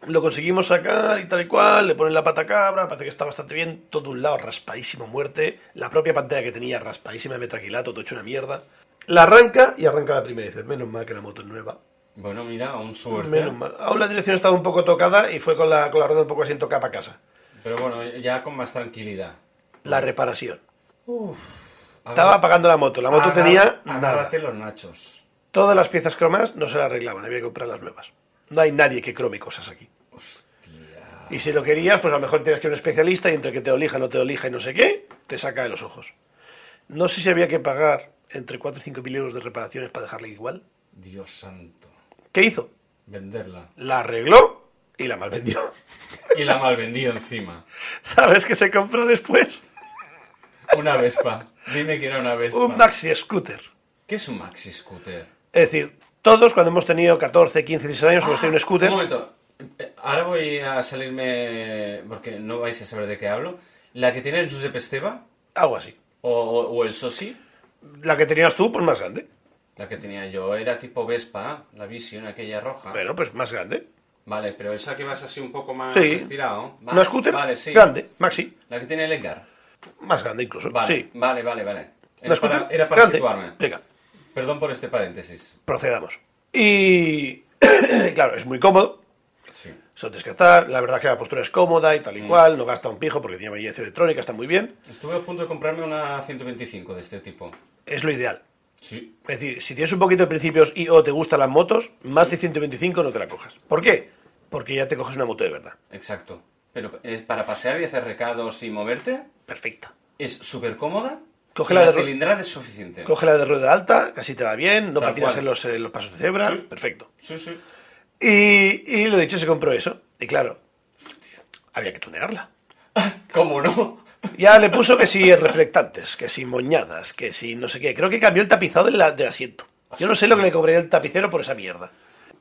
[SPEAKER 1] Lo conseguimos sacar y tal y cual, le ponen la pata cabra, parece que está bastante bien, todo un lado raspadísimo muerte, la propia pantalla que tenía raspadísima de metraquilato, todo hecho una mierda. La arranca y arranca la primera y dices, menos mal que la moto es nueva.
[SPEAKER 2] Bueno, mira, aún suerte.
[SPEAKER 1] Menos mal. Aún la dirección estaba un poco tocada y fue con la, con la rueda un poco así tocada para casa.
[SPEAKER 2] Pero bueno, ya con más tranquilidad.
[SPEAKER 1] La reparación.
[SPEAKER 2] Uf.
[SPEAKER 1] Estaba apagando la moto, la moto tenía nada.
[SPEAKER 2] Agárrate los nachos.
[SPEAKER 1] Todas las piezas cromas no se las arreglaban, había que comprar las nuevas. No hay nadie que crome cosas aquí.
[SPEAKER 2] Hostia.
[SPEAKER 1] Y si lo querías, pues a lo mejor tienes que ir a un especialista y entre que te olija, no te olija y no sé qué, te saca de los ojos. No sé si había que pagar entre 4 y 5 mil euros de reparaciones para dejarle igual.
[SPEAKER 2] Dios santo.
[SPEAKER 1] ¿Qué hizo?
[SPEAKER 2] Venderla.
[SPEAKER 1] La arregló y la malvendió. [LAUGHS]
[SPEAKER 2] Y la mal vendí encima.
[SPEAKER 1] ¿Sabes qué se compró después?
[SPEAKER 2] Una Vespa. Dime que era una Vespa.
[SPEAKER 1] Un maxi scooter.
[SPEAKER 2] ¿Qué es un maxi scooter?
[SPEAKER 1] Es decir, todos cuando hemos tenido 14, 15, 16 años, hemos tenido Pues un scooter.
[SPEAKER 2] Ah, Un momento. Eh, Ahora voy a salirme porque no vais a saber de qué hablo. ¿La que tiene el Giuseppe Esteba?
[SPEAKER 1] Algo así.
[SPEAKER 2] ¿O, o- o el Sosi?
[SPEAKER 1] La que tenías tú, pues más grande.
[SPEAKER 2] La que tenía yo era tipo Vespa, la Vision, aquella roja.
[SPEAKER 1] Bueno, pues más grande.
[SPEAKER 2] Vale, pero esa que vas así un poco más
[SPEAKER 1] Sí.
[SPEAKER 2] estirado. Vale,
[SPEAKER 1] Una scooter
[SPEAKER 2] Vale, sí.
[SPEAKER 1] grande, maxi.
[SPEAKER 2] La que tiene el Edgar.
[SPEAKER 1] Más grande incluso.
[SPEAKER 2] Vale,
[SPEAKER 1] sí.
[SPEAKER 2] vale, vale, vale.
[SPEAKER 1] Una
[SPEAKER 2] Era
[SPEAKER 1] scooter
[SPEAKER 2] para, era para
[SPEAKER 1] grande.
[SPEAKER 2] situarme.
[SPEAKER 1] Venga,
[SPEAKER 2] Perdón por este paréntesis.
[SPEAKER 1] procedamos. Y [COUGHS] claro, es muy cómodo.
[SPEAKER 2] Sí.
[SPEAKER 1] Solo tienes que estar. La verdad es que la postura es cómoda y tal y
[SPEAKER 2] Mm.
[SPEAKER 1] cual. No gasta un pijo porque tiene belleza electrónica, está muy bien.
[SPEAKER 2] Estuve a punto de comprarme una 125 de este tipo.
[SPEAKER 1] Es lo ideal.
[SPEAKER 2] Sí.
[SPEAKER 1] Es decir, si tienes un poquito de principios y o te gustan las motos, más de 125 no te la cojas. ¿Por qué? Porque ya te coges una moto de verdad.
[SPEAKER 2] Exacto. Pero es para pasear y hacer recados y moverte,
[SPEAKER 1] Perfecta.
[SPEAKER 2] es súper cómoda.
[SPEAKER 1] Coge
[SPEAKER 2] y
[SPEAKER 1] la
[SPEAKER 2] la
[SPEAKER 1] de-
[SPEAKER 2] cilindrada es suficiente.
[SPEAKER 1] Cógela de rueda alta, casi te va bien, no
[SPEAKER 2] Tal
[SPEAKER 1] patinas
[SPEAKER 2] cual.
[SPEAKER 1] en los, en los pasos de cebra,
[SPEAKER 2] Sí.
[SPEAKER 1] perfecto.
[SPEAKER 2] Sí, sí.
[SPEAKER 1] Y, y lo dicho, se compró eso. Y claro, había que tunearla.
[SPEAKER 2] ¿Cómo no?
[SPEAKER 1] Ya le puso que si reflectantes, que si moñadas, que si no sé qué. Creo que cambió el tapizado del, del asiento. Yo no sé lo que le cobraría el tapicero por esa mierda.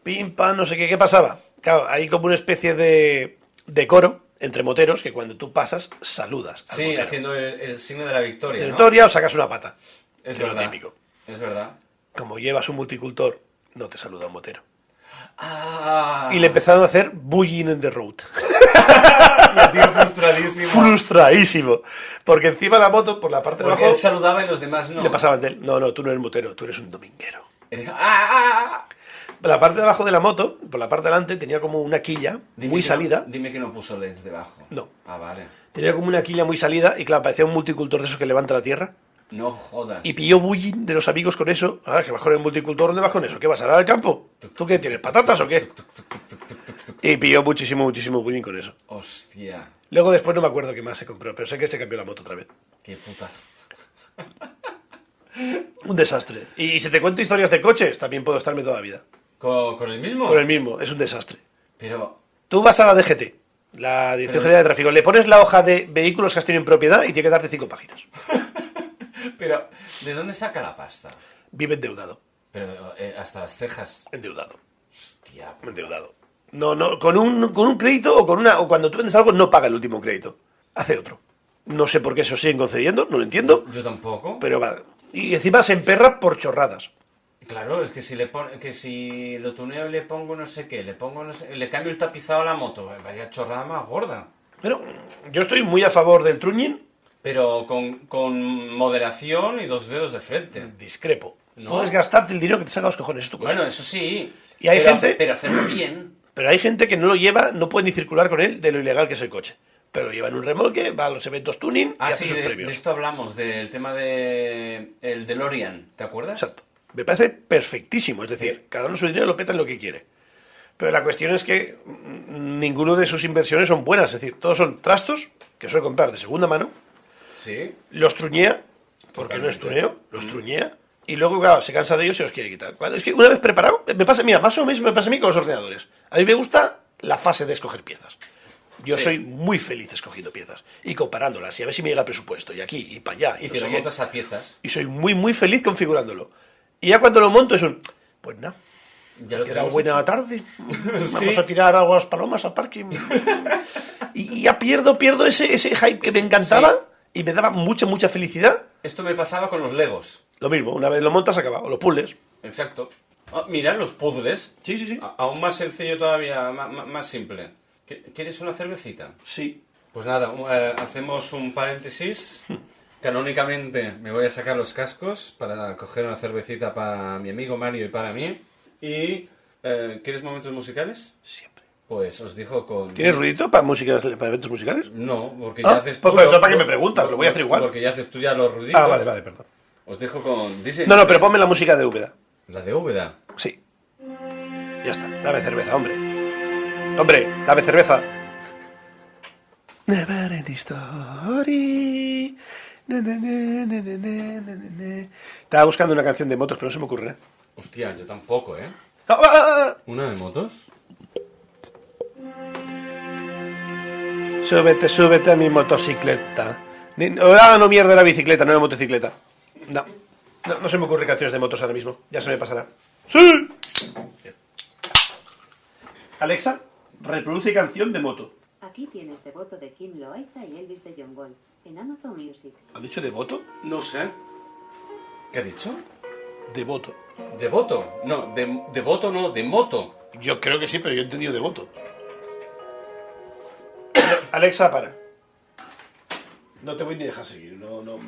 [SPEAKER 1] Pim, pam, no sé qué. ¿Qué pasaba? Claro, hay como una especie de, de coro entre moteros que cuando tú pasas, saludas. al
[SPEAKER 2] Sí,
[SPEAKER 1] motero.
[SPEAKER 2] haciendo el, el signo de la victoria. ¿no?
[SPEAKER 1] Territoria o sacas una pata.
[SPEAKER 2] Es
[SPEAKER 1] que es lo
[SPEAKER 2] verdad.
[SPEAKER 1] típico.
[SPEAKER 2] Es verdad.
[SPEAKER 1] Como llevas un multicultor, no te saluda un motero.
[SPEAKER 2] Ah,
[SPEAKER 1] [LAUGHS] Y le empezaron a hacer bullying in the road.
[SPEAKER 2] el tío [LAUGHS]
[SPEAKER 1] [LAUGHS]
[SPEAKER 2] frustradísimo.
[SPEAKER 1] Frustradísimo. Porque encima la moto, por la parte de
[SPEAKER 2] Porque
[SPEAKER 1] abajo,
[SPEAKER 2] él saludaba y los demás no.
[SPEAKER 1] le pasaban de él. No, no, tú no eres motero, tú eres un dominguero.
[SPEAKER 2] Era- ¡Ah, ah, ah!
[SPEAKER 1] La parte de abajo de la moto, por la parte de delante, tenía como una quilla
[SPEAKER 2] Dime
[SPEAKER 1] muy
[SPEAKER 2] que no-
[SPEAKER 1] salida.
[SPEAKER 2] dime que no puso lens debajo.
[SPEAKER 1] No.
[SPEAKER 2] Ah, vale.
[SPEAKER 1] Tenía como una quilla muy salida y, claro, parecía un multicultor de esos que levanta la tierra.
[SPEAKER 2] No jodas.
[SPEAKER 1] Y pilló bullying de los amigos con eso. Ahora que vas con el multicultor, ¿dónde vas con eso? ¿Qué vas a dar al campo? ¿Tú qué tienes? ¿Patatas o qué? Y pilló muchísimo, muchísimo bullying con eso.
[SPEAKER 2] Hostia,
[SPEAKER 1] Luego después no me acuerdo qué más se compró, pero sé que se cambió la moto otra vez.
[SPEAKER 2] qué puta.
[SPEAKER 1] Un desastre. Y si te cuento historias de coches, también puedo estarme toda la vida.
[SPEAKER 2] ¿Con, con el mismo?
[SPEAKER 1] Con el mismo, es un desastre.
[SPEAKER 2] Pero,
[SPEAKER 1] Tú vas a la DGT, la Dirección
[SPEAKER 2] Pero-
[SPEAKER 1] General de Tráfico, le pones la hoja de vehículos que has tenido en propiedad y tiene que darte cinco páginas.
[SPEAKER 2] pero, ¿de dónde saca la pasta?
[SPEAKER 1] Vive endeudado.
[SPEAKER 2] Pero eh, hasta las cejas.
[SPEAKER 1] Endeudado.
[SPEAKER 2] Hostia, pu-
[SPEAKER 1] Endeudado. No, no, con un, con un crédito o con una. O cuando tú vendes algo, no paga el último crédito. Hace otro. No sé por qué se lo siguen concediendo, no lo entiendo,
[SPEAKER 2] yo tampoco.
[SPEAKER 1] pero va. Y encima se emperra por chorradas.
[SPEAKER 2] Claro, es que si le pon- que si lo tuneo y le pongo no sé qué, le pongo no sé- le cambio el tapizado a la moto, eh, vaya chorrada más gorda.
[SPEAKER 1] Pero yo estoy muy a favor del truñín,
[SPEAKER 2] Pero con, con moderación y dos dedos de
[SPEAKER 1] Mm.
[SPEAKER 2] frente.
[SPEAKER 1] discrepo.
[SPEAKER 2] No.
[SPEAKER 1] Puedes gastarte el dinero que te saca los cojones, es tu coche.
[SPEAKER 2] Bueno, eso sí.
[SPEAKER 1] Y hay
[SPEAKER 2] pero,
[SPEAKER 1] gente-
[SPEAKER 2] Pero
[SPEAKER 1] [COUGHS]
[SPEAKER 2] hacerlo bien.
[SPEAKER 1] Pero hay gente que no lo lleva, no puede ni circular con él de lo ilegal que es el coche. Pero lo lleva en un remolque, va a los eventos tuning y
[SPEAKER 2] Ah,
[SPEAKER 1] hace
[SPEAKER 2] sí,
[SPEAKER 1] sus
[SPEAKER 2] de,
[SPEAKER 1] premios.
[SPEAKER 2] de esto hablamos, del tema de el DeLorean, ¿te acuerdas?
[SPEAKER 1] Exacto. Me parece perfectísimo. Es decir, cada uno su dinero lo peta en lo que quiere. Pero la cuestión es que mm, ninguno de sus inversiones son buenas. Es decir, todos son trastos, que suele comprar de segunda mano,
[SPEAKER 2] Sí.
[SPEAKER 1] los truñea, porque no es
[SPEAKER 2] Totalmente. Mm.
[SPEAKER 1] tuneo, los truñea, y luego, claro, se cansa de ellos y los quiere quitar. Cuando- es que una vez preparado, me pasa, mira, más o menos me pasa a mí con los ordenadores. A mí me gusta la fase de escoger piezas. Yo
[SPEAKER 2] Sí.
[SPEAKER 1] soy muy feliz escogiendo piezas y comparándolas y a ver si me llega el presupuesto y aquí y para allá.
[SPEAKER 2] Y
[SPEAKER 1] no
[SPEAKER 2] te
[SPEAKER 1] sé
[SPEAKER 2] lo
[SPEAKER 1] qué.
[SPEAKER 2] montas a piezas.
[SPEAKER 1] Y soy muy, muy feliz configurándolo. Y ya cuando lo monto es un... Pues nada,
[SPEAKER 2] Ya lo
[SPEAKER 1] era
[SPEAKER 2] tenemos
[SPEAKER 1] buena
[SPEAKER 2] hecho. [LAUGHS]
[SPEAKER 1] tarde.
[SPEAKER 2] Sí.
[SPEAKER 1] Vamos a tirar algo a
[SPEAKER 2] [LAUGHS]
[SPEAKER 1] las palomas al parque. y y ya pierdo, pierdo ese, ese hype que me encantaba. y me daba mucha, mucha felicidad.
[SPEAKER 2] Esto me pasaba con los Legos.
[SPEAKER 1] Lo mismo, una vez lo montas, acaba. O los puzzles.
[SPEAKER 2] Exacto. Ah, mirad los puzzles.
[SPEAKER 1] Sí, sí, sí.
[SPEAKER 2] A- aún más sencillo todavía, ma- ma- más, simple. ¿Qui- ¿Quieres una cervecita?
[SPEAKER 1] Sí.
[SPEAKER 2] Pues nada, u- eh, hacemos un [LAUGHS] paréntesis. Canónicamente me voy a sacar los cascos para coger una cervecita para mi amigo Mario y para mí. ¿Y eh, quieres momentos musicales?
[SPEAKER 1] Siempre.
[SPEAKER 2] Pues os dijo con...
[SPEAKER 1] ¿Tienes ruidito para, música, para eventos musicales?
[SPEAKER 2] No, porque
[SPEAKER 1] Ah,
[SPEAKER 2] ya haces
[SPEAKER 1] pues, pero
[SPEAKER 2] lo-
[SPEAKER 1] ¿para qué me preguntas? Lo voy a hacer igual.
[SPEAKER 2] Porque ya haces tú ya los ruiditos.
[SPEAKER 1] Ah, vale, vale, perdón.
[SPEAKER 2] Os dejo con Disney.
[SPEAKER 1] No, no, pero ponme la música de Úbeda.
[SPEAKER 2] La de Úbeda.
[SPEAKER 1] Sí. Ya está. Dame cerveza, hombre. Hombre, dame cerveza. Never ending story. Na, na, na, na, na, na, na, na. Estaba buscando una canción de motos, pero no se me ocurre. ¿eh?
[SPEAKER 2] Hostia, yo tampoco, ¿eh?
[SPEAKER 1] ¡Ah, ah, ah,
[SPEAKER 2] ¿Una de motos?
[SPEAKER 1] ah! Súbete, súbete a mi motocicleta. Ni- Ah, no mierda la bicicleta, no la motocicleta. No. no. No se me ocurren canciones de motos ahora mismo. Ya se me pasará. ¡Sí! Alexa, reproduce canción de moto.
[SPEAKER 4] Aquí tienes Devoto de Kim Loaiza y Elvis de John Wall en Amazon Music.
[SPEAKER 1] ¿Ha dicho de voto?
[SPEAKER 2] No sé. ¿Qué ha dicho?
[SPEAKER 1] De voto.
[SPEAKER 2] De voto. No, de, de voto no, de moto.
[SPEAKER 1] Yo creo que sí, pero yo he entendido de voto. Alexa, para. No te voy ni a dejar seguir, no, no,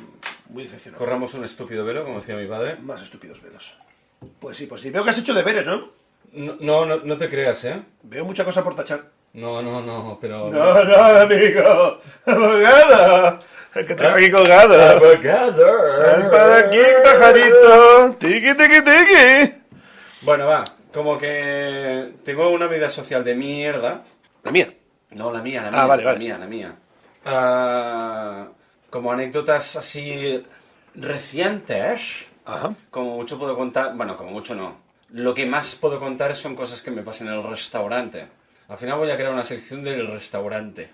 [SPEAKER 1] muy decepcionado.
[SPEAKER 2] Corramos un estúpido velo, como decía mi padre.
[SPEAKER 1] Más estúpidos velos. Pues sí, pues sí. Veo que has hecho deberes, ¿no?
[SPEAKER 2] No, no, no, no te creas, ¿eh?
[SPEAKER 1] Veo mucha cosa por tachar.
[SPEAKER 2] No, no, no, pero...
[SPEAKER 1] No, no, amigo. Abogada. Que tengo aquí colgada. Sal para aquí, pajarito. Tiki, tiki, tiki.
[SPEAKER 2] Bueno, va. Como que tengo una vida social de mierda.
[SPEAKER 1] La mía.
[SPEAKER 2] No, la mía, la
[SPEAKER 1] mía, la mía,
[SPEAKER 2] la mía. Ah, como anécdotas así recientes,
[SPEAKER 1] Ajá.
[SPEAKER 2] como mucho puedo contar, bueno, como mucho no. Lo que más puedo contar son cosas que me pasan en el restaurante. Al final voy a crear una sección del restaurante.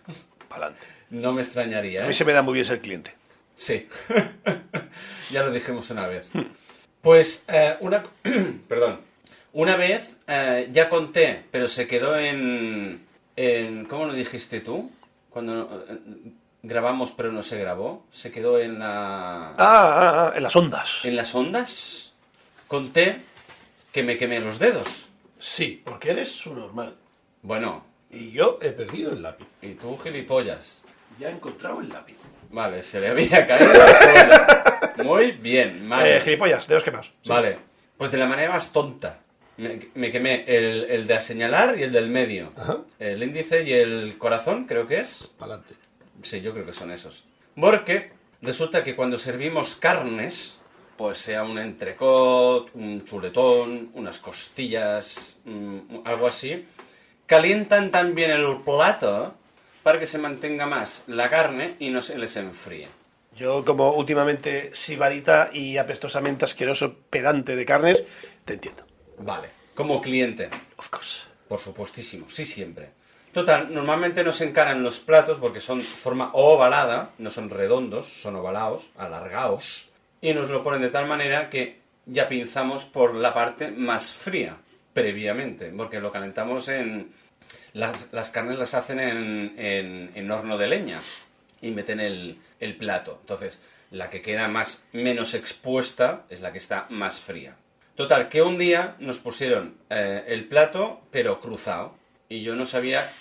[SPEAKER 1] Pa'lante.
[SPEAKER 2] No me extrañaría,
[SPEAKER 1] A
[SPEAKER 2] ¿eh?
[SPEAKER 1] mí se me da muy bien ser cliente.
[SPEAKER 2] Sí. [LAUGHS] ya lo dijimos una vez. Pues, eh, una. [CLEARS THROAT] perdón. Una vez eh, ya conté, pero se quedó en. en- ¿Cómo lo dijiste tú? Cuando eh, grabamos, pero no se grabó. Se quedó en la.
[SPEAKER 1] Ah, ah, ah, en las ondas.
[SPEAKER 2] En las ondas. Conté que me quemé los dedos.
[SPEAKER 1] Sí, porque eres su normal.
[SPEAKER 2] Bueno,
[SPEAKER 1] Y yo he perdido el lápiz.
[SPEAKER 2] y tú, gilipollas.
[SPEAKER 1] Ya he encontrado el lápiz.
[SPEAKER 2] Vale, se le había caído al suelo. Muy bien,
[SPEAKER 1] Vale.
[SPEAKER 2] Mario.
[SPEAKER 1] Eh, gilipollas, dedos quemados. Sí.
[SPEAKER 2] Vale. Pues de la manera más tonta. Me, me quemé el, el de aseñalar y el del medio.
[SPEAKER 1] Ajá.
[SPEAKER 2] El índice y el corazón, creo que es.
[SPEAKER 1] Pa'lante.
[SPEAKER 2] Sí, yo creo que son esos. Porque resulta que cuando servimos carnes, pues sea un entrecot, un chuletón, unas costillas, mm, algo así, calientan también el plato para que se mantenga más la carne y no se les enfríe.
[SPEAKER 1] Yo, como últimamente sibadita y apestosamente asqueroso pedante de carnes, te entiendo.
[SPEAKER 2] Vale. Como cliente.
[SPEAKER 1] Of course.
[SPEAKER 2] Por supuestísimo, sí siempre. Total, normalmente nos encaran los platos porque son forma ovalada, no son redondos, son ovalados, alargados, y nos lo ponen de tal manera que ya pinzamos por la parte más fría, previamente, porque lo calentamos en... Las, las carnes las hacen en, en- en horno de leña y meten el, el plato. Entonces, la que queda más menos expuesta es la que está más fría. Total, que un día nos pusieron eh, el plato, pero cruzado. Y yo no sabía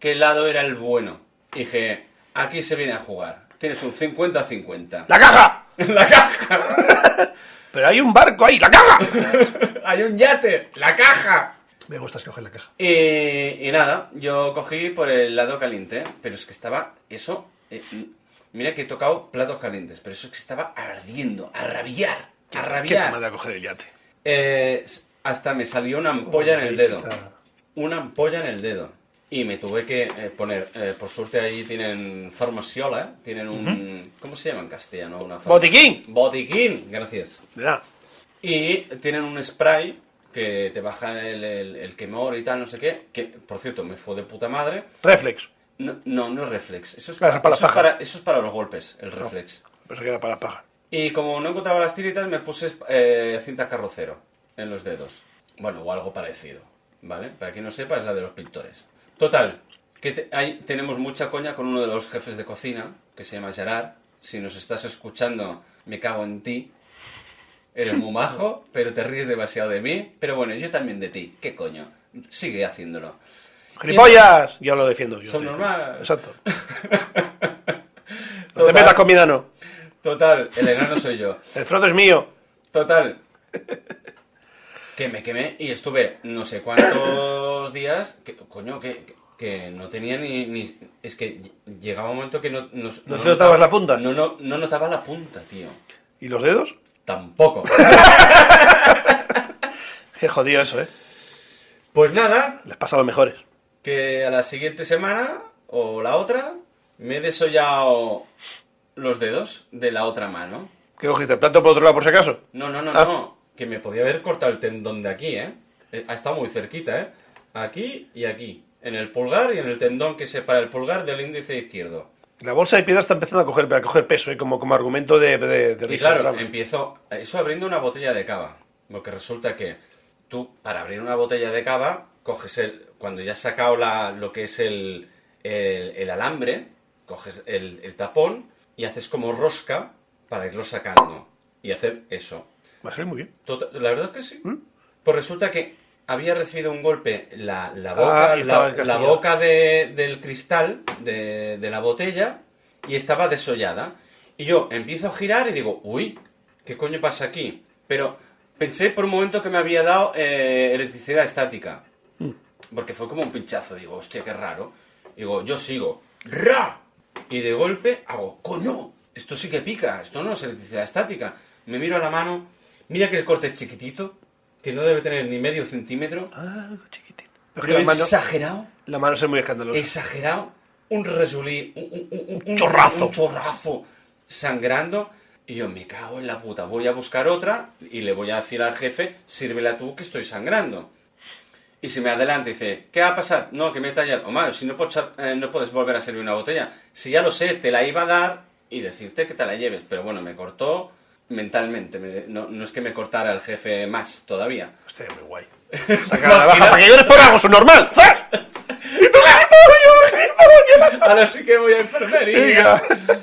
[SPEAKER 2] qué lado era el bueno. Dije, aquí se viene a jugar. Tienes un 50-50.
[SPEAKER 1] ¡La caja!
[SPEAKER 2] [LAUGHS] ¡La caja!
[SPEAKER 1] Pero hay un barco ahí, ¡la caja!
[SPEAKER 2] ¡Hay un yate! ¡La caja!
[SPEAKER 1] me gusta escoger la caja.
[SPEAKER 2] Eh, Y, y nada, yo cogí por el lado caliente, pero es que estaba eso. eh, mira que he tocado platos calientes, pero eso es que estaba ardiendo, a rabiar, a
[SPEAKER 1] ¿Qué te
[SPEAKER 2] rabiar.
[SPEAKER 1] manda a coger el yate?
[SPEAKER 2] Eh, s- hasta me salió una ampolla en el dedo. Una ampolla en el dedo. Y me tuve que eh, poner, eh, por suerte ahí tienen farmaciola, eh, tienen un... ¿Cómo se llama en castellano? Una farma-
[SPEAKER 1] ¡Botiquín!
[SPEAKER 2] Botiquín, gracias.
[SPEAKER 1] De nada.
[SPEAKER 2] Y tienen un spray que te baja el, el- el quemor y tal, no sé qué. Que, por cierto, me fue de puta madre.
[SPEAKER 1] Reflex.
[SPEAKER 2] No, no, no es reflex. Eso es,
[SPEAKER 1] Claro, para la
[SPEAKER 2] eso es
[SPEAKER 1] paja.
[SPEAKER 2] para, eso es para los golpes, el reflex.
[SPEAKER 1] Eso queda para la paja.
[SPEAKER 2] Y como no encontraba las tiritas, me puse eh, cinta carrocero en los dedos. Bueno, o algo parecido, ¿vale? Para quien no sepa, es la de los pintores. Total, que te- ahí tenemos mucha coña con uno de los jefes de cocina, que se llama Gerard, si nos estás escuchando, me cago en ti. Eres muy majo, pero te ríes demasiado de mí. Pero bueno, yo también de ti. ¿Qué coño? Sigue haciéndolo.
[SPEAKER 1] ¡Gilipollas! Yo lo defiendo. Yo
[SPEAKER 2] Son
[SPEAKER 1] lo
[SPEAKER 2] normales. [LAUGHS]
[SPEAKER 1] Exacto. No te
[SPEAKER 2] Total.
[SPEAKER 1] metas con mi nano.
[SPEAKER 2] Total, el enano soy yo.
[SPEAKER 1] El Frodo es mío.
[SPEAKER 2] Total. Que me quemé y estuve no sé cuántos [COUGHS] días. Que, coño, que, que no tenía ni, ni- Es que llegaba un momento que no. No,
[SPEAKER 1] ¿No te notabas la punta?
[SPEAKER 2] No, no, no notaba la punta, tío.
[SPEAKER 1] ¿Y los dedos?
[SPEAKER 2] Tampoco. [LAUGHS]
[SPEAKER 1] Qué jodido eso, ¿eh?
[SPEAKER 2] Pues nada,
[SPEAKER 1] Les pasa a los mejores.
[SPEAKER 2] que a la siguiente semana o la otra me he desollado los dedos de la otra mano.
[SPEAKER 1] ¿Qué cogiste? ¿El plato por otro lado, por si acaso?
[SPEAKER 2] No, no, no,
[SPEAKER 1] Ah.
[SPEAKER 2] no. Que me podía haber cortado el tendón de aquí, ¿eh? Eh, Ha estado muy cerquita, ¿eh? Aquí y aquí. En el pulgar y en el tendón que separa el pulgar del índice izquierdo.
[SPEAKER 1] La bolsa de piedras está empezando a coger, a coger peso, ¿eh? Como, como argumento de, de, de
[SPEAKER 2] Y
[SPEAKER 1] risa.
[SPEAKER 2] claro,
[SPEAKER 1] drama.
[SPEAKER 2] empiezo eso abriendo una botella de cava. Porque resulta que tú, para abrir una botella de cava, coges el. Cuando ya has sacado la- lo que es el, el, el alambre, coges el, el tapón y haces como rosca para irlo sacando. Y hacer eso.
[SPEAKER 1] Va a salir muy bien.
[SPEAKER 2] Tota- la verdad es que sí. Pues resulta que había recibido un golpe la, la boca,
[SPEAKER 1] Ah, y estaba
[SPEAKER 2] la,
[SPEAKER 1] encastillada.
[SPEAKER 2] la boca de- del cristal de, de la botella y estaba desollada. Y yo empiezo a girar y digo, uy, ¿qué coño pasa aquí? Pero pensé por un momento que me había dado eh, electricidad estática. Porque fue como un pinchazo. Digo, hostia, qué raro. Digo, yo sigo. ¡Ra! Y de golpe hago, ¡coño! Esto sí que pica. Esto no es electricidad estática. Me miro a la mano. Mira que el corte es chiquitito. Que no debe tener ni medio centímetro.
[SPEAKER 1] Ah, algo chiquitito. Pero,
[SPEAKER 2] Pero
[SPEAKER 1] es que la mano,
[SPEAKER 2] exagerado.
[SPEAKER 1] la mano es muy escandalosa.
[SPEAKER 2] Exagerado. Un resolí. Un, un- un- un- un-
[SPEAKER 1] Chorrazo.
[SPEAKER 2] Un chorrazo. Sangrando. Y yo me cago en la puta. Voy a buscar otra y le voy a decir al jefe, sírvela tú que estoy sangrando. Y se me adelanta y dice, ¿qué va a pasar? No, que me he tallado. Omar, si no puedes, echar- eh, no puedes volver a servir una botella. Si ya lo sé, te la iba a dar y decirte que te la lleves. Pero bueno, me cortó mentalmente. me- no, no es que me cortara el jefe más todavía. [LAUGHS]
[SPEAKER 1] Hostia, muy guay. Sacar la baja
[SPEAKER 2] Imagina-
[SPEAKER 1] para que llores por algo, su normal. ¡Zas! ¡Y tú gilipollas!
[SPEAKER 2] Ahora sí que voy a enfermería.
[SPEAKER 1] ¡Gilipollas!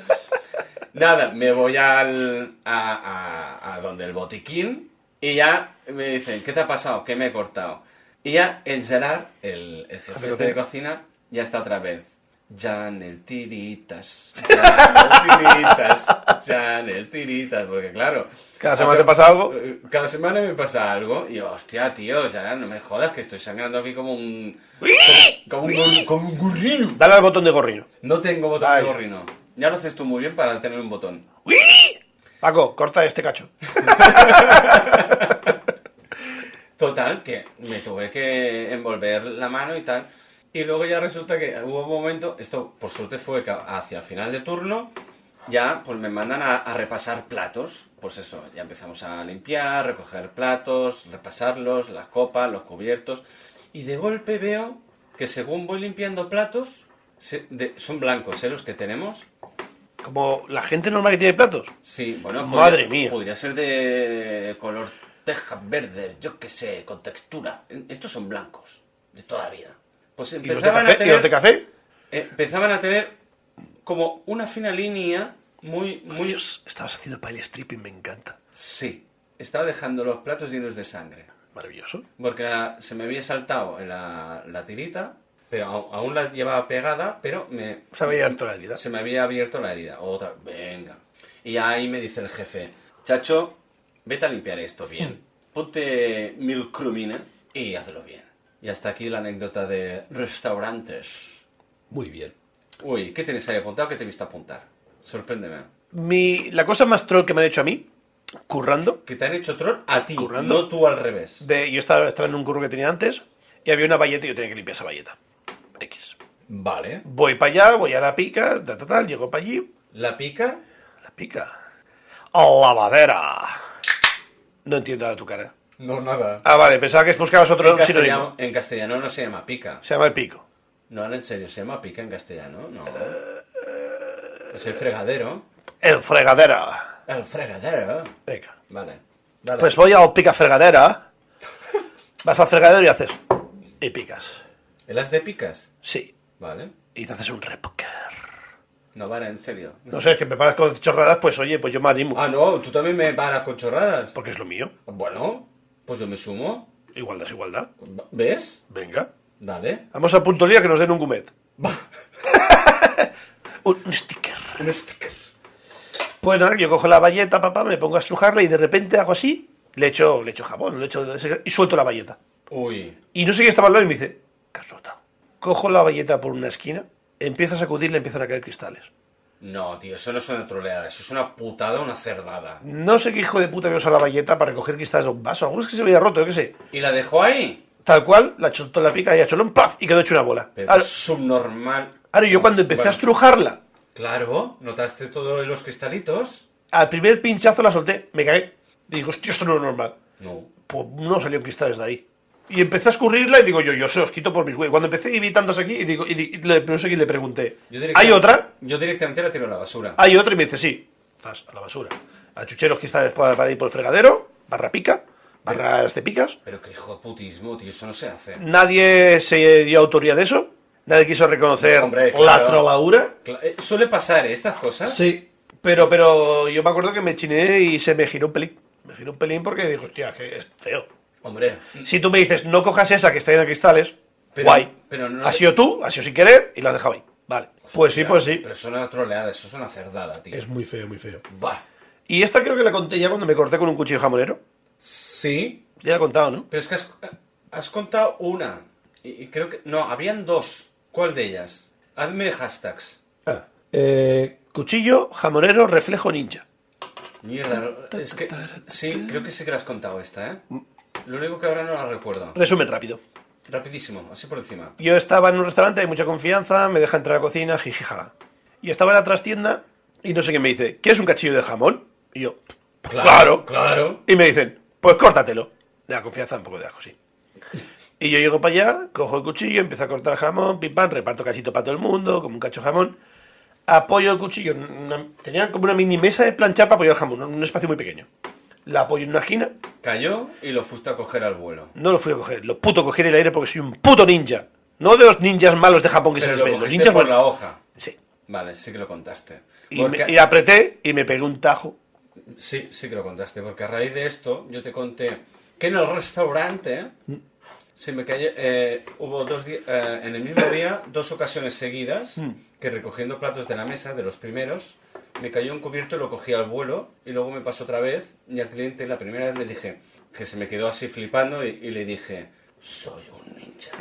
[SPEAKER 2] Nada, me voy al, a, a- a donde el botiquín y ya me dicen, ¿qué te ha pasado? ¿Qué me he cortado? Y ya el Gerard, el, el jefe este de cocina, ya está otra vez. Jan el tiritas, Jan el tiritas, Jan el tiritas, porque claro...
[SPEAKER 1] Cada semana
[SPEAKER 2] hace-
[SPEAKER 1] te pasa algo.
[SPEAKER 2] eh, Cada semana me pasa algo y hostia, tío, Gerard, no me jodas que estoy sangrando aquí como un... Como, un, gur- como un gurrino.
[SPEAKER 1] Dale al botón de gorrino.
[SPEAKER 2] No tengo botón
[SPEAKER 1] Ay.
[SPEAKER 2] de gorrino. Ya lo haces tú muy bien para tener un botón.
[SPEAKER 1] Paco, corta este cacho.
[SPEAKER 2] Total, que me tuve que envolver la mano y tal. Y luego ya resulta que hubo un momento, esto por suerte fue que hacia el final de turno, ya pues me mandan a, a repasar platos. Pues eso, ya empezamos a limpiar, recoger platos, repasarlos, las copas, los cubiertos. Y de golpe veo que según voy limpiando platos, se- de- son blancos, ¿eh? Los que tenemos.
[SPEAKER 1] Como la gente normal que tiene platos.
[SPEAKER 2] Sí, bueno,
[SPEAKER 1] Madre
[SPEAKER 2] podría,
[SPEAKER 1] mía.
[SPEAKER 2] podría ser de color tejas verdes, yo qué sé, con textura. Estos son blancos, de toda la vida. Pues
[SPEAKER 1] ¿Y los de
[SPEAKER 2] empezaban
[SPEAKER 1] café?
[SPEAKER 2] a
[SPEAKER 1] ¿Y los de
[SPEAKER 2] tener, eh,
[SPEAKER 1] café?
[SPEAKER 2] empezaban a tener como una fina línea muy, muy,
[SPEAKER 1] Dios, estabas haciendo pile stripping, me encanta.
[SPEAKER 2] sí, estaba dejando los platos llenos de sangre,
[SPEAKER 1] Maravilloso.
[SPEAKER 2] porque la- se me había saltado la, la tirita, pero au- aún la llevaba pegada, pero me,
[SPEAKER 1] Se había harto la herida.
[SPEAKER 2] Se me había abierto la herida. Otra, venga. Y ahí me dice el jefe, chacho, vete a limpiar esto bien. Ponte mil crumina y hazlo bien. Y hasta aquí la anécdota de restaurantes.
[SPEAKER 1] Muy bien.
[SPEAKER 2] Uy, ¿qué tienes ahí apuntado? ¿Qué te he visto apuntar? Sorpréndeme.
[SPEAKER 1] Mi, la cosa más troll que me han hecho a mí, currando,
[SPEAKER 2] Que te han hecho troll a ti,
[SPEAKER 1] ¿Currando?
[SPEAKER 2] no tú al revés.
[SPEAKER 1] de, yo estaba, estaba en un curro que tenía antes y había una valleta y yo tenía que limpiar esa valleta. X.
[SPEAKER 2] Vale.
[SPEAKER 1] Voy para allá, voy a la pica, ta, ta, ta, llego para allí,
[SPEAKER 2] La pica,
[SPEAKER 1] la pica. ¡A lavadera! No entiendo ahora tu cara.
[SPEAKER 2] no nada.
[SPEAKER 1] Ah, vale, pensaba que buscabas otro
[SPEAKER 2] En castellano,
[SPEAKER 1] sinónimo.
[SPEAKER 2] en castellano no se llama pica.
[SPEAKER 1] Se llama el pico.
[SPEAKER 2] No, ahora en serio, se llama pica en castellano, no. Es el fregadero.
[SPEAKER 1] El fregadera.
[SPEAKER 2] El fregadero.
[SPEAKER 1] Venga.
[SPEAKER 2] Vale. Dale.
[SPEAKER 1] Pues voy a pica fregadera. Vas al fregadero y haces. Y picas.
[SPEAKER 2] ¿El as de picas?
[SPEAKER 1] Sí.
[SPEAKER 2] Vale.
[SPEAKER 1] Y te haces un repoker.
[SPEAKER 2] No, vara, en serio.
[SPEAKER 1] No sé, es que me paras con chorradas, pues oye, pues yo me animo.
[SPEAKER 2] Ah, no, tú también me paras con chorradas.
[SPEAKER 1] Porque es lo mío.
[SPEAKER 2] Bueno, pues yo me sumo.
[SPEAKER 1] Igualdad es igualdad.
[SPEAKER 2] ¿Ves?
[SPEAKER 1] Venga.
[SPEAKER 2] Dale.
[SPEAKER 1] Vamos a puntualía que nos den un gumet. [LAUGHS] un sticker.
[SPEAKER 2] Un sticker.
[SPEAKER 1] Pues nada, yo cojo la valleta, papá, me pongo a estrujarla y de repente hago así, le echo, le echo jabón, le echo y suelto la valleta.
[SPEAKER 2] Uy.
[SPEAKER 1] Y no sé quién estaba al lado y me dice, casota. Cojo la valleta por una esquina, empiezo a sacudirla y empiezan a caer cristales.
[SPEAKER 2] No, tío, eso no es una troleada, eso es una putada, una cerdada.
[SPEAKER 1] No sé qué hijo de puta vio usar la valleta para recoger cristales de un vaso. Algunos que se había roto, yo qué sé.
[SPEAKER 2] ¿Y la dejó ahí?
[SPEAKER 1] Tal cual, la chutó la pica y echó un paf y quedó hecho una bola.
[SPEAKER 2] Pero
[SPEAKER 1] Ahora,
[SPEAKER 2] es subnormal.
[SPEAKER 1] ahora yo cuando empecé a
[SPEAKER 2] Bueno,
[SPEAKER 1] estrujarla,
[SPEAKER 2] Claro, ¿notaste todos los cristalitos?
[SPEAKER 1] al primer pinchazo la solté, me cagué. Y digo, hostia, esto no es normal.
[SPEAKER 2] No.
[SPEAKER 1] Pues no salieron cristales de ahí. Y empecé a escurrirla y digo, yo, yo se los quito por mis huevos. Cuando empecé y vi tantos aquí, y digo, y, di- y le, no sé quién le pregunté, ¿hay
[SPEAKER 2] directamente-
[SPEAKER 1] otra?
[SPEAKER 2] Yo directamente la tiro a la basura.
[SPEAKER 1] Hay otra y me dice, sí. Zas, a la basura. A chucheros que están para, para ir por el fregadero, barra pica, barra este cepicas.
[SPEAKER 2] Pero qué hijo de putismo, tío, eso no se hace.
[SPEAKER 1] Nadie se dio autoría de eso. Nadie quiso reconocer
[SPEAKER 2] Hombre,
[SPEAKER 1] la
[SPEAKER 2] claro.
[SPEAKER 1] troladura.
[SPEAKER 2] Cla- eh, ¿Suele pasar ¿eh? estas cosas?
[SPEAKER 1] Sí. Pero, pero yo me acuerdo que me chiné y se me giró un pelín. Me giró un pelín porque digo, hostia, que es feo.
[SPEAKER 2] Hombre,
[SPEAKER 1] Si tú me dices, no cojas esa que está llena de cristales,
[SPEAKER 2] Pero-
[SPEAKER 1] guay.
[SPEAKER 2] pero no-
[SPEAKER 1] ha sido tú, ha sido sin querer y la has dejado ahí. Vale. Pues sí,
[SPEAKER 2] ya,
[SPEAKER 1] pues sí.
[SPEAKER 2] Pero eso es una troleada, eso es una cerdada, tío.
[SPEAKER 1] muy feo, muy feo.
[SPEAKER 2] Bah.
[SPEAKER 1] Y esta creo que la conté ya cuando me corté con un cuchillo jamonero.
[SPEAKER 2] Sí,
[SPEAKER 1] Ya la he contado, ¿no?
[SPEAKER 2] pero es que has, has contado una. Y, y creo que. No, habían dos. ¿Cuál de ellas? Hazme hashtags.
[SPEAKER 1] Ah, eh, cuchillo, jamonero, reflejo ninja.
[SPEAKER 2] Mierda, es que. Sí, creo que sí que la has contado esta, ¿eh?
[SPEAKER 1] Mm.
[SPEAKER 2] Lo único que ahora no la recuerdo.
[SPEAKER 1] Resumen rápido.
[SPEAKER 2] Rapidísimo, así por encima.
[SPEAKER 1] Yo estaba en un restaurante, hay mucha confianza, me deja entrar a la cocina, jijijaja. Y estaba en la trastienda y no sé quién me dice, ¿quieres un cachillo de jamón? Y yo, claro.
[SPEAKER 2] claro.
[SPEAKER 1] Y me dicen, pues córtatelo. De la confianza un poco de asco, sí. Y yo llego para allá, cojo el cuchillo, empiezo a cortar jamón, pim pam, reparto cachito para todo el mundo, como un cacho de jamón. Apoyo el cuchillo, en una- tenía como una mini mesa de planchar para apoyar el jamón, un espacio muy pequeño. La apoyo en una esquina,
[SPEAKER 2] Cayó y lo fuiste a coger al vuelo.
[SPEAKER 1] No lo fui a coger, lo puto cogí en el aire porque soy un puto ninja. No de los ninjas malos de Japón que se
[SPEAKER 2] Pero
[SPEAKER 1] les
[SPEAKER 2] lo
[SPEAKER 1] ve, los
[SPEAKER 2] cogiste
[SPEAKER 1] ninjas
[SPEAKER 2] por
[SPEAKER 1] buenos.
[SPEAKER 2] la hoja.
[SPEAKER 1] Sí.
[SPEAKER 2] Vale, sí que lo contaste.
[SPEAKER 1] Y,
[SPEAKER 2] Porque-
[SPEAKER 1] me- y apreté y me pegué un tajo.
[SPEAKER 2] Sí, sí que lo contaste, porque a raíz de esto yo te conté que en el restaurante se me cayó, eh, hubo dos di- eh, en el mismo día dos ocasiones seguidas que recogiendo platos de la mesa, de los primeros, me cayó un cubierto y lo cogí al vuelo y luego me pasó otra vez y al cliente la primera vez le dije que se me quedó así flipando y, y le dije, soy un ninja.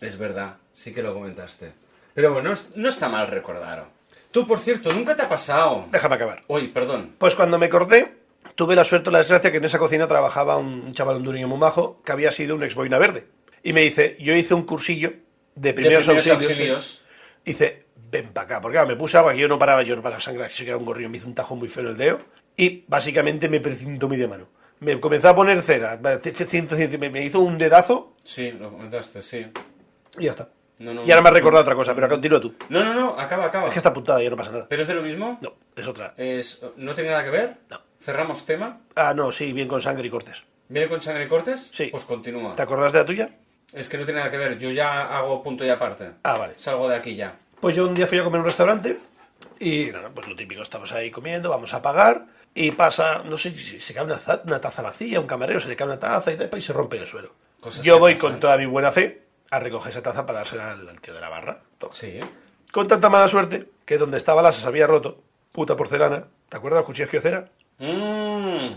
[SPEAKER 2] Es verdad, sí que lo comentaste. Pero bueno, no es- no está mal recordarlo. Tú, por cierto, nunca te ha pasado.
[SPEAKER 1] Déjame acabar.
[SPEAKER 2] Uy, perdón.
[SPEAKER 1] Pues cuando me corté, tuve la suerte o la desgracia que en esa cocina trabajaba un, un chaval hondureño muy majo que había sido un ex boina verde. Y me dice, yo hice un cursillo de
[SPEAKER 2] De
[SPEAKER 1] primeros, auxilios.
[SPEAKER 2] auxilios.
[SPEAKER 1] Dice, ven para acá. Porque claro, me puse agua que yo no paraba, yo no paraba sangrar, que era un gorrión, me hizo un tajo muy feo en el dedo. Y básicamente me precintó mi de mano. Me comenzó a poner cera, c- c- ciento- ciento- me me hizo un dedazo
[SPEAKER 2] Sí, lo comentaste, sí.
[SPEAKER 1] y ya está.
[SPEAKER 2] No, no,
[SPEAKER 1] y ahora me has
[SPEAKER 2] no.
[SPEAKER 1] recordado otra cosa, pero continúa tú.
[SPEAKER 2] No, no, no, acaba, acaba.
[SPEAKER 1] Es que está apuntada, ya no pasa nada.
[SPEAKER 2] ¿Pero es de lo mismo?
[SPEAKER 1] No, es otra.
[SPEAKER 2] Es, ¿No tiene nada que ver?
[SPEAKER 1] No.
[SPEAKER 2] ¿Cerramos tema?
[SPEAKER 1] Ah, no, sí, bien con sangre y cortes.
[SPEAKER 2] ¿Viene con sangre y cortes?
[SPEAKER 1] Sí.
[SPEAKER 2] Pues continúa.
[SPEAKER 1] ¿Te acordás de la tuya?
[SPEAKER 2] Es que no tiene nada que ver, yo ya hago punto y aparte.
[SPEAKER 1] Ah, vale.
[SPEAKER 2] Salgo de aquí ya.
[SPEAKER 1] Pues yo un día fui a comer a un restaurante y nada, pues lo típico, estamos ahí comiendo, vamos a pagar y pasa, no sé si se cae una, za- una taza vacía, un camarero se le cae una taza y, tal, y se rompe el suelo.
[SPEAKER 2] Cosas
[SPEAKER 1] yo
[SPEAKER 2] que
[SPEAKER 1] voy
[SPEAKER 2] pasan.
[SPEAKER 1] con toda mi buena fe a recoger esa taza para dársela al, al tío de la barra. Toma.
[SPEAKER 2] Sí.
[SPEAKER 1] Con tanta mala suerte que donde estaba la se había roto, puta porcelana, ¿te acuerdas los cuchillos que yo cera?
[SPEAKER 2] Mm.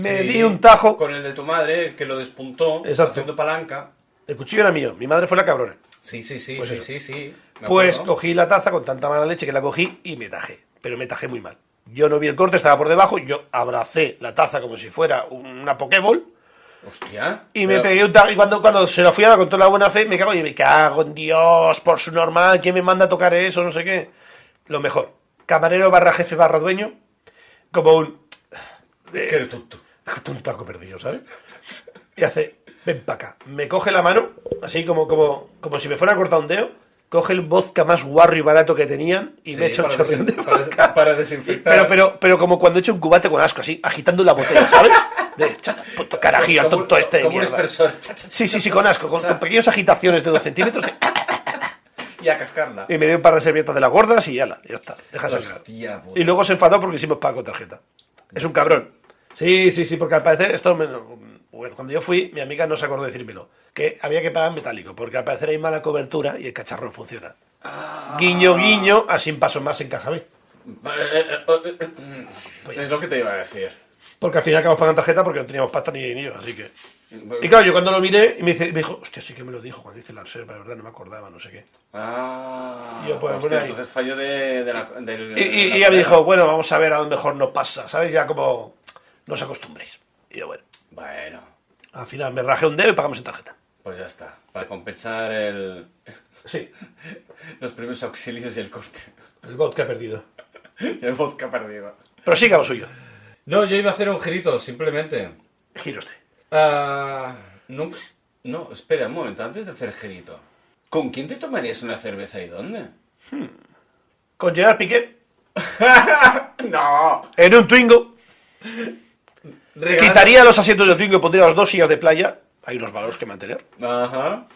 [SPEAKER 1] Me di un tajo.
[SPEAKER 2] Con el de tu madre, que lo despuntó.
[SPEAKER 1] Exacto.
[SPEAKER 2] Haciendo palanca.
[SPEAKER 1] El cuchillo era mío, mi madre fue la cabrona.
[SPEAKER 2] Sí, sí, sí,
[SPEAKER 1] Pues
[SPEAKER 2] sí,
[SPEAKER 1] eso.
[SPEAKER 2] sí, sí. Me
[SPEAKER 1] Pues
[SPEAKER 2] acuerdo.
[SPEAKER 1] cogí la taza con tanta mala leche que la cogí y me tajé, pero me tajé muy mal. Yo no vi el corte, estaba por debajo, yo abracé la taza como si fuera una Pokéball
[SPEAKER 2] Hostia.
[SPEAKER 1] y me
[SPEAKER 2] Pero-
[SPEAKER 1] pegué un tajo. Y cuando, cuando se lo fui a dar con toda la buena fe, me cago y me cago en Dios, por su normal, ¿quién me manda a tocar eso? No sé qué. Lo mejor, camarero barra jefe barra dueño, como un
[SPEAKER 2] Que eres tonto.
[SPEAKER 1] [LAUGHS] un taco perdido, ¿sabes? Y hace, ven para acá. Me coge la mano, así como, como, como si me fuera a cortar un dedo, coge el vodka más guarro y barato que tenían y me
[SPEAKER 2] Sí,
[SPEAKER 1] echa un
[SPEAKER 2] para
[SPEAKER 1] chorreón de
[SPEAKER 2] desin- para-
[SPEAKER 1] vodka.
[SPEAKER 2] para desinfectar.
[SPEAKER 1] Pero, pero, pero como cuando echo un cubate con asco, así, agitando la botella, ¿sabes? De, "Chala, puto carajillo,
[SPEAKER 2] Como-
[SPEAKER 1] tonto este de
[SPEAKER 2] Como un
[SPEAKER 1] mierda".
[SPEAKER 2] aspersor.
[SPEAKER 1] Sí, sí, sí, con asco, con, con pequeñas agitaciones de dos centímetros. de-
[SPEAKER 2] y a cascarla.
[SPEAKER 1] Y me dio un par de servilletas de las gordas y ala, ya está. Dejas
[SPEAKER 2] Hostia, puta.
[SPEAKER 1] Y luego se enfadó porque hicimos pago con tarjeta. Es un cabrón. Sí, sí, sí, porque al parecer esto me- bueno, cuando yo fui, mi amiga no se acordó de decírmelo, que había que pagar en metálico, porque al parecer hay mala cobertura y el cacharro no funciona. Guiño, guiño, así un paso más encájame.
[SPEAKER 2] Es lo que te iba a decir.
[SPEAKER 1] Porque al final acabamos pagando tarjeta porque no teníamos pasta ni dinero, así que... Y claro, yo cuando lo miré, y me, dice, me dijo, hostia, sí que me lo dijo cuando hice la reserva, de verdad, no me acordaba, no sé qué.
[SPEAKER 2] Ah,
[SPEAKER 1] Y yo, pues,
[SPEAKER 2] hostia,
[SPEAKER 1] bueno, ahí.
[SPEAKER 2] entonces fallo de, de la, del-
[SPEAKER 1] Y, y-
[SPEAKER 2] de la-
[SPEAKER 1] y ella me dijo, bueno, vamos a ver, a lo mejor no pasa, ¿sabes? Ya como no os acostumbréis. Y yo, bueno,
[SPEAKER 2] Bueno,
[SPEAKER 1] al final me rajé un dedo y pagamos en tarjeta.
[SPEAKER 2] pues ya está. Para compensar el,
[SPEAKER 1] Sí,
[SPEAKER 2] los primeros auxilios y el coste. [LAUGHS]
[SPEAKER 1] el vodka perdido.
[SPEAKER 2] y el vodka perdido.
[SPEAKER 1] Pero siga lo suyo.
[SPEAKER 2] No, yo iba a hacer un girito, simplemente.
[SPEAKER 1] Giro usted.
[SPEAKER 2] Ah, nunca. No, espera un momento, antes de hacer girito. ¿Con quién te tomarías una cerveza y dónde?
[SPEAKER 1] Con Gerard Piqué,
[SPEAKER 2] [LAUGHS] ¡No! ¿eh?
[SPEAKER 1] en un Twingo, quitaría los asientos del Twingo y pondría las dos sillas de playa. Hay unos valores que mantener.
[SPEAKER 2] Ajá.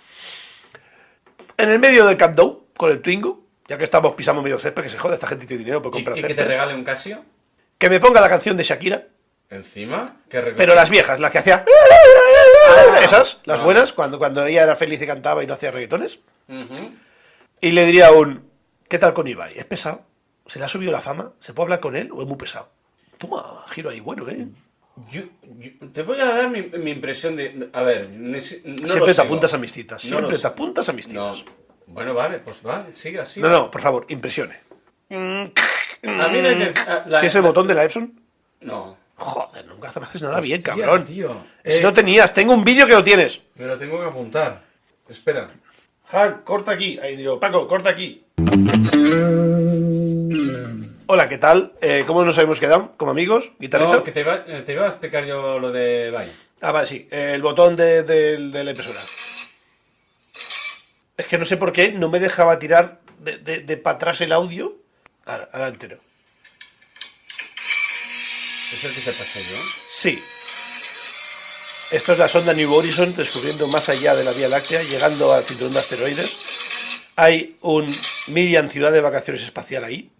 [SPEAKER 1] En el medio del Camp Nou, con el Twingo, ya que estamos pisando medio césped, que se joda, esta gente tiene dinero por
[SPEAKER 2] ¿Y,
[SPEAKER 1] comprar
[SPEAKER 2] y que te
[SPEAKER 1] césped.
[SPEAKER 2] regale un Casio?
[SPEAKER 1] Que me ponga la canción de Shakira,
[SPEAKER 2] ¿Encima? ¿Qué regalo?
[SPEAKER 1] pero las viejas, las que hacía... Esas, las
[SPEAKER 2] Ah.
[SPEAKER 1] buenas, cuando, cuando ella era feliz y cantaba y no hacía reggaetones.
[SPEAKER 2] Ujú.
[SPEAKER 1] Y le diría un, ¿qué tal con Ibai? ¿Es pesado? ¿Se le ha subido la fama? ¿Se puede hablar con él o es muy pesado? Toma, giro ahí, bueno, ¿eh?
[SPEAKER 2] Yo, yo- te voy a dar mi, mi impresión de... A ver, ni si- no lo
[SPEAKER 1] siempre te
[SPEAKER 2] sigo.
[SPEAKER 1] apuntas a mis citas,
[SPEAKER 2] No
[SPEAKER 1] siempre
[SPEAKER 2] lo
[SPEAKER 1] te
[SPEAKER 2] sigo.
[SPEAKER 1] apuntas a mis
[SPEAKER 2] No.
[SPEAKER 1] citas.
[SPEAKER 2] Bueno, vale, pues va, sigue así.
[SPEAKER 1] No, no, por favor, impresione.
[SPEAKER 2] A mí la... inter- la-
[SPEAKER 1] ¿Tienes el botón de la Epson?
[SPEAKER 2] No.
[SPEAKER 1] Joder, nunca me haces nada bien,
[SPEAKER 2] Hostia,
[SPEAKER 1] cabrón.
[SPEAKER 2] tío.
[SPEAKER 1] Si
[SPEAKER 2] Eh.
[SPEAKER 1] no tenías, tengo un vídeo que lo tienes.
[SPEAKER 2] Me lo tengo que apuntar. Espera.
[SPEAKER 1] Hank, corta aquí. Ahí digo, Paco, corta aquí. Hola, ¿qué tal? Eh, ¿Cómo nos habíamos quedado? ¿Como amigos? ¿Guitarrista?
[SPEAKER 2] No, que te iba, eh, te iba a explicar yo lo de Vine.
[SPEAKER 1] Ah, vale, sí. eh, El botón de, del- de la impresora. Es que no sé por qué no me dejaba tirar de, para atrás el audio. Ahora, ahora entero.
[SPEAKER 2] Es el que te pasé yo.
[SPEAKER 1] Sí. Esto es la sonda New Horizon descubriendo más allá de la Vía Láctea, llegando al cinturón de asteroides. Hay un Millian ciudad de vacaciones espacial ahí.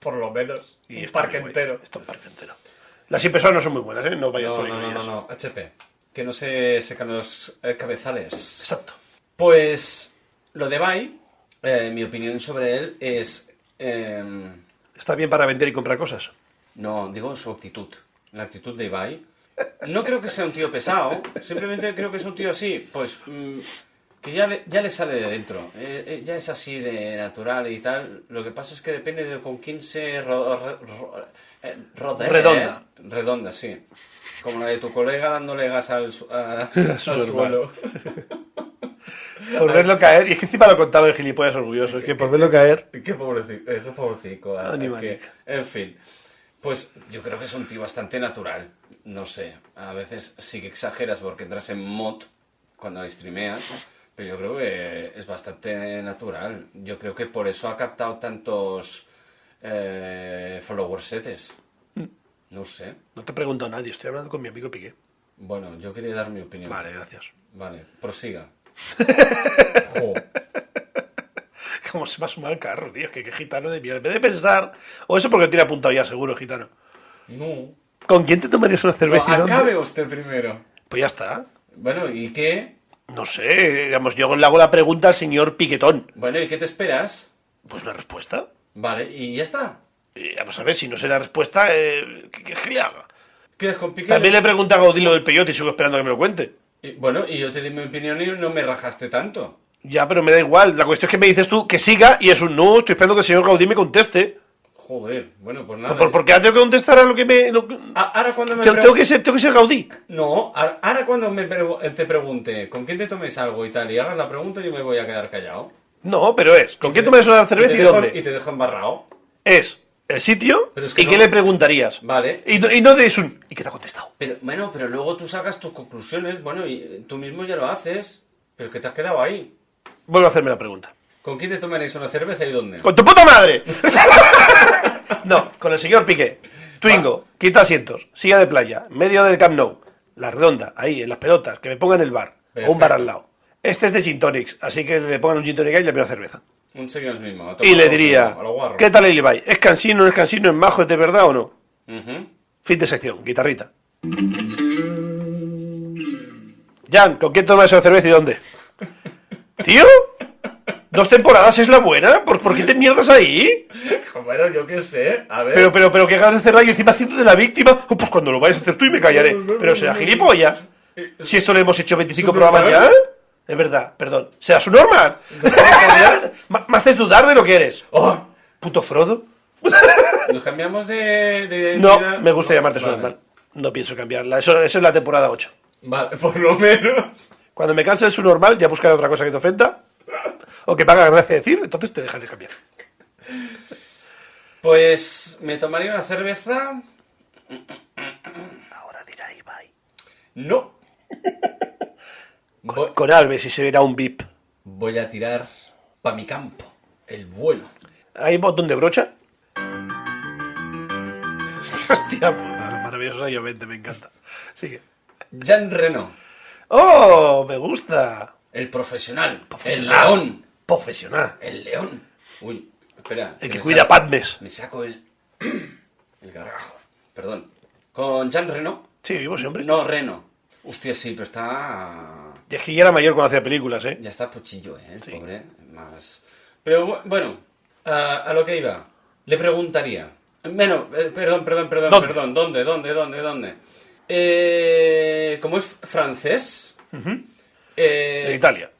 [SPEAKER 2] Por lo menos.
[SPEAKER 1] Y está muy guay. Está un parque entero. Las impresoras no son muy buenas, ¿eh? No vayas
[SPEAKER 2] No,
[SPEAKER 1] por
[SPEAKER 2] no, no, no,
[SPEAKER 1] ellas.
[SPEAKER 2] no. HP. Que no se secan los eh, cabezales.
[SPEAKER 1] Exacto.
[SPEAKER 2] Pues lo de Vine, eh, mi opinión sobre él es... em,
[SPEAKER 1] Está bien para vender y comprar cosas.
[SPEAKER 2] No, digo su actitud. La actitud de Ibai. No creo que sea un tío pesado, simplemente creo que es un tío así, pues. mm, que ya le, ya le sale de dentro. Eh, eh, ya es así de natural y tal. Lo que pasa es que depende de con quién se ro- ro- ro- eh, rodee,
[SPEAKER 1] Redonda.
[SPEAKER 2] ¿eh? Redonda, sí. Como la de tu colega dándole gas al, su- [LAUGHS] a- al
[SPEAKER 1] suelo.
[SPEAKER 2] suelo.
[SPEAKER 1] Por verlo caer, y es que encima lo contaba el gilipollas orgulloso, es que por verlo caer...
[SPEAKER 2] [LAUGHS] Qué pobrecito, eh, qué pobrecito, ah,
[SPEAKER 1] Animal.
[SPEAKER 2] que- en fin, pues yo creo que es un tío bastante natural. No sé, a veces sí que exageras porque entras en mod cuando streameas, pero yo creo que es bastante natural. Yo creo que por eso ha captado tantos eh, followersetes. No sé.
[SPEAKER 1] No te pregunto a nadie, estoy hablando con mi amigo Piqué.
[SPEAKER 2] Bueno, yo quería dar mi opinión.
[SPEAKER 1] Vale, gracias.
[SPEAKER 2] Vale, prosiga. Jo.
[SPEAKER 1] ¿Cómo se va a sumar el carro, tío? Que, que gitano de mierda. En vez de pensar... O eso porque tiene apuntado ya, seguro, gitano.
[SPEAKER 2] No.
[SPEAKER 1] ¿Con quién te tomarías una cerveza? y
[SPEAKER 2] No,
[SPEAKER 1] dónde?
[SPEAKER 2] acabe usted primero.
[SPEAKER 1] Pues ya está.
[SPEAKER 2] Bueno, ¿y qué?
[SPEAKER 1] No sé, digamos, yo le hago la pregunta al señor Piquetón.
[SPEAKER 2] Bueno, ¿y qué te esperas?
[SPEAKER 1] Pues una respuesta.
[SPEAKER 2] Vale, y ya está.
[SPEAKER 1] Eh, vamos a ver, si no sé la respuesta, eh, ¿qué quieres que le haga?
[SPEAKER 2] Quedas con Piqué.
[SPEAKER 1] También le pregunta a Godín lo del peyote y sigo esperando que me lo cuente.
[SPEAKER 2] Y, bueno, y yo te di mi opinión y no me rajaste tanto.
[SPEAKER 1] Ya, pero me da igual. La cuestión es que me dices tú que siga y es un no. Estoy esperando que el señor Gaudí me conteste.
[SPEAKER 2] Joder, bueno, pues nada.
[SPEAKER 1] Por, porque ahora tengo que contestar a lo que me. lo que-
[SPEAKER 2] A- ahora cuando me
[SPEAKER 1] tengo,
[SPEAKER 2] pregu-
[SPEAKER 1] tengo que ser, tengo que ser Gaudí.
[SPEAKER 2] No, a- ahora cuando me pregu- eh, te pregunte con quién te tomes algo y tal, y hagas la pregunta, yo me voy a quedar callado.
[SPEAKER 1] No, pero es. ¿Con quién tomas una cerveza y,
[SPEAKER 2] te dejo-
[SPEAKER 1] dónde?
[SPEAKER 2] Y te dejo embarrado.
[SPEAKER 1] Es el sitio
[SPEAKER 2] Pero es que
[SPEAKER 1] y
[SPEAKER 2] no.
[SPEAKER 1] qué le preguntarías.
[SPEAKER 2] Vale.
[SPEAKER 1] Y no, y no des un. ¿Y qué te ha contestado?
[SPEAKER 2] Pero, bueno, pero luego tú sacas tus conclusiones, bueno, y eh, tú mismo ya lo haces. Pero que te has quedado ahí.
[SPEAKER 1] Vuelvo a hacerme la pregunta.
[SPEAKER 2] ¿Con quién te tomaréis una cerveza y dónde?
[SPEAKER 1] ¡Con tu puta madre! [LAUGHS] no, con el señor Piqué. Twingo, quita asientos, silla de playa, medio del Camp Nou, la redonda, ahí, en las pelotas, que me pongan el bar, o un bar
[SPEAKER 2] Perfecto.
[SPEAKER 1] al lado. Este es de gin tonics, así que le pongan un gin tonic ahí y le pido cerveza.
[SPEAKER 2] Un seguimos mismo. a tomar
[SPEAKER 1] Y le
[SPEAKER 2] por culo,
[SPEAKER 1] diría,
[SPEAKER 2] A lo guarro.
[SPEAKER 1] ¿qué tal el Ibai? ¿Es cansino, no es cansino, es majo, es de verdad o no?
[SPEAKER 2] Ujú.
[SPEAKER 1] Fin de sección, guitarrita. Jan, ¿con quién tomas esa cerveza y [LAUGHS] dónde? ¿Tío? ¿Dos temporadas es la buena? ¿Por, por qué te mierdas ahí?
[SPEAKER 2] Bueno, yo qué sé. A ver.
[SPEAKER 1] Pero, pero, pero, que acabas de hacerla y encima haciendo de la víctima. Oh, pues cuando lo vayas a hacer tú y me callaré. Pero será gilipollas. Si esto lo hemos hecho 25 programas ya. Es verdad, perdón. Será su normal. Me me haces dudar de lo que eres.
[SPEAKER 2] ¡Oh!
[SPEAKER 1] Puto Frodo.
[SPEAKER 2] Nos cambiamos de. de
[SPEAKER 1] No,
[SPEAKER 2] identidad?
[SPEAKER 1] me gusta llamarte
[SPEAKER 2] Eh, Vale.
[SPEAKER 1] Superman. No pienso cambiarla. Eso, eso es la temporada 8.
[SPEAKER 2] Vale, por lo menos.
[SPEAKER 1] Cuando me canse de su normal, ya buscaré otra cosa que te ofenda. O que me haga gracia decir, entonces te dejaré cambiar.
[SPEAKER 2] Pues me tomaría una cerveza.
[SPEAKER 1] Ahora dirá Ibai.
[SPEAKER 2] No. Voy,
[SPEAKER 1] Con Alves y se verá un bip.
[SPEAKER 2] voy a tirar pa' mi campo. El vuelo.
[SPEAKER 1] ¿Hay botón de brocha? [LAUGHS] Hostia puta, maravilloso año 20, me encanta. Sigue.
[SPEAKER 2] Jean Reno.
[SPEAKER 1] ¡Oh! Me gusta.
[SPEAKER 2] El profesional.
[SPEAKER 1] Profesional.
[SPEAKER 2] El león.
[SPEAKER 1] Profesional.
[SPEAKER 2] El león. Uy, espera.
[SPEAKER 1] El que
[SPEAKER 2] me
[SPEAKER 1] cuida a
[SPEAKER 2] saco-
[SPEAKER 1] Padmes.
[SPEAKER 2] Me saco el. [CLEARS THROAT] El gargajo. Perdón. Con Jean Reno.
[SPEAKER 1] Sí, vivo siempre.
[SPEAKER 2] No, Reno. Hostia, sí, pero está.
[SPEAKER 1] Y es que ya era mayor cuando hacía películas, ¿eh?
[SPEAKER 2] Ya está puchillo, ¿eh? El
[SPEAKER 1] Sí.
[SPEAKER 2] pobre. Más... Pero bu- bueno, a, a lo que iba. Le preguntaría. Bueno, eh, perdón, perdón, perdón,
[SPEAKER 1] ¿Dónde?
[SPEAKER 2] perdón. ¿Dónde, dónde, dónde, dónde? Eh, como es francés. eh,
[SPEAKER 1] En [LAUGHS] Italia.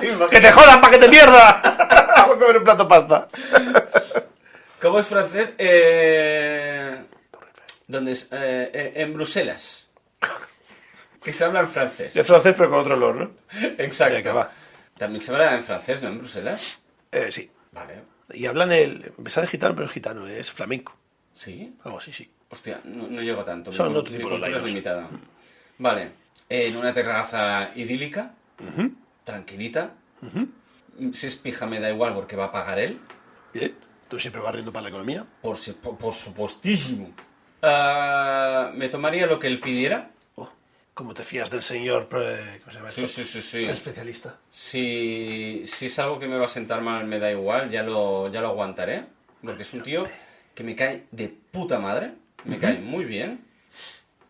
[SPEAKER 2] ¿te
[SPEAKER 1] ¡Que
[SPEAKER 2] imaginas?
[SPEAKER 1] te jodan para que te pierda! [LAUGHS] Vamos a comer un plato de pasta.
[SPEAKER 2] Como es francés? Eh, ¿Dónde es? Eh, eh, en Bruselas. Que se habla en francés.
[SPEAKER 1] Es francés, pero con otro olor, ¿no?
[SPEAKER 2] [LAUGHS] Exacto.
[SPEAKER 1] Venga, va.
[SPEAKER 2] También se habla en francés, ¿no? En Bruselas.
[SPEAKER 1] Eh, sí.
[SPEAKER 2] Vale.
[SPEAKER 1] Y hablan el. Me sale gitano, pero es gitano, es flamenco.
[SPEAKER 2] Sí.
[SPEAKER 1] Algo así, sí.
[SPEAKER 2] Hostia, no, no llego tanto. Mi
[SPEAKER 1] Son
[SPEAKER 2] cul-
[SPEAKER 1] otro
[SPEAKER 2] mi
[SPEAKER 1] tipo de
[SPEAKER 2] cultura es
[SPEAKER 1] laidos.
[SPEAKER 2] limitada. Vale. En una terraza idílica, tranquilita. Si es pija me da igual porque va a pagar él.
[SPEAKER 1] Bien. Tú siempre vas riendo para la economía.
[SPEAKER 2] Por, si- por, por supuestísimo. Ah, me tomaría lo que él pidiera.
[SPEAKER 1] Oh, ¿Cómo te fías del señor. eh, ¿Cómo se llama?
[SPEAKER 2] Sí,
[SPEAKER 1] esto?
[SPEAKER 2] sí, sí, sí.
[SPEAKER 1] Especialista.
[SPEAKER 2] Si, si es algo que me va a sentar mal, me da igual, ya lo, ya lo aguantaré. Porque es un tío que me cae de puta madre, me cae muy bien.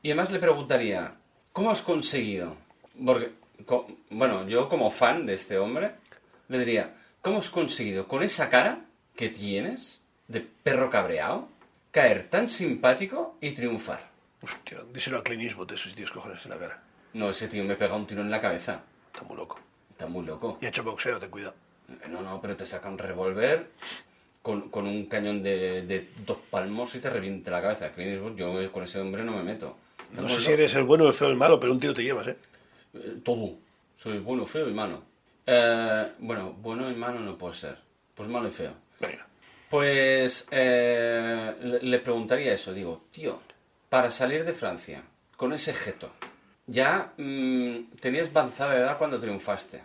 [SPEAKER 2] Y además le preguntaría, ¿cómo has conseguido? Porque, co- bueno, yo como fan de este hombre, le diría, ¿cómo has conseguido con esa cara que tienes de perro cabreado caer tan simpático y triunfar?
[SPEAKER 1] Hostia, díselo a Clint Eastwood, esos tíos cojones en la cara.
[SPEAKER 2] No, ese tío me pega un tiro en la cabeza.
[SPEAKER 1] Está muy loco.
[SPEAKER 2] Está muy loco.
[SPEAKER 1] Y ha hecho boxeo, ten cuidado.
[SPEAKER 2] No, no, pero te saca un revólver con, con un cañón de, de dos palmos y te revienta la cabeza. Clint Eastwood, yo con ese hombre no me meto.
[SPEAKER 1] No
[SPEAKER 2] Estamos
[SPEAKER 1] sé
[SPEAKER 2] lo-
[SPEAKER 1] si eres el bueno, el feo, el malo, pero un tío te llevas, ¿eh?
[SPEAKER 2] eh, todo. Soy bueno, feo y malo. Eh, bueno, bueno y malo no puedo ser. Pues malo y feo.
[SPEAKER 1] Venga.
[SPEAKER 2] Pues eh, le, le preguntaría eso. Digo, tío, para salir de Francia con ese jeto, ya mm, tenías avanzada edad cuando triunfaste.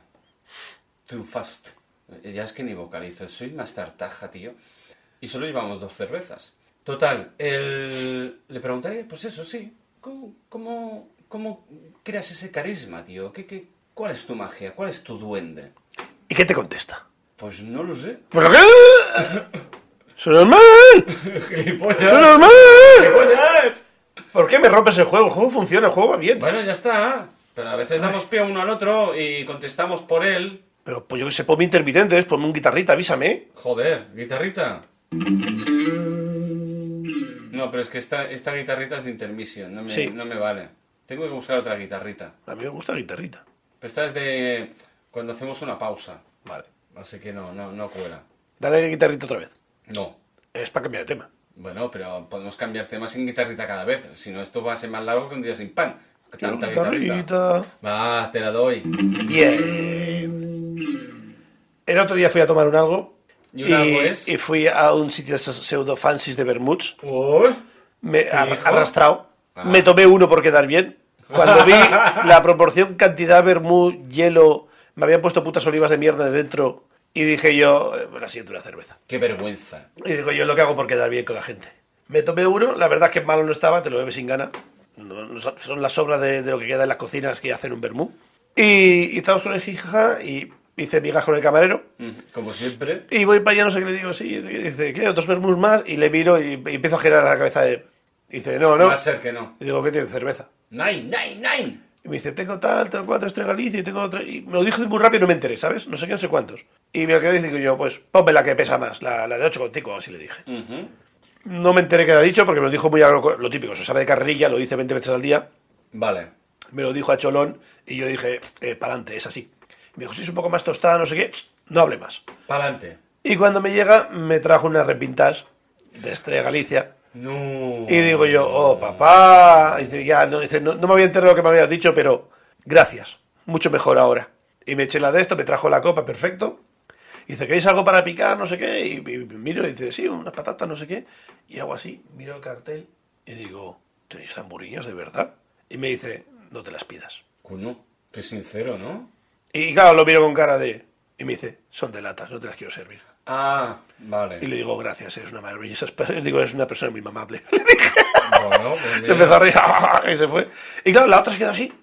[SPEAKER 2] Triunfaste. Eh, Ya es que ni vocalizo, soy más tartaja, tío. Y solo llevamos dos cervezas. Total, el- le preguntaría, pues eso sí, ¿cómo, cómo, cómo creas ese carisma, tío? ¿Qué, qué, ¿Cuál es tu magia? ¿Cuál es tu duende?
[SPEAKER 1] ¿Y qué te contesta?
[SPEAKER 2] Pues no lo sé. [LAUGHS]
[SPEAKER 1] ¡Pues lo que! ¡Eso no es normal! ¡Eso no es normal! ¿Por qué me rompes el juego? El juego funciona, el juego va bien.
[SPEAKER 2] Bueno, ya está. Pero a veces damos pie uno al otro y contestamos por él.
[SPEAKER 1] Pero pues yo que sé, ponme intermitentes, ponme un guitarrita, avísame.
[SPEAKER 2] Joder, guitarrita. No, pero es que esta, esta guitarrita es de intermisión, no me,
[SPEAKER 1] Sí.
[SPEAKER 2] no me vale. Tengo que buscar otra guitarrita.
[SPEAKER 1] A mí me gusta la guitarrita.
[SPEAKER 2] Pero esta es de cuando hacemos una pausa.
[SPEAKER 1] Vale.
[SPEAKER 2] Así que no, no, no cuela.
[SPEAKER 1] Dale la guitarrita otra vez.
[SPEAKER 2] No.
[SPEAKER 1] Es para cambiar de tema.
[SPEAKER 2] Bueno, pero podemos cambiar tema sin guitarrita cada vez. Si no, esto va a ser más largo que un día sin pan. Tanta guitarrita. Va, te la doy.
[SPEAKER 1] Bien. El otro día fui a tomar un algo.
[SPEAKER 2] ¿Y un algo es?
[SPEAKER 1] y fui a un sitio de esos pseudo fancies de Bermuds.
[SPEAKER 2] Uy.
[SPEAKER 1] Me ha
[SPEAKER 2] Hijo.
[SPEAKER 1] arrastrado.
[SPEAKER 2] Ah.
[SPEAKER 1] Me tomé uno por quedar bien. Cuando
[SPEAKER 2] [LAUGHS]
[SPEAKER 1] vi la proporción cantidad vermú, hielo, me habían puesto putas olivas de mierda de dentro. Y dije yo, eh, la siguiente una cerveza.
[SPEAKER 2] Qué vergüenza.
[SPEAKER 1] Y digo yo lo que hago por quedar bien con la gente. Me tomé uno, la verdad es que malo no estaba, te lo bebes sin gana. No- no son- son las sobras de, de lo que queda en las cocinas que hacen un vermú. Y, y estábamos con el jijija y, Hice migas con el camarero.
[SPEAKER 2] Como siempre.
[SPEAKER 1] Y voy para allá, no sé qué le digo, sí, dice, ¿qué? Otros vermús más. Y le miro y, y empiezo a girar la cabeza de... Dice, no, no.
[SPEAKER 2] Va a ser que no.
[SPEAKER 1] Y digo, ¿qué tiene cerveza?
[SPEAKER 2] Nine, nine, nine.
[SPEAKER 1] Y me dice, tengo tal, tal, cual, tres, tres Galicia y tengo otra. Y me lo dijo muy rápido y no me enteré, ¿sabes? No sé qué, no sé cuántos. Y me lo quedé y digo yo, pues ponme la que pesa más, la, la de 8,5, así le dije.
[SPEAKER 2] Ujú.
[SPEAKER 1] No me enteré que era dicho porque me lo dijo muy a lo, lo típico. Se sabe de carrerilla, lo dice 20 veces al día.
[SPEAKER 2] Vale.
[SPEAKER 1] Me lo dijo a Cholón y yo dije, eh, para adelante, es así. Me dijo, si es un poco más tostada, no sé qué, tss, no hable más.
[SPEAKER 2] Pa'lante.
[SPEAKER 1] Y cuando me llega, me trajo unas repintas de Estrella Galicia.
[SPEAKER 2] No.
[SPEAKER 1] Y digo yo, oh papá, Y dice, ya, no, dice, no, no me había enterado lo que me habías dicho, pero gracias, mucho mejor ahora. Y me eché la de esto, me trajo la copa, perfecto. Y dice, ¿queréis algo para picar? No sé qué. Y, y- y miro y dice, sí, unas patatas, no sé qué. Y hago así, miro el cartel y digo, ¿tenéis zamburiños de verdad? Y me dice, no te las pidas.
[SPEAKER 2] Coño, qué sincero, ¿no?
[SPEAKER 1] Y claro, lo miro con cara de... Y me dice, son de latas, no te las quiero servir.
[SPEAKER 2] Ah, vale.
[SPEAKER 1] Y le digo, gracias, es una maravillosa... Digo, es una persona [LAUGHS] muy mamable.
[SPEAKER 2] Bueno,
[SPEAKER 1] [LAUGHS]
[SPEAKER 2] pues
[SPEAKER 1] Se
[SPEAKER 2] mira.
[SPEAKER 1] empezó a reír [LAUGHS] y se fue. Y claro, la otra se quedó así.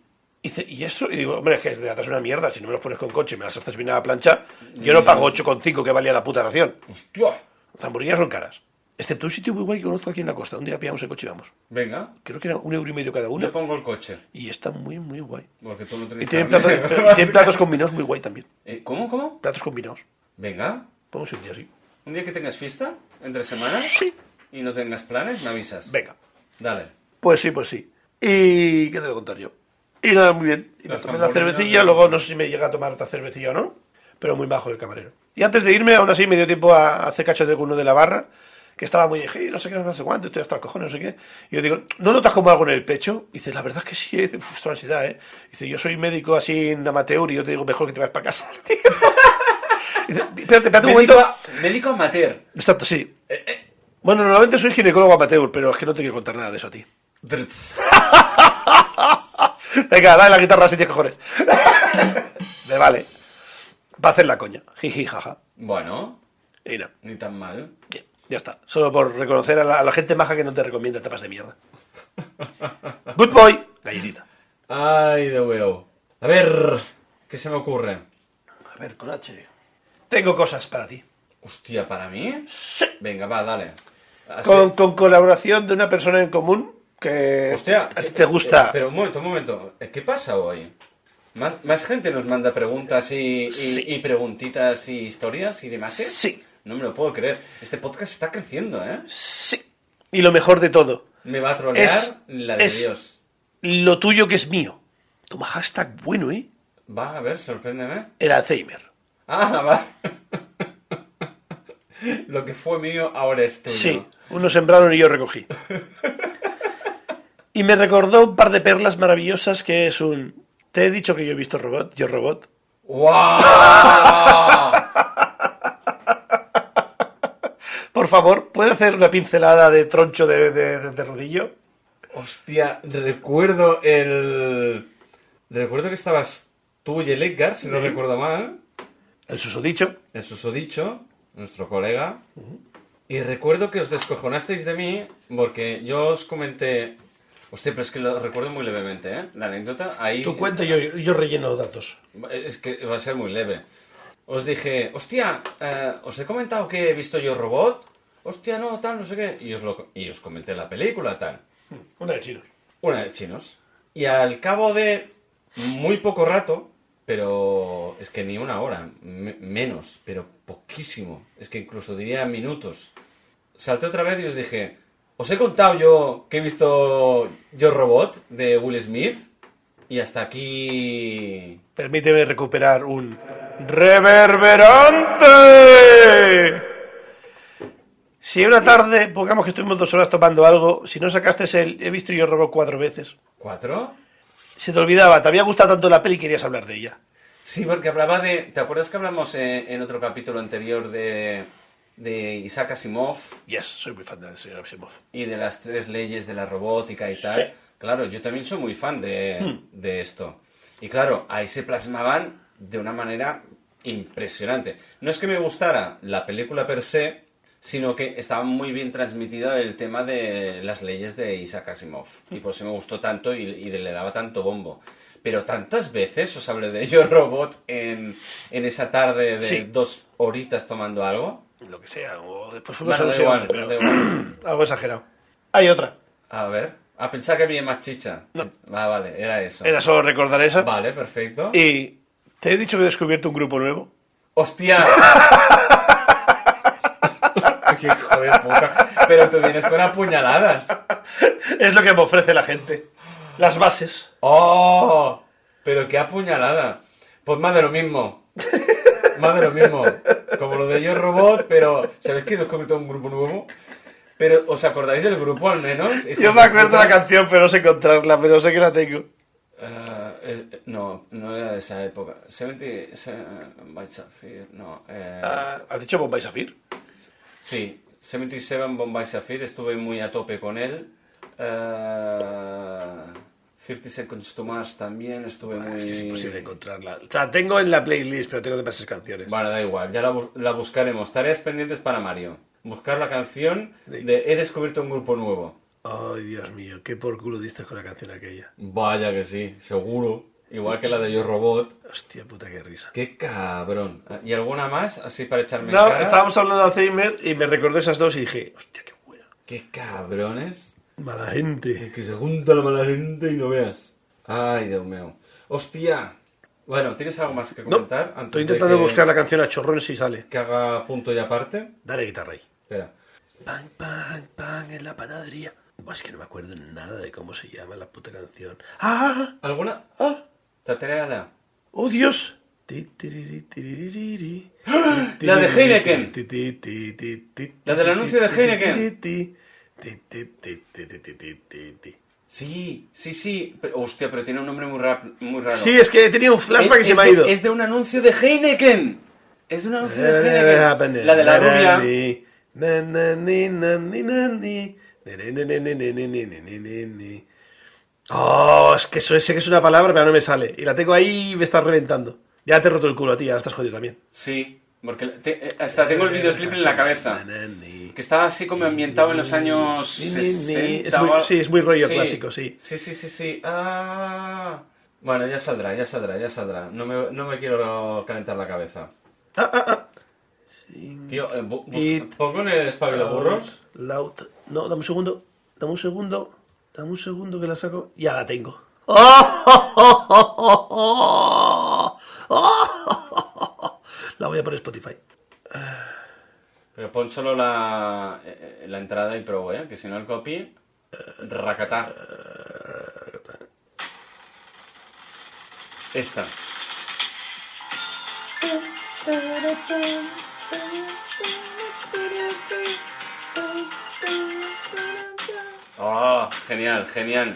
[SPEAKER 1] Y, dice, ¿y eso? Y digo, hombre, es que de atrás es una mierda. Si no me los pones con coche y me las haces bien a la plancha, yo no pago 8,5 que valía la puta ración.
[SPEAKER 2] Hostia.
[SPEAKER 1] Zamburiñas son caras. Excepto un sitio muy guay que conozco aquí en la costa. Un día pillamos el coche y vamos.
[SPEAKER 2] Venga,
[SPEAKER 1] Creo que era un euro y medio cada
[SPEAKER 2] yo
[SPEAKER 1] una.
[SPEAKER 2] pongo el coche.
[SPEAKER 1] Y está muy, muy guay.
[SPEAKER 2] Porque tú no
[SPEAKER 1] Y
[SPEAKER 2] tienes
[SPEAKER 1] tienen platos,
[SPEAKER 2] [LAUGHS] cable.
[SPEAKER 1] y tienen platos combinados muy guay también.
[SPEAKER 2] Eh, ¿Cómo, cómo?
[SPEAKER 1] Platos combinados.
[SPEAKER 2] Venga,
[SPEAKER 1] Vamos un día así.
[SPEAKER 2] un día que tengas fiesta, entre semana,
[SPEAKER 1] Sí.
[SPEAKER 2] y no tengas planes, me avisas.
[SPEAKER 1] Venga.
[SPEAKER 2] Dale.
[SPEAKER 1] Pues sí, pues sí. ¿Y qué te voy a contar yo? Y nada, muy bien. Y me
[SPEAKER 2] Las
[SPEAKER 1] tomé la
[SPEAKER 2] zamburinas
[SPEAKER 1] cervecilla,
[SPEAKER 2] de-
[SPEAKER 1] luego no sé si me llega a tomar otra cervecilla o no, pero muy bajo el camarero. Y antes de irme, aún así me dio tiempo a hacer cachondeo con uno de la barra, que estaba muy "Ey, no sé qué, no sé cuánto, estoy hasta el cojón, no sé qué. Y yo digo, ¿no notas como algo en el pecho? Y dice, la verdad es que sí, Y dice, "Uf, esto es ansiedad, ¿eh? Y dice, yo soy médico así en amateur y yo te digo, mejor que te vayas para casa. [LAUGHS] Y dice, espérate, espérate un
[SPEAKER 2] Médico,
[SPEAKER 1] momento. [LAUGHS]
[SPEAKER 2] médico amateur.
[SPEAKER 1] Exacto, sí. Bueno, normalmente soy ginecólogo amateur, pero es que no te quiero contar nada de eso a ti.
[SPEAKER 2] Drts.
[SPEAKER 1] Venga, dale la guitarra si tienes
[SPEAKER 2] [LAUGHS]
[SPEAKER 1] cojones. Me vale. Va a hacer la coña. Jiji, jaja.
[SPEAKER 2] Bueno,
[SPEAKER 1] Y no.
[SPEAKER 2] ni tan mal.
[SPEAKER 1] Bien, ya está. Solo por reconocer a la, a la gente maja que no te recomienda tapas de mierda. Good boy. Galletita.
[SPEAKER 2] Ay, de huevo. A ver, ¿qué se me ocurre?
[SPEAKER 1] A ver, con H. Tengo cosas para ti.
[SPEAKER 2] Hostia, ¿para mí? Venga, va, dale. Así-
[SPEAKER 1] Con, con colaboración de una persona en común que
[SPEAKER 2] Hostia,
[SPEAKER 1] a ti
[SPEAKER 2] ¿qué-
[SPEAKER 1] te gusta.
[SPEAKER 2] eh, Pero un momento, un momento. Eh, ¿Qué pasa hoy? Más, más gente nos manda preguntas y, y-
[SPEAKER 1] Sí.
[SPEAKER 2] y preguntitas y historias y demás. ¿eh?
[SPEAKER 1] Sí.
[SPEAKER 2] No me lo puedo creer. Este podcast está creciendo, ¿eh?
[SPEAKER 1] Sí. Y lo mejor de todo.
[SPEAKER 2] Me va a trolear
[SPEAKER 1] Es-
[SPEAKER 2] la de
[SPEAKER 1] es-
[SPEAKER 2] Dios.
[SPEAKER 1] Lo tuyo que es mío. Toma hashtag bueno, ¿eh?
[SPEAKER 2] Va, a ver, sorpréndeme.
[SPEAKER 1] El Alzheimer.
[SPEAKER 2] Ah, va. [LAUGHS] lo que fue mío ahora es tuyo.
[SPEAKER 1] Sí, uno sembraron y yo recogí. Y me recordó un par de perlas maravillosas que es un... Te he dicho que yo he visto robot, yo robot.
[SPEAKER 2] ¡Guau!
[SPEAKER 1] Por favor, ¿puede hacer una pincelada de troncho de, de- de- de rodillo?
[SPEAKER 2] Hostia, recuerdo el. Recuerdo que estabas tú y el Edgar, si no recuerdo mal,
[SPEAKER 1] El susodicho.
[SPEAKER 2] el susodicho, nuestro colega. Y recuerdo que os descojonasteis de mí porque yo os comenté. Hostia, pero es que lo recuerdo muy levemente, ¿eh? La anécdota. Ahí. eh,
[SPEAKER 1] Tú cuenta y yo, yo relleno datos.
[SPEAKER 2] Es que va a ser muy leve. Os dije, hostia, eh, os he comentado que he visto yo robot. Hostia, no, tal, no sé qué. Y os, lo, y os comenté la película, tal.
[SPEAKER 1] Una de chinos.
[SPEAKER 2] Una de eh, chinos. Y al cabo de muy poco rato, pero es que ni una hora, me- menos, pero poquísimo, es que incluso diría minutos, salté otra vez y os dije, os he contado yo que he visto Yo Robot de Will Smith y hasta aquí...
[SPEAKER 1] Permíteme recuperar un... ¡Reverberante! Si una tarde, pongamos que estuvimos dos horas tomando algo, si no sacaste el... He visto yo robot cuatro veces.
[SPEAKER 2] ¿Cuatro?
[SPEAKER 1] Se te olvidaba, te había gustado tanto la peli y querías hablar de ella.
[SPEAKER 2] Sí, porque hablaba de... ¿Te acuerdas que hablamos eh, en, en otro capítulo anterior de, de Isaac Asimov?
[SPEAKER 1] Yes, soy muy fan del señor Asimov.
[SPEAKER 2] y de las tres leyes de la robótica y tal. Claro, yo también soy muy fan de, de esto. Y claro, ahí se plasmaban de una manera impresionante. No es que me gustara la película per se, sino que estaba muy bien transmitido el tema de las leyes de Isaac Asimov. Y por eso me gustó tanto y, y le daba tanto bombo. Pero tantas veces os hablé de [LAUGHS] Yo Robot en, en esa tarde de
[SPEAKER 1] Sí.
[SPEAKER 2] dos horitas tomando algo.
[SPEAKER 1] Lo que sea, o después uno
[SPEAKER 2] Bueno,
[SPEAKER 1] se
[SPEAKER 2] da
[SPEAKER 1] no sé
[SPEAKER 2] igual,
[SPEAKER 1] dónde, pero
[SPEAKER 2] da igual.
[SPEAKER 1] [CLEARS THROAT] algo exagerado. Hay otra.
[SPEAKER 2] A ver. A pensar que había más chicha.
[SPEAKER 1] No.
[SPEAKER 2] Ah, vale, era eso.
[SPEAKER 1] Era solo recordar esa.
[SPEAKER 2] Vale, perfecto.
[SPEAKER 1] Y te he dicho que he descubierto un grupo nuevo. [LAUGHS]
[SPEAKER 2] ¡Hostia! ¡Qué hijo de puta! Pero tú vienes con apuñaladas.
[SPEAKER 1] Es lo que me ofrece la gente. Las bases.
[SPEAKER 2] ¡Oh! Pero qué apuñalada. Pues más de lo mismo. Más de lo mismo. Como lo de Yo Robot, pero. ¿Sabéis que he descubierto un grupo nuevo? Pero, ¿os acordáis del grupo al menos? hijos
[SPEAKER 1] Yo me
[SPEAKER 2] de
[SPEAKER 1] acuerdo
[SPEAKER 2] puta?
[SPEAKER 1] la canción, pero no sé encontrarla, pero sé que la tengo.
[SPEAKER 2] Eh, eh, no, no era de esa época. 70. se- Bombay Sapphire, no. eh,
[SPEAKER 1] Ah, ¿Has dicho Bombay Safir?
[SPEAKER 2] Sí, 77 Bombay Sapphire, estuve muy a tope con él. Eh, 30 Seconds to Mars también estuve muy.
[SPEAKER 1] Ah, Es que es imposible encontrarla. O sea, tengo en la playlist, pero tengo demasiadas canciones.
[SPEAKER 2] Bueno, da igual, ya la, bus- la buscaremos. Tareas pendientes para Mario. Buscar la canción
[SPEAKER 1] Sí.
[SPEAKER 2] de He descubierto un grupo nuevo.
[SPEAKER 1] Ay, Dios mío, qué por culo diste con la canción aquella.
[SPEAKER 2] Vaya que sí, seguro. Igual que la de Yo Robot.
[SPEAKER 1] Hostia puta, qué risa.
[SPEAKER 2] Qué cabrón. ¿Y alguna más? Así para echarme en
[SPEAKER 1] No,
[SPEAKER 2] cara.
[SPEAKER 1] estábamos hablando de Alzheimer y me recordé esas dos y dije, hostia, qué buena.
[SPEAKER 2] Qué cabrones.
[SPEAKER 1] Mala gente.
[SPEAKER 2] Que se junta la mala gente y no veas. Ay, Dios mío. Hostia. Bueno, ¿tienes algo más que
[SPEAKER 1] No,
[SPEAKER 2] comentar? antes
[SPEAKER 1] estoy
[SPEAKER 2] de
[SPEAKER 1] intentando
[SPEAKER 2] que-
[SPEAKER 1] buscar la canción a chorrón si sale.
[SPEAKER 2] Que haga punto y aparte.
[SPEAKER 1] Dale guitarra ahí.
[SPEAKER 2] Espera.
[SPEAKER 1] Pan, pan, pan en la panadería. Buah, es que no me acuerdo nada de cómo se llama la puta canción. ¡Ah!
[SPEAKER 2] ¿Alguna?
[SPEAKER 1] ¡Ah!
[SPEAKER 2] Tatereala.
[SPEAKER 1] ¡Oh, Dios! Ti, tiriri, tiririri.
[SPEAKER 2] ¡Ah! La de Heineken.
[SPEAKER 1] Ti, ti, ti, ti, ti,
[SPEAKER 2] La del
[SPEAKER 1] ti,
[SPEAKER 2] anuncio
[SPEAKER 1] ti,
[SPEAKER 2] de
[SPEAKER 1] ti,
[SPEAKER 2] Heineken.
[SPEAKER 1] ti, ti, ti, ti, ti, ti, ti, ti, ti, ti.
[SPEAKER 2] Sí, sí, sí. Pero, hostia, pero tiene un nombre muy, rap- muy raro.
[SPEAKER 1] Sí, es que tenía un flashback que
[SPEAKER 2] es,
[SPEAKER 1] se
[SPEAKER 2] es
[SPEAKER 1] me ha
[SPEAKER 2] de-
[SPEAKER 1] ido.
[SPEAKER 2] Es de un anuncio de Heineken. Es de un
[SPEAKER 1] Eh,
[SPEAKER 2] anuncio de Heineken. La de la rubia.
[SPEAKER 1] rubia. Oh, es que eso, sé que es una palabra, pero no me sale. Y la tengo ahí y me está reventando. Ya te he roto el culo a ti, ahora estás jodido también.
[SPEAKER 2] Sí, porque te- eh, hasta tengo el videoclip en la cabeza. Que estaba así como ambientado en los años
[SPEAKER 1] Ni, ni, ni.
[SPEAKER 2] 60.
[SPEAKER 1] Es muy-
[SPEAKER 2] o algo.
[SPEAKER 1] sí, es muy rollo clásico, sí.
[SPEAKER 2] Sí, sí, sí, sí. Ah. Bueno, ya saldrá, ya saldrá, ya saldrá. No me, no me quiero calentar la cabeza.
[SPEAKER 1] Ah, ah, ah.
[SPEAKER 2] Tío, eh, bu- bus-
[SPEAKER 1] It-
[SPEAKER 2] pongo en el espabilaburros.
[SPEAKER 1] Loud. No, dame un segundo. Dame un segundo. Dame un segundo que la saco. Ya la tengo. [LAUGHS] La voy a poner en Spotify.
[SPEAKER 2] Pero pon solo la, eh, eh, la entrada y pro, ¿eh? Que si no el copy... Racatá. Esta. Oh, genial, genial.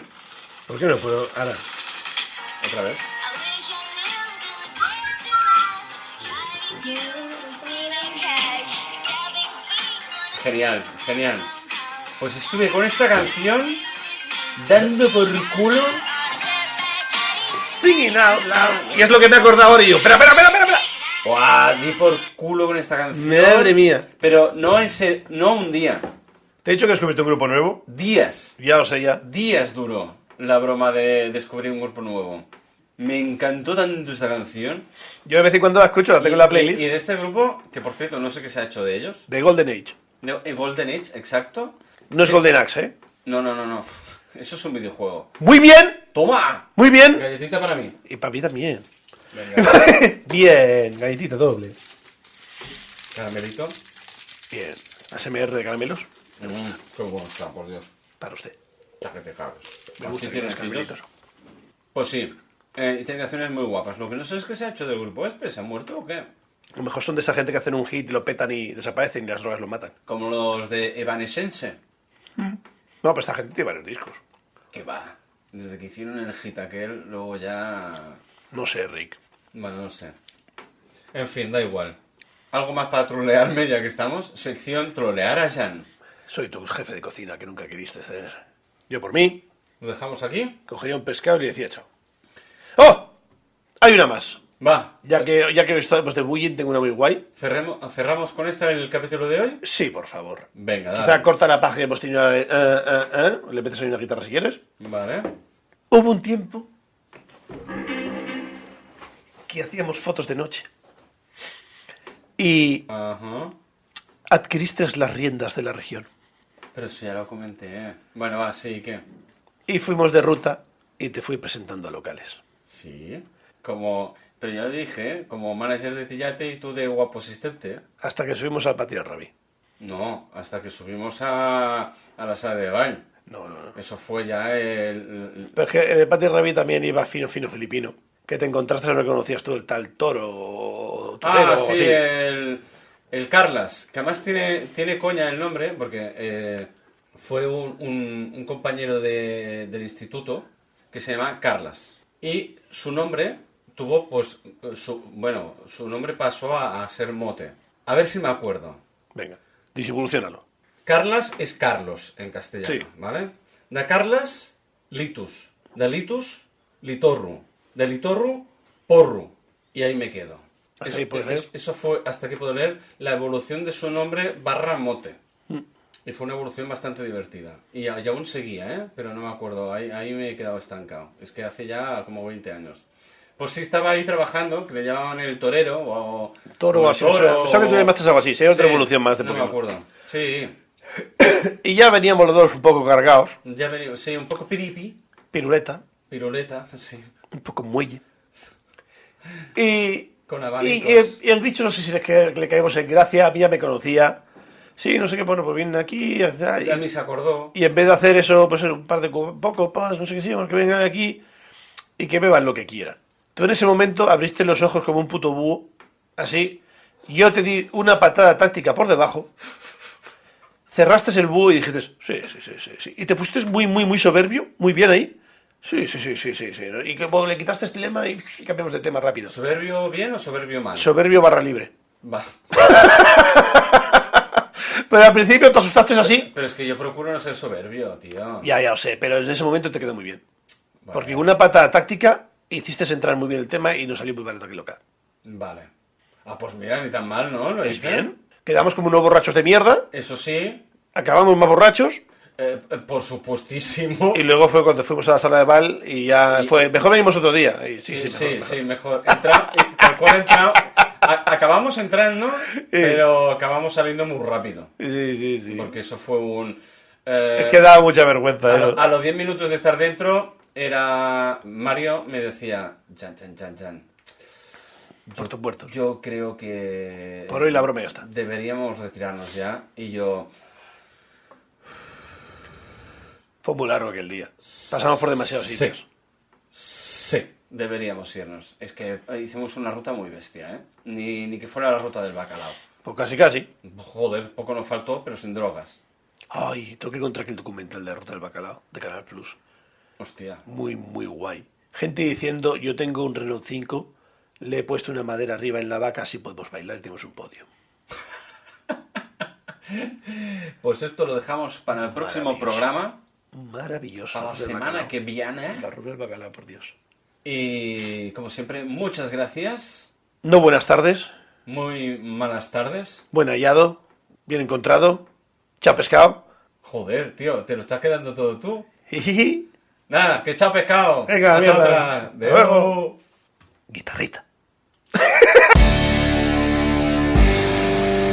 [SPEAKER 1] ¿Por qué no puedo? Ahora.
[SPEAKER 2] Otra vez. Genial, genial. Pues estuve con esta canción dando por culo.
[SPEAKER 1] Singing out loud. Y es lo que me he acordado ahora y yo. Espera, espera, espera, espera, espera.
[SPEAKER 2] ¡Buah! Di por culo con esta canción.
[SPEAKER 1] Madre mía.
[SPEAKER 2] Pero no, ese, no un día.
[SPEAKER 1] Te he dicho que has descubierto un grupo nuevo.
[SPEAKER 2] Días.
[SPEAKER 1] Ya lo sé, ya.
[SPEAKER 2] Días duró la broma de descubrir un cuerpo nuevo. Me encantó tanto esta canción.
[SPEAKER 1] Yo de vez en cuando la escucho, la tengo en la playlist.
[SPEAKER 2] Y, y de este grupo, que por cierto no sé qué se ha hecho de ellos.
[SPEAKER 1] De Golden Age.
[SPEAKER 2] De eh, Golden Age, exacto.
[SPEAKER 1] No es Golden Axe, ¿eh?
[SPEAKER 2] No, no, no, no. Eso es un videojuego.
[SPEAKER 1] Muy bien,
[SPEAKER 2] ¡Toma!
[SPEAKER 1] muy bien.
[SPEAKER 2] Galletita para mí.
[SPEAKER 1] Y para mí también. [LAUGHS]
[SPEAKER 2] Venga,
[SPEAKER 1] bien, galletita doble.
[SPEAKER 2] caramelito.
[SPEAKER 1] Bien. ASMR de caramelos
[SPEAKER 2] Mm, qué bueno está, por Dios.
[SPEAKER 1] para usted.
[SPEAKER 2] Ya que te cagas.
[SPEAKER 1] Me
[SPEAKER 2] Así
[SPEAKER 1] gustan
[SPEAKER 2] tienes
[SPEAKER 1] los
[SPEAKER 2] filtros.
[SPEAKER 1] caramelitos.
[SPEAKER 2] Pues sí. Eh, y tiene canciones muy guapas. Lo que no sé es qué se ha hecho del grupo este. ¿Se ha muerto o qué?
[SPEAKER 1] A lo mejor son de esa gente que hacen un hit, lo petan y desaparecen y las drogas lo matan.
[SPEAKER 2] Como los de Evanescence.
[SPEAKER 1] No, pero esta gente tiene varios discos.
[SPEAKER 2] Que va. Desde que hicieron el hit aquel, luego ya...
[SPEAKER 1] No sé, Rick.
[SPEAKER 2] Bueno, no sé. En fin, da igual. Algo más para trolearme ya que estamos. Sección trolear a Jan.
[SPEAKER 1] Soy tu jefe de cocina que nunca queriste ser. Yo por mí,
[SPEAKER 2] ¿Lo dejamos aquí?
[SPEAKER 1] cogería un pescado y le decía chao. ¡Oh! Hay una más.
[SPEAKER 2] Va.
[SPEAKER 1] Ya que, ya que estamos de bullying, tengo una muy guay.
[SPEAKER 2] Cerremo- ¿Cerramos con esta el capítulo de hoy?
[SPEAKER 1] Sí, por favor.
[SPEAKER 2] Venga,
[SPEAKER 1] Quizá
[SPEAKER 2] dale.
[SPEAKER 1] corta la paja que hemos tenido. eh, eh, eh, eh. Le metes ahí una guitarra si quieres.
[SPEAKER 2] Vale.
[SPEAKER 1] Hubo un tiempo que hacíamos fotos de noche. Y
[SPEAKER 2] Ajá.
[SPEAKER 1] adquiriste las riendas de la región.
[SPEAKER 2] Pero si ya lo comenté. Bueno, va, sí, ¿qué?
[SPEAKER 1] Y fuimos de ruta y te fui presentando a locales.
[SPEAKER 2] Sí. Como. Pero ya dije, ¿eh? como manager de Tillate y tú de guapo asistente.
[SPEAKER 1] Hasta que subimos al patio de Rabi.
[SPEAKER 2] No, hasta que subimos a, a la sala de baño.
[SPEAKER 1] No, no, no.
[SPEAKER 2] Eso fue ya el.
[SPEAKER 1] Pero es que en el patio de Rabi también iba fino, fino filipino. Que te encontraste, no conocías tú el tal toro o torero
[SPEAKER 2] Ah,
[SPEAKER 1] o
[SPEAKER 2] sí,
[SPEAKER 1] así.
[SPEAKER 2] el, el Carlas, que además tiene, tiene coña el nombre, porque eh, fue un, un- un compañero de- del instituto que se llama Carlas. Y su nombre tuvo, pues, eh, su, bueno, su nombre pasó a, a ser mote. A ver si me acuerdo.
[SPEAKER 1] Venga, disevolucionalo.
[SPEAKER 2] Carlas es Carlos en castellano,
[SPEAKER 1] Sí.
[SPEAKER 2] ¿vale? De Carlas, Litus. De Litus, Litorru. De Litorru, Porru. Y ahí me quedo.
[SPEAKER 1] Hasta ahí puedes leer.
[SPEAKER 2] eso fue, hasta aquí puedo leer, la evolución de su nombre barra mote.
[SPEAKER 1] Mm.
[SPEAKER 2] Y fue una evolución bastante divertida. Y, a- y aún seguía, ¿eh? Pero no me acuerdo, ahí, ahí me he quedado estancado. Es que hace ya como 20 años. Pues sí estaba ahí trabajando, que le llamaban el torero o...
[SPEAKER 1] Toro
[SPEAKER 2] o el
[SPEAKER 1] así, o sea, pensaba que tú
[SPEAKER 2] o-
[SPEAKER 1] llamaste algo así, sería otra evolución más de
[SPEAKER 2] No me
[SPEAKER 1] Pokémon.
[SPEAKER 2] acuerdo. Sí,
[SPEAKER 1] Y ya veníamos los dos un poco cargados.
[SPEAKER 2] Ya venimos, sí, un poco piripi,
[SPEAKER 1] Piruleta,
[SPEAKER 2] piruleta, [LAUGHS] sí.
[SPEAKER 1] un poco muelle. Y,
[SPEAKER 2] Con
[SPEAKER 1] y,
[SPEAKER 2] abanicos.
[SPEAKER 1] y el, y el bicho, no sé si le, ca- le caímos en gracia, a mí ya me conocía. Sí, no sé qué, bueno, pues vienen aquí. y-
[SPEAKER 2] Ya ni se acordó.
[SPEAKER 1] Y en vez de hacer eso, pues un par de cu- poco, pas, no sé qué, sí, que vengan aquí y que beban lo que quieran. Tú en ese momento abriste los ojos como un puto búho, así. Yo te di una patada táctica por debajo. Cerraste el búho y dijiste, sí, sí, sí, sí, sí. Y te pusiste muy, muy, muy soberbio, muy bien ahí. Sí, sí, sí, sí, sí, sí. ¿no? Y que bueno, le quitaste este lema y pff, cambiamos de tema rápido.
[SPEAKER 2] ¿Soberbio bien o soberbio mal?
[SPEAKER 1] Soberbio barra libre.
[SPEAKER 2] Va.
[SPEAKER 1] Pero al principio te asustaste así.
[SPEAKER 2] Pero es que yo procuro no ser soberbio, tío.
[SPEAKER 1] Ya, ya lo sé, pero en ese momento te quedó muy bien.
[SPEAKER 2] Vale.
[SPEAKER 1] Porque una patada táctica hiciste entrar muy bien el tema y nos salió muy barato aquí local.
[SPEAKER 2] Vale. Ah, pues mira, ni tan mal, ¿no? ¿Lo
[SPEAKER 1] ¿Es
[SPEAKER 2] hice?
[SPEAKER 1] bien? Quedamos como unos borrachos de mierda,
[SPEAKER 2] Eso sí,
[SPEAKER 1] acabamos más borrachos
[SPEAKER 2] eh, eh, por supuestísimo.
[SPEAKER 1] [LAUGHS] y luego fue cuando fuimos a la sala de bal y ya
[SPEAKER 2] Y-
[SPEAKER 1] fue, mejor venimos otro día. Y sí, sí,
[SPEAKER 2] Sí, sí,
[SPEAKER 1] mejor,
[SPEAKER 2] sí, mejor.
[SPEAKER 1] mejor.
[SPEAKER 2] Entra- eh, tal cual entra- a- acabamos entrando, pero acabamos saliendo muy rápido.
[SPEAKER 1] Sí, sí, sí.
[SPEAKER 2] Porque eso fue un... eh,
[SPEAKER 1] Es que da mucha vergüenza
[SPEAKER 2] A, lo-
[SPEAKER 1] eso.
[SPEAKER 2] a los 10 minutos de estar dentro, era. Mario me decía. Jan, Jan, Jan, Jan.
[SPEAKER 1] Por tus muertos.
[SPEAKER 2] Yo creo que.
[SPEAKER 1] Por hoy la broma ya está.
[SPEAKER 2] eh,
[SPEAKER 1] Pues
[SPEAKER 2] ¿eh?
[SPEAKER 1] [LAUGHS] [LAUGHS]